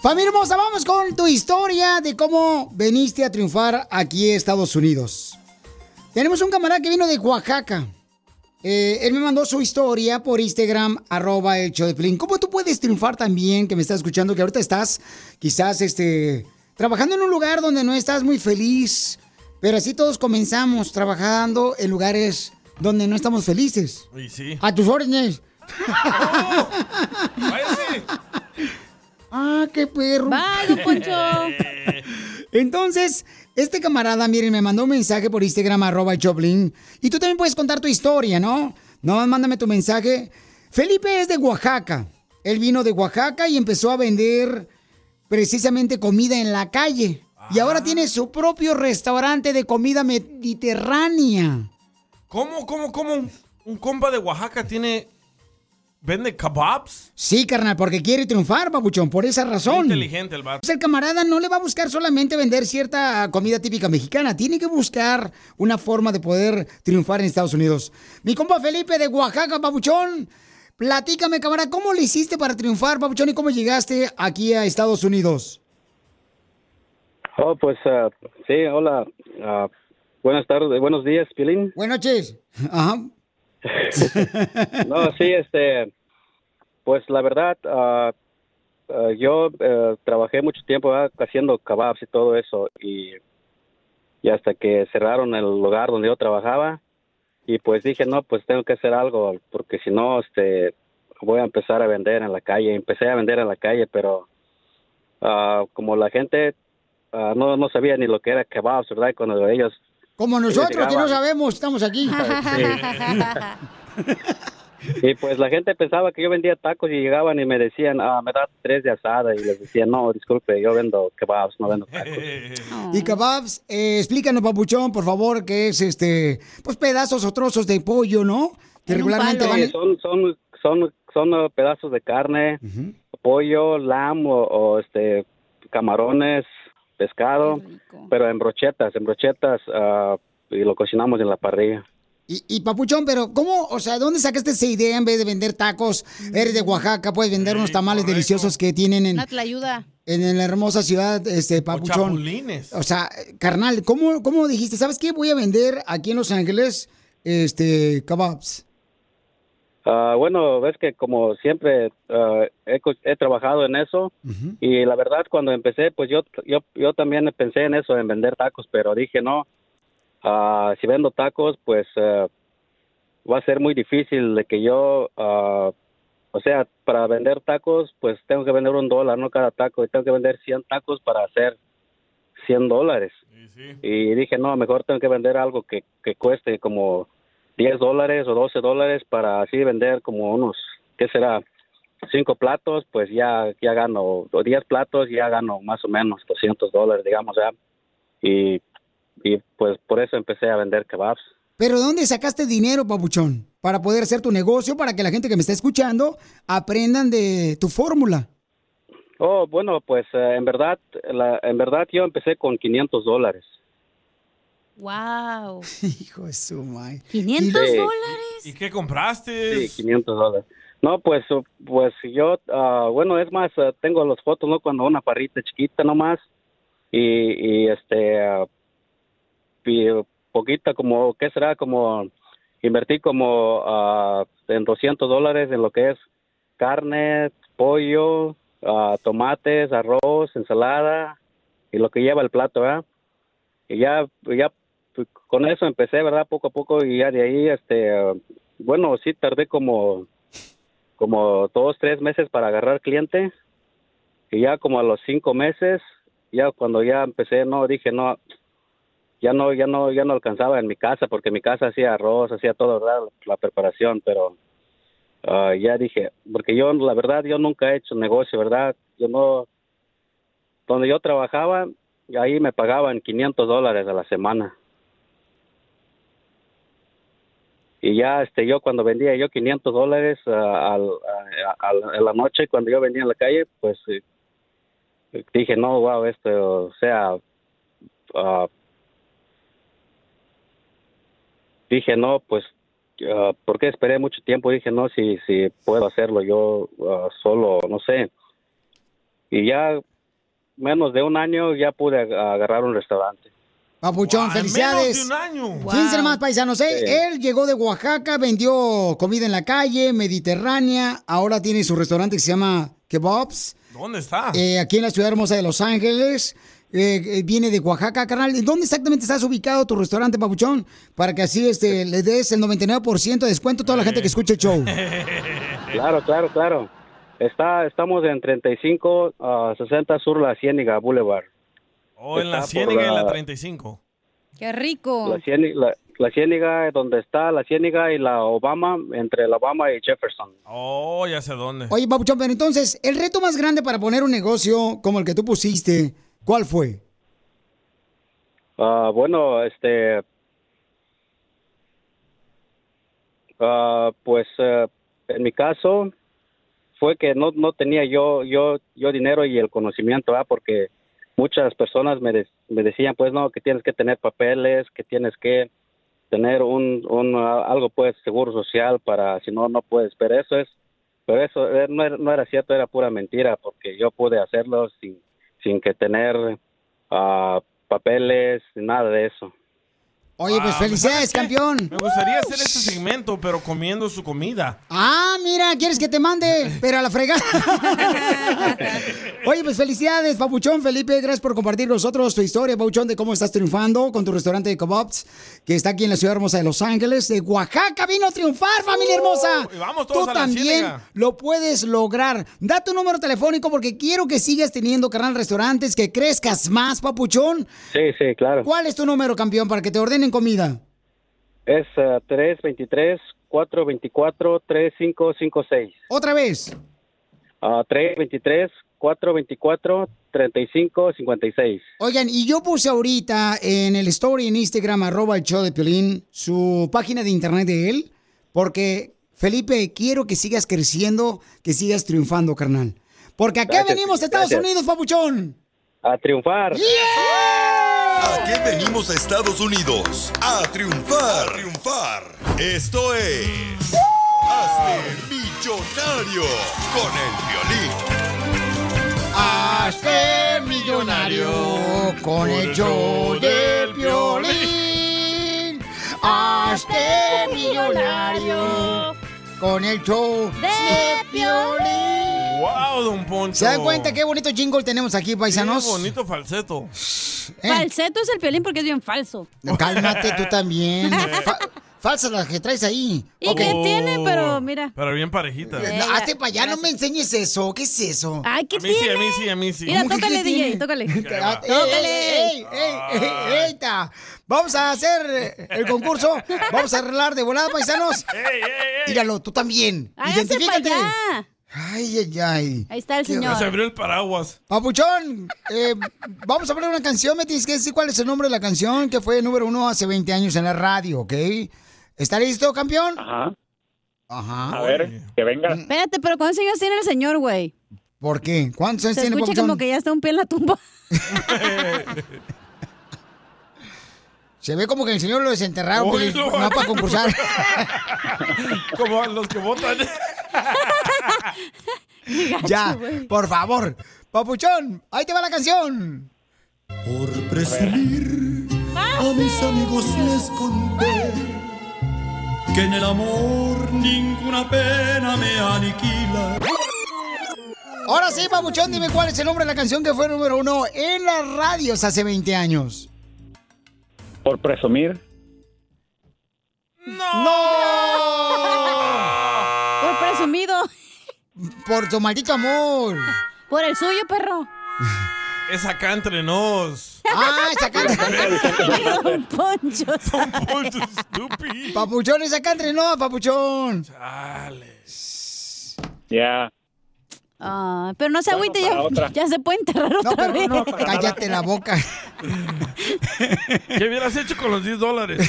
Speaker 2: Familia hermosa, vamos con tu historia de cómo veniste a triunfar aquí en Estados Unidos. Tenemos un camarada que vino de Oaxaca. Eh, él me mandó su historia por Instagram, arroba el show de Piolín. ¿Cómo tú puedes triunfar también, que me estás escuchando, que ahorita estás quizás este, trabajando en un lugar donde no estás muy feliz? Pero así todos comenzamos trabajando en lugares donde no estamos felices.
Speaker 1: Y sí.
Speaker 2: A tus órdenes.
Speaker 1: Váyase.
Speaker 2: Ah, qué perro.
Speaker 3: Bye, don Poncho.
Speaker 2: Entonces, este camarada, miren, me mandó un mensaje por Instagram, arroba el Choplin. Y tú también puedes contar tu historia, ¿no? No, mándame tu mensaje. Felipe es de Oaxaca. Él vino de Oaxaca y empezó a vender precisamente comida en la calle. Y
Speaker 1: Ah.
Speaker 2: ahora tiene su propio restaurante de comida mediterránea.
Speaker 1: ¿Cómo, cómo, cómo un, un compa de Oaxaca tiene. vende kebabs?
Speaker 2: Sí, carnal, porque quiere triunfar, babuchón, por esa razón.
Speaker 1: Inteligente el vato.
Speaker 2: Pues el camarada no le va a buscar solamente vender cierta comida típica mexicana, tiene que buscar una forma de poder triunfar en Estados Unidos. Mi compa Felipe de Oaxaca, Papuchón, platícame, camarada, ¿cómo le hiciste para triunfar, Papuchón, y cómo llegaste aquí a Estados Unidos?
Speaker 27: Oh, pues ah, sí, hola. ah, buenas tardes, buenos días, Pilín.
Speaker 2: Buenas noches. Ajá.
Speaker 27: no, sí, este, pues la verdad, ah, ah, yo eh, trabajé mucho tiempo ¿verdad? haciendo kebabs y todo eso, y, y hasta que cerraron el lugar donde yo trabajaba, y pues dije, no, pues tengo que hacer algo, porque si no, este, voy a empezar a vender en la calle. Empecé a vender en la calle, pero ah, como la gente ah, no, no sabía ni lo que era kebabs, ¿verdad? Y Cuando ellos
Speaker 2: Como nosotros, que no
Speaker 27: llegaban.
Speaker 2: sabemos, estamos aquí.
Speaker 27: Y pues la gente pensaba que yo vendía tacos y llegaban y me decían, ah, me da tres de asada. Y les decía, no, disculpe, yo vendo kebabs, no vendo tacos.
Speaker 2: Y kebabs, eh, explícanos, Papuchón, por favor, que es este, pues pedazos o trozos de pollo, ¿no? Que regularmente van
Speaker 27: Sí, son, son, son, son eh, pedazos de carne, pollo, lamb o, o, este, camarones, pescado, pero en brochetas, en brochetas ah, y lo cocinamos en la parrilla.
Speaker 2: Y, y, Papuchón, pero ¿cómo, o sea, dónde sacaste esa idea en vez de vender tacos? Eres de Oaxaca, puedes vender unos tamales deliciosos que tienen en,
Speaker 3: Una tlayuda.
Speaker 2: en la hermosa ciudad, este, Papuchón.
Speaker 1: chapulines.
Speaker 2: O sea, carnal, ¿cómo, ¿cómo dijiste? ¿Sabes qué? Voy a vender aquí en Los Ángeles, este, kebabs.
Speaker 27: Ah, bueno, ves que como siempre ah, he, co- he trabajado en eso y la verdad cuando empecé, pues yo, yo, yo también pensé en eso, en vender tacos, pero dije no, ah, si vendo tacos, pues ah, va a ser muy difícil de que yo, ah, o sea, para vender tacos, pues tengo que vender un dólar, no cada taco, y tengo que vender 100 tacos para hacer 100 dólares. Y dije, no, mejor tengo que vender algo que, que cueste como 10 dólares o 12 dólares para así vender como unos, ¿qué será? Cinco platos, pues ya, ya gano, o 10 platos, ya gano más o menos 200 dólares, digamos, ya. Y, y pues por eso empecé a vender kebabs.
Speaker 2: Pero ¿de dónde sacaste dinero, Papuchón? Para poder hacer tu negocio, para que la gente que me está escuchando aprendan de tu fórmula.
Speaker 27: Oh, bueno, pues eh, en verdad, la, en verdad yo empecé con 500 dólares.
Speaker 3: Wow.
Speaker 2: Hijo de su madre.
Speaker 3: 500
Speaker 27: Sí.
Speaker 3: dólares.
Speaker 1: ¿Y qué compraste?
Speaker 27: Sí, 500 dólares. No, pues, uh, pues yo, ah, bueno, es más, ah, tengo las fotos, ¿no? Cuando una parrita chiquita nomás y, y este, ah, y poquita como, ¿qué será? Como invertí como ah, en 200 dólares en lo que es carne, pollo, ah, tomates, arroz, ensalada y lo que lleva el plato, ¿verdad? Y ya, ya pues, con eso empecé, ¿verdad? Poco a poco y ya de ahí, este, ah, bueno, sí tardé como, como dos, tres meses para agarrar cliente y ya como a los cinco meses, ya cuando ya empecé, no, dije, no, ya no, ya no, ya no alcanzaba en mi casa porque en mi casa hacía arroz, hacía todo, ¿verdad? La preparación, pero ah, ya dije, porque yo, la verdad, yo nunca he hecho negocio, ¿verdad? Yo no, donde yo trabajaba, ahí me pagaban 500 dólares a la semana. Y ya, este, yo cuando vendía yo 500 dólares ah, al, a, a- a la noche, cuando yo vendía en la calle, pues eh, dije, no, wow, esto, o sea, ah, dije, no, pues, ah, porque esperé mucho tiempo, dije, no, si, si puedo hacerlo yo ah, solo, no sé. Y ya menos de un año ya pude ag- agarrar un restaurante.
Speaker 2: Papuchón,
Speaker 1: menos
Speaker 2: felicidades.
Speaker 1: de un año.
Speaker 2: Fíjense nomás, paisanos, ¿eh?
Speaker 27: Sí.
Speaker 2: él llegó de Oaxaca, vendió comida en la calle, mediterránea, ahora tiene su restaurante que se llama Kebabs,
Speaker 1: ¿Dónde está?
Speaker 2: eh, aquí en la ciudad hermosa de Los Ángeles, Eh, eh, viene de Oaxaca, carnal. ¿Y ¿Dónde exactamente estás ubicado tu restaurante, Papuchón? Para que así este, le des el 99% de descuento a toda la gente que escuche el show.
Speaker 1: Eh.
Speaker 27: Claro, claro, claro. Está, estamos en 35, a 60 ah, Sur La Ciéniga Boulevard.
Speaker 1: O Oh, en la
Speaker 27: Está por
Speaker 1: Ciénaga, en la
Speaker 27: la-
Speaker 1: 35.
Speaker 3: Qué rico.
Speaker 27: La,
Speaker 2: Pues,
Speaker 27: Ciéni- la, la Ciéniga, donde está la Ciéniga y la Obama, entre la Obama y Jefferson.
Speaker 1: Oh, ya sé dónde.
Speaker 2: Oye, Papuchón, pero entonces, el reto más grande para poner un negocio como el que tú pusiste, ¿cuál fue?
Speaker 27: Ah, bueno, este. ah, pues eh, en mi caso fue que no, no tenía yo, yo, yo dinero y el conocimiento, ah, porque muchas personas me, de- me decían, pues no, que tienes que tener papeles, que tienes que tener un, un ah, algo, pues, seguro social para, si no, no puedes. Pero eso es, pero eso eh, no era, no era cierto, era pura mentira, porque yo pude hacerlo sin, sin que tener ah, papeles, nada de eso.
Speaker 2: Oye, pues felicidades, campeón.
Speaker 1: Me gustaría hacer este segmento, pero comiendo su comida.
Speaker 2: Ah, mira, ¿quieres que te mande? Pero a la fregada. Oye, pues felicidades, Papuchón Felipe. Gracias por compartir con nosotros tu historia, Papuchón, de cómo estás triunfando con tu restaurante de kebabs, que está aquí en la ciudad hermosa de Los Ángeles. De Oaxaca vino a triunfar, familia hermosa.
Speaker 5: Uh, y vamos todos
Speaker 2: Tú
Speaker 5: a la
Speaker 2: también
Speaker 5: Ciénega.
Speaker 2: lo puedes lograr. Da tu número telefónico porque quiero que sigas teniendo, carnal, restaurantes, que crezcas más, Papuchón.
Speaker 27: Sí, sí, claro.
Speaker 2: ¿Cuál es tu número, campeón, para que te ordenen comida?
Speaker 27: Es ah, 323-424-3556.
Speaker 2: Otra vez.
Speaker 27: Ah, 323-424-3556.
Speaker 2: Oigan, y yo puse ahorita en el story en Instagram, arroba el show de Piolín, su página de internet de él, porque, Felipe, quiero que sigas creciendo, que sigas triunfando, carnal. Porque acá
Speaker 5: Gracias,
Speaker 2: venimos a Estados
Speaker 5: gracias.
Speaker 2: Unidos, papuchón.
Speaker 27: A triunfar.
Speaker 4: ¿A qué venimos a Estados Unidos? A triunfar. A triunfar. Esto es. Hazte millonario con el violín. Ah.
Speaker 2: Hazte millonario con el show de Piolín. Hazte millonario con el show de Piolín.
Speaker 1: ¡Wow, don Poncho!
Speaker 2: ¿Se dan cuenta qué bonito jingle tenemos aquí, paisanos?
Speaker 1: Qué bonito falseto.
Speaker 2: eh.
Speaker 3: Falseto es el piolín porque es bien falso.
Speaker 2: Cálmate tú también. Fa- falsas las que traes ahí.
Speaker 3: ¿Y qué tiene? Pero mira.
Speaker 1: Pero bien parejita.
Speaker 2: No, Pues, hazte para allá, no me enseñes eso. ¿Qué es eso?
Speaker 3: Ay, ¿qué
Speaker 1: A mí sí, a mí sí, a mí sí.
Speaker 3: Mira,
Speaker 2: ¿Cómo que
Speaker 3: tócale,
Speaker 2: qué
Speaker 3: DJ,
Speaker 2: tiene?
Speaker 3: tócale.
Speaker 2: Ah, eh,
Speaker 3: Tócale.
Speaker 2: ey, ey, ey, ey,
Speaker 1: Ah.
Speaker 2: ey, ta. Vamos a hacer eh, el concurso. Vamos a arreglar de volada, paisanos. Míralo, tú también.
Speaker 3: Háganse
Speaker 2: Identifícate.
Speaker 3: pa' allá.
Speaker 2: Ay, ay, ay.
Speaker 3: Ahí está el
Speaker 2: Qué
Speaker 3: señor.
Speaker 1: Se abrió el paraguas.
Speaker 2: Papuchón, eh, vamos a poner una canción. Me tienes que decir cuál es el nombre de la canción que fue número uno hace 20 años en la radio, ¿ok? ¿Está listo, campeón?
Speaker 19: Ajá.
Speaker 2: Ajá. Mm.
Speaker 19: A ver, que venga.
Speaker 3: Espérate, pero ¿cuántos años tiene el señor, güey?
Speaker 2: ¿Por qué? ¿Cuántos años
Speaker 3: Se
Speaker 2: tiene
Speaker 3: escucha
Speaker 2: Papuchón?
Speaker 3: como que ya está un pie en la tumba.
Speaker 2: Se ve como que el señor lo desenterraron,
Speaker 1: Uy,
Speaker 2: Piolín,
Speaker 1: no.
Speaker 2: no para concursar.
Speaker 1: Como los que votan.
Speaker 5: gacho,
Speaker 2: ya,
Speaker 5: güey.
Speaker 2: por favor. Papuchón, ahí te va la canción. Por
Speaker 7: presumir, a mis amigos les conté que en el amor ninguna pena me aniquila.
Speaker 2: Ahora sí, Pabuchón, dime cuál es el nombre de la canción que fue número uno en las radios hace 20 años.
Speaker 27: Por presumir.
Speaker 2: ¡No! Por presumido. Por tu maldito amor.
Speaker 3: Por el suyo, perro.
Speaker 1: Es acá entre nos.
Speaker 2: Ah, es acá entre-
Speaker 3: Don Poncho.
Speaker 1: Don Poncho, estúpido.
Speaker 2: Papuchón, es acá entre no, papuchón.
Speaker 27: Ya.
Speaker 3: Ah, pero no se
Speaker 2: Bueno,
Speaker 3: agüite, ya,
Speaker 2: para otra.
Speaker 3: ya se puede enterrar otra vez.
Speaker 2: cállate la boca.
Speaker 1: ¿Qué hubieras hecho con los 10 dólares?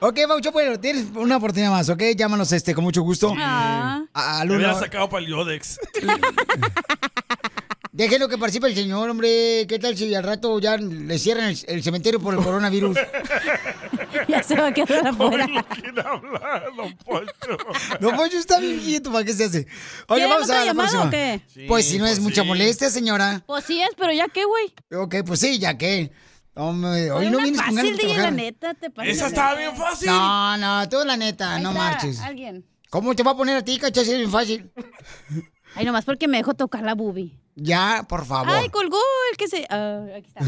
Speaker 2: Ok, Papuchón, bueno, tienes una oportunidad más, ¿ok? Llámanos este con mucho gusto.
Speaker 1: Ah.
Speaker 2: A- al
Speaker 1: Me hubieras
Speaker 2: uno-
Speaker 1: sacado para el Yodex.
Speaker 2: Déjenlo que participe el señor, hombre. ¿Qué tal si al rato ya le cierran el, el cementerio por el coronavirus?
Speaker 3: ya se va a quedar afuera.
Speaker 2: No, pues yo está bien viejo, ¿para qué se hace? Oye,
Speaker 3: ¿Quieren
Speaker 2: vamos
Speaker 3: otra
Speaker 2: a la
Speaker 3: llamada
Speaker 2: próxima.
Speaker 3: o qué? Sí,
Speaker 2: pues si no es
Speaker 3: pues
Speaker 2: mucha
Speaker 3: sí.
Speaker 2: molestia, señora.
Speaker 3: Pues sí es, pero ya qué, güey.
Speaker 2: Ok, pues sí, ya que. Hombre, hoy
Speaker 3: Oye,
Speaker 2: no
Speaker 3: una
Speaker 2: vienes con ganas
Speaker 3: Pues fácil, DJ,
Speaker 2: de
Speaker 3: la
Speaker 2: trabajar.
Speaker 3: neta, te pasas
Speaker 2: Esa
Speaker 3: de
Speaker 2: estaba
Speaker 3: lanza.
Speaker 2: bien fácil. No, no, tú la neta,
Speaker 3: Ahí
Speaker 2: no
Speaker 3: está,
Speaker 2: marches.
Speaker 3: Alguien.
Speaker 2: ¿Cómo te va a poner a ti, cacho? Así bien fácil.
Speaker 3: Ay, nomás porque me dejó tocar la boobie.
Speaker 2: Ya, por favor.
Speaker 3: Ay, colgó el que se. ah, aquí está.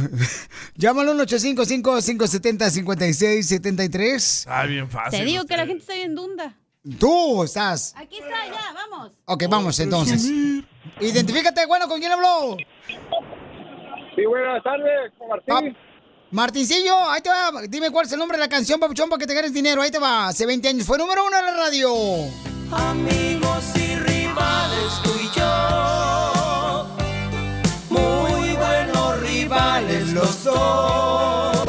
Speaker 2: Llámalo al 855-570-5673.
Speaker 1: Ah, bien fácil.
Speaker 3: Te digo que la gente está bien dunda.
Speaker 2: Tú estás.
Speaker 3: Aquí está,
Speaker 2: Ah,
Speaker 3: ya, vamos.
Speaker 2: Ok, vamos entonces. Identifícate, bueno, ¿con quién habló?
Speaker 19: Sí, buenas tardes, Martín.
Speaker 2: Martincillo, ahí te va. Dime cuál es el nombre de la canción, papuchón, para que te ganes dinero. Ahí te va. Hace 20 años. Fue número uno en la radio.
Speaker 7: Amigos y rivales, tú y yo. Muy buenos rivales los dos.
Speaker 1: Eh,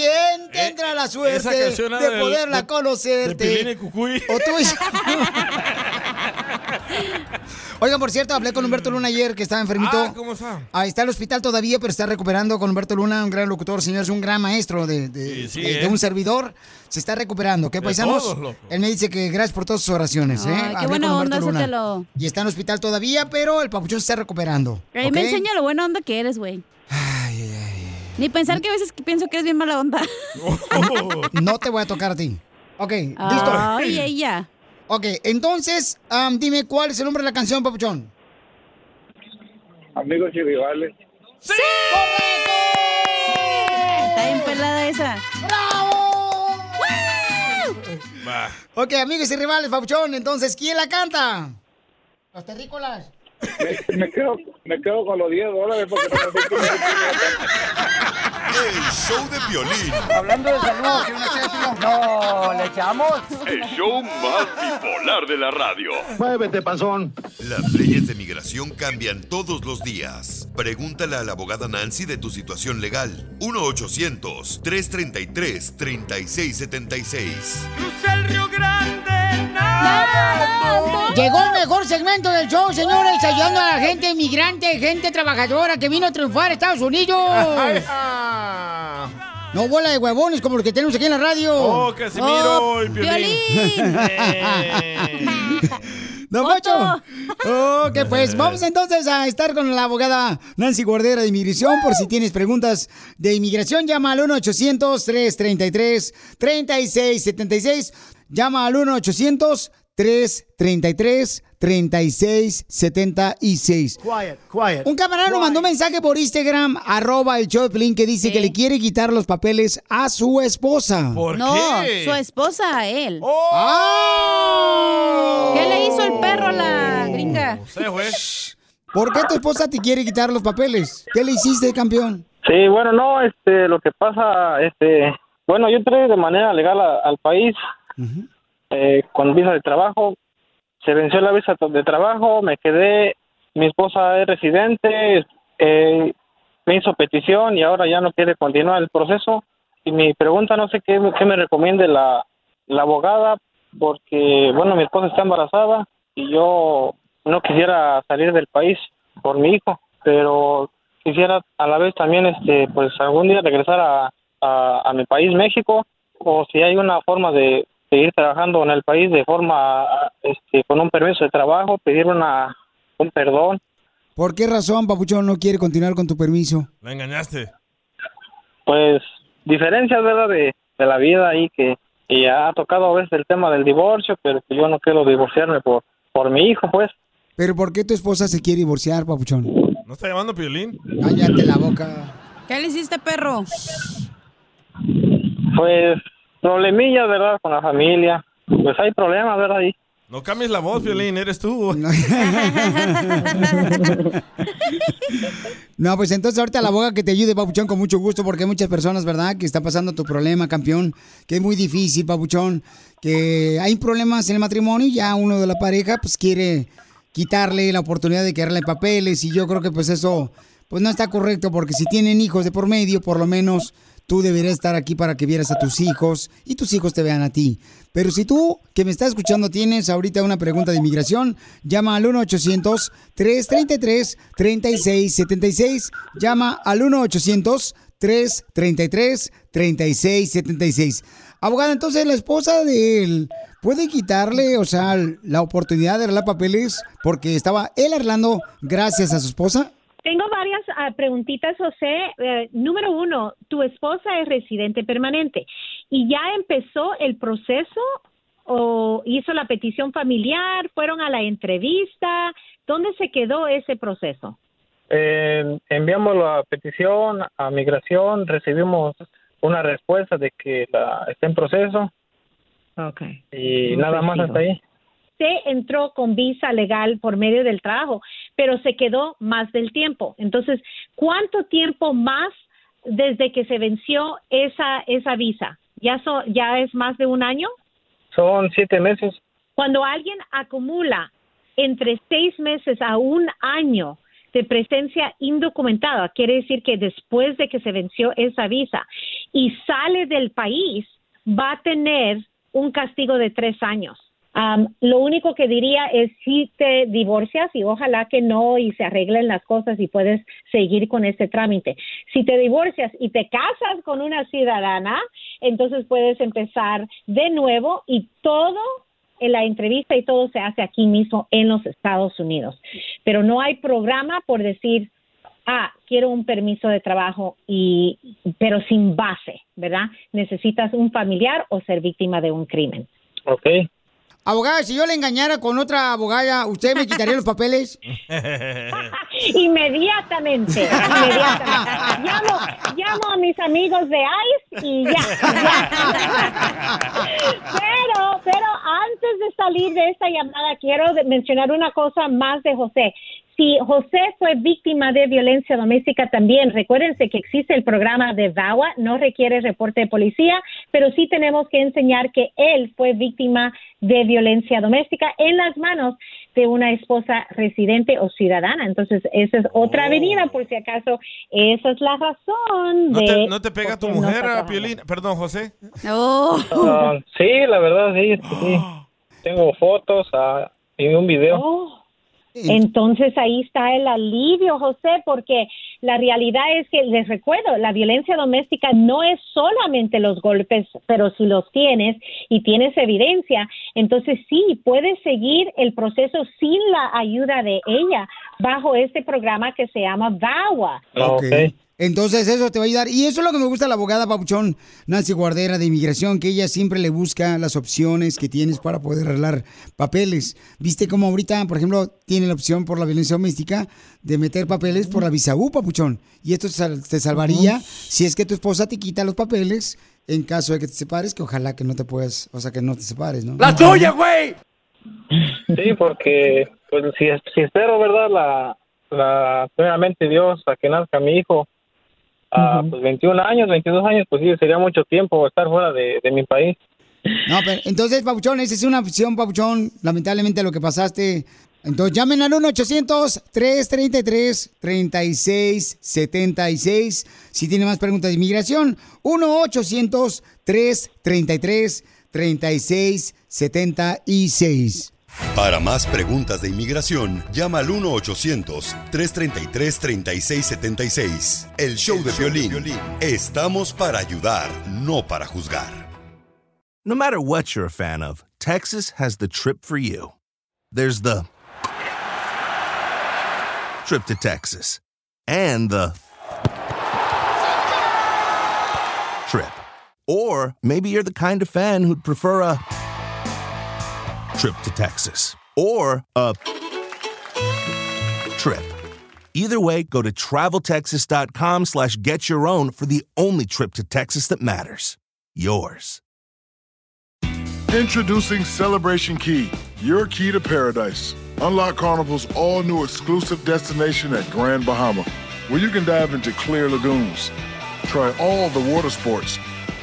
Speaker 2: ¿Quién tendrá la suerte
Speaker 7: esa canción era
Speaker 2: de
Speaker 7: del-
Speaker 2: poderla
Speaker 7: de-
Speaker 2: conocerte?
Speaker 7: de Pilín y
Speaker 2: O tú Oigan, por cierto, hablé con Humberto Luna ayer, que estaba enfermito.
Speaker 1: Ah, ¿cómo está?
Speaker 2: Ahí está en el hospital todavía, pero está recuperando con Humberto Luna, un gran locutor, señor, es un gran maestro de,
Speaker 1: Sí,
Speaker 2: de-
Speaker 1: sí,
Speaker 2: de-
Speaker 1: ¿eh?
Speaker 2: de un servidor. Se está recuperando, ¿qué
Speaker 1: De
Speaker 2: paisanos?
Speaker 1: todos, loco.
Speaker 2: Él me dice que gracias por todas sus oraciones, ¿eh?
Speaker 3: Ay, qué
Speaker 2: Hablé
Speaker 3: buena onda,
Speaker 2: con Humberto Luna.
Speaker 3: sételo.
Speaker 2: Y está en el hospital todavía, pero el papuchón se está recuperando.
Speaker 3: Ahí
Speaker 2: ¿ok?
Speaker 3: Eh, me enseña lo buena onda que eres, güey. Ni pensar que a veces que pienso que eres bien mala onda.
Speaker 2: No te voy a tocar a ti. Ok, listo.
Speaker 3: Ay, ella.
Speaker 2: Ok, entonces, am, dime cuál es el nombre de la canción, papuchón.
Speaker 19: Amigos y rivales.
Speaker 2: ¡Sí! ¡Correcto!
Speaker 3: Está bien pelada esa.
Speaker 2: ¡Bravo! Eh.
Speaker 1: Va.
Speaker 2: Ok, amigos y rivales, papuchón, entonces, ¿quién la canta? Los terrícolas.
Speaker 19: Me, me quedo, me quedo con los 10 dólares porque no me
Speaker 4: El show de violín.
Speaker 28: Hablando de saludos, ¿sí una No, ¿le echamos?
Speaker 18: El show más bipolar de la radio.
Speaker 28: Muévete, panzón.
Speaker 4: Las leyes de migración cambian todos los días. Pregúntale a la abogada Nancy de tu situación legal. 1-800-333-3676.
Speaker 7: el Río Grande.
Speaker 2: Llegó el mejor segmento del show, señores, ayudando a la gente inmigrante, gente trabajadora que vino a triunfar a Estados Unidos. Ah. No bola de huevones como los que tenemos aquí en la radio.
Speaker 1: Oh, Casimiro Eh. y Piolín.
Speaker 2: ¡No, macho! Ok, pues vamos entonces a estar con la abogada Nancy Guardera de Inmigración. Por si tienes preguntas de inmigración, llama al 1-800-333-3676. Llama al 1-800-333-3676.
Speaker 7: Quiet, quiet.
Speaker 2: Un camarada nos mandó un mensaje por Instagram, arroba el show de Piolín, que dice que le quiere quitar los papeles a su esposa.
Speaker 3: no, su esposa a él.
Speaker 2: ¡Oh!
Speaker 3: ¿Qué le hizo el perro a la gringa?
Speaker 2: ¿Por qué tu esposa te quiere quitar los papeles? ¿Qué le hiciste, campeón?
Speaker 19: Sí, bueno, no, este, lo que pasa, este, bueno, yo entré de manera legal a- al país eh, con visa de trabajo. Se venció la visa de trabajo, me quedé, mi esposa es residente, eh, me hizo petición y ahora ya no quiere continuar el proceso. Y mi pregunta, no sé qué, qué me recomiende la, la abogada, porque, bueno, mi esposa está embarazada y yo no quisiera salir del país por mi hijo, pero quisiera a la vez también, este, pues algún día regresar a, a, a mi país, México, o si hay una forma de seguir trabajando en el país de forma, este, con un permiso de trabajo, pedir una, un perdón.
Speaker 2: ¿Por qué razón, papuchón, no quiere continuar con tu permiso?
Speaker 19: La engañaste. Pues diferencias, ¿verdad? De, de la vida ahí que y ha tocado a veces el tema del divorcio, pero que yo no quiero divorciarme por, por mi hijo, pues.
Speaker 2: Pero ¿por qué tu esposa se quiere divorciar, papuchón?
Speaker 1: ¿No está llamando Piolín?
Speaker 2: Cállate la boca.
Speaker 3: ¿Qué le hiciste, perro?
Speaker 19: Pues problemilla, ¿verdad? Con la familia. Pues hay problemas, ¿verdad? Ahí.
Speaker 1: No cambies la voz, Piolín, eres tú.
Speaker 2: No, pues entonces ahorita la boca que te ayude, Papuchón, con mucho gusto, porque hay muchas personas, ¿verdad?, que está pasando tu problema, campeón, que es muy difícil, Papuchón, que hay problemas en el matrimonio y ya uno de la pareja, pues quiere quitarle la oportunidad de quedarle papeles y yo creo que pues eso, pues no está correcto, porque si tienen hijos de por medio, por lo menos tú deberías estar aquí para que vieras a tus hijos y tus hijos te vean a ti. Pero si tú, que me estás escuchando, tienes ahorita una pregunta de inmigración, llama al 1-800-333-3676. Llama al 1-800-333-3676. Abogada, entonces la esposa de él puede quitarle, o sea, la oportunidad de arreglar papeles porque estaba él arreglando gracias a su esposa.
Speaker 22: Tengo varias ah, preguntitas, José. Eh, número uno, tu esposa es residente permanente y ya empezó el proceso o hizo la petición familiar, fueron a la entrevista. ¿Dónde se quedó ese proceso?
Speaker 19: Eh, enviamos la petición a migración, recibimos una respuesta de que la, está en proceso
Speaker 22: Okay.
Speaker 19: y nada más hasta ahí.
Speaker 22: Usted entró con visa legal por medio del trabajo, pero se quedó más del tiempo. Entonces, ¿cuánto tiempo más desde que se venció esa esa visa? Ya so- ya es más de un año.
Speaker 19: Son siete meses.
Speaker 22: Cuando alguien acumula entre seis meses a un año de presencia indocumentada, quiere decir que después de que se venció esa visa y sale del país, va a tener un castigo de tres años. Am, lo único que diría es si te divorcias y ojalá que no y se arreglen las cosas y puedes seguir con este trámite. Si te divorcias y te casas con una ciudadana, entonces puedes empezar de nuevo y todo en la entrevista y todo se hace aquí mismo en los Estados Unidos. Pero no hay programa por decir, ah, quiero un permiso de trabajo y pero sin base, ¿verdad? Necesitas un familiar o ser víctima de un crimen.
Speaker 19: Ok.
Speaker 2: Abogada, si yo le engañara con otra abogada, ¿usted me quitaría los papeles?
Speaker 22: Inmediatamente, inmediatamente. Llamo, llamo a mis amigos de ICE y ya, ya. Pero, pero antes de salir de esta llamada, quiero de- mencionar una cosa más de José. Si José fue víctima de violencia doméstica también, recuérdense que existe el programa de VAWA, no requiere reporte de policía, pero sí tenemos que enseñar que él fue víctima de violencia doméstica en las manos de una esposa residente o ciudadana. Entonces, esa es otra avenida, por si acaso. Esa es la razón
Speaker 1: ¿No
Speaker 22: de...
Speaker 1: te, no te pega tu
Speaker 22: por qué no
Speaker 1: mujer,
Speaker 22: está
Speaker 1: a Piolín? Perdón, José. Oh.
Speaker 19: Ah, sí, la verdad, sí. sí. Tengo fotos ah, y un video.
Speaker 22: Oh. Entonces ahí está el alivio, José, porque la realidad es que, les recuerdo, la violencia doméstica no es solamente los golpes, pero si los tienes y tienes evidencia, entonces sí, puedes seguir el proceso sin la ayuda de ella bajo este programa que se llama VAWA.
Speaker 2: Ok. Entonces eso te va a ayudar. Y eso es lo que me gusta de la abogada Papuchón Nancy Guardera de Inmigración, que ella siempre le busca las opciones que tienes para poder arreglar papeles. Viste como ahorita, por ejemplo, tiene la opción por la violencia doméstica de meter papeles por la visa U, Papuchón. Y esto te sal- te salvaría
Speaker 10: Ujú.
Speaker 2: si es que tu esposa te quita los papeles en caso de que te separes, que ojalá que no te puedas, o sea, que no te separes, ¿no?
Speaker 10: ¡La tuya, güey!
Speaker 19: Sí, porque pues, si, si espero, ¿verdad? La, la, primeramente Dios, a que nazca mi hijo, a pues 21 años, 22 años, pues sí, sería mucho tiempo estar fuera de, de mi país.
Speaker 2: No, pero entonces, Papuchón, esa es una opción, Papuchón. Lamentablemente lo que pasaste. Entonces, llamen al 1-800-333-3676. Si tiene más preguntas de inmigración, 1-800-333-3676.
Speaker 4: Para más preguntas de inmigración, llama al 1-800-333-3676. El show de violín. Estamos para ayudar, no para juzgar.
Speaker 12: No matter what you're a fan of, Texas has the trip for you. There's the trip to Texas and the trip. Or maybe you're the kind of fan who'd prefer a trip to Texas or a
Speaker 29: trip. Either way, go to traveltexas.com slash get your own for the only trip to Texas that matters. Yours.
Speaker 10: Introducing Celebration Key, your key to paradise. Unlock Carnival's all new exclusive destination at Grand Bahama, where you can dive into clear lagoons, try all the water sports,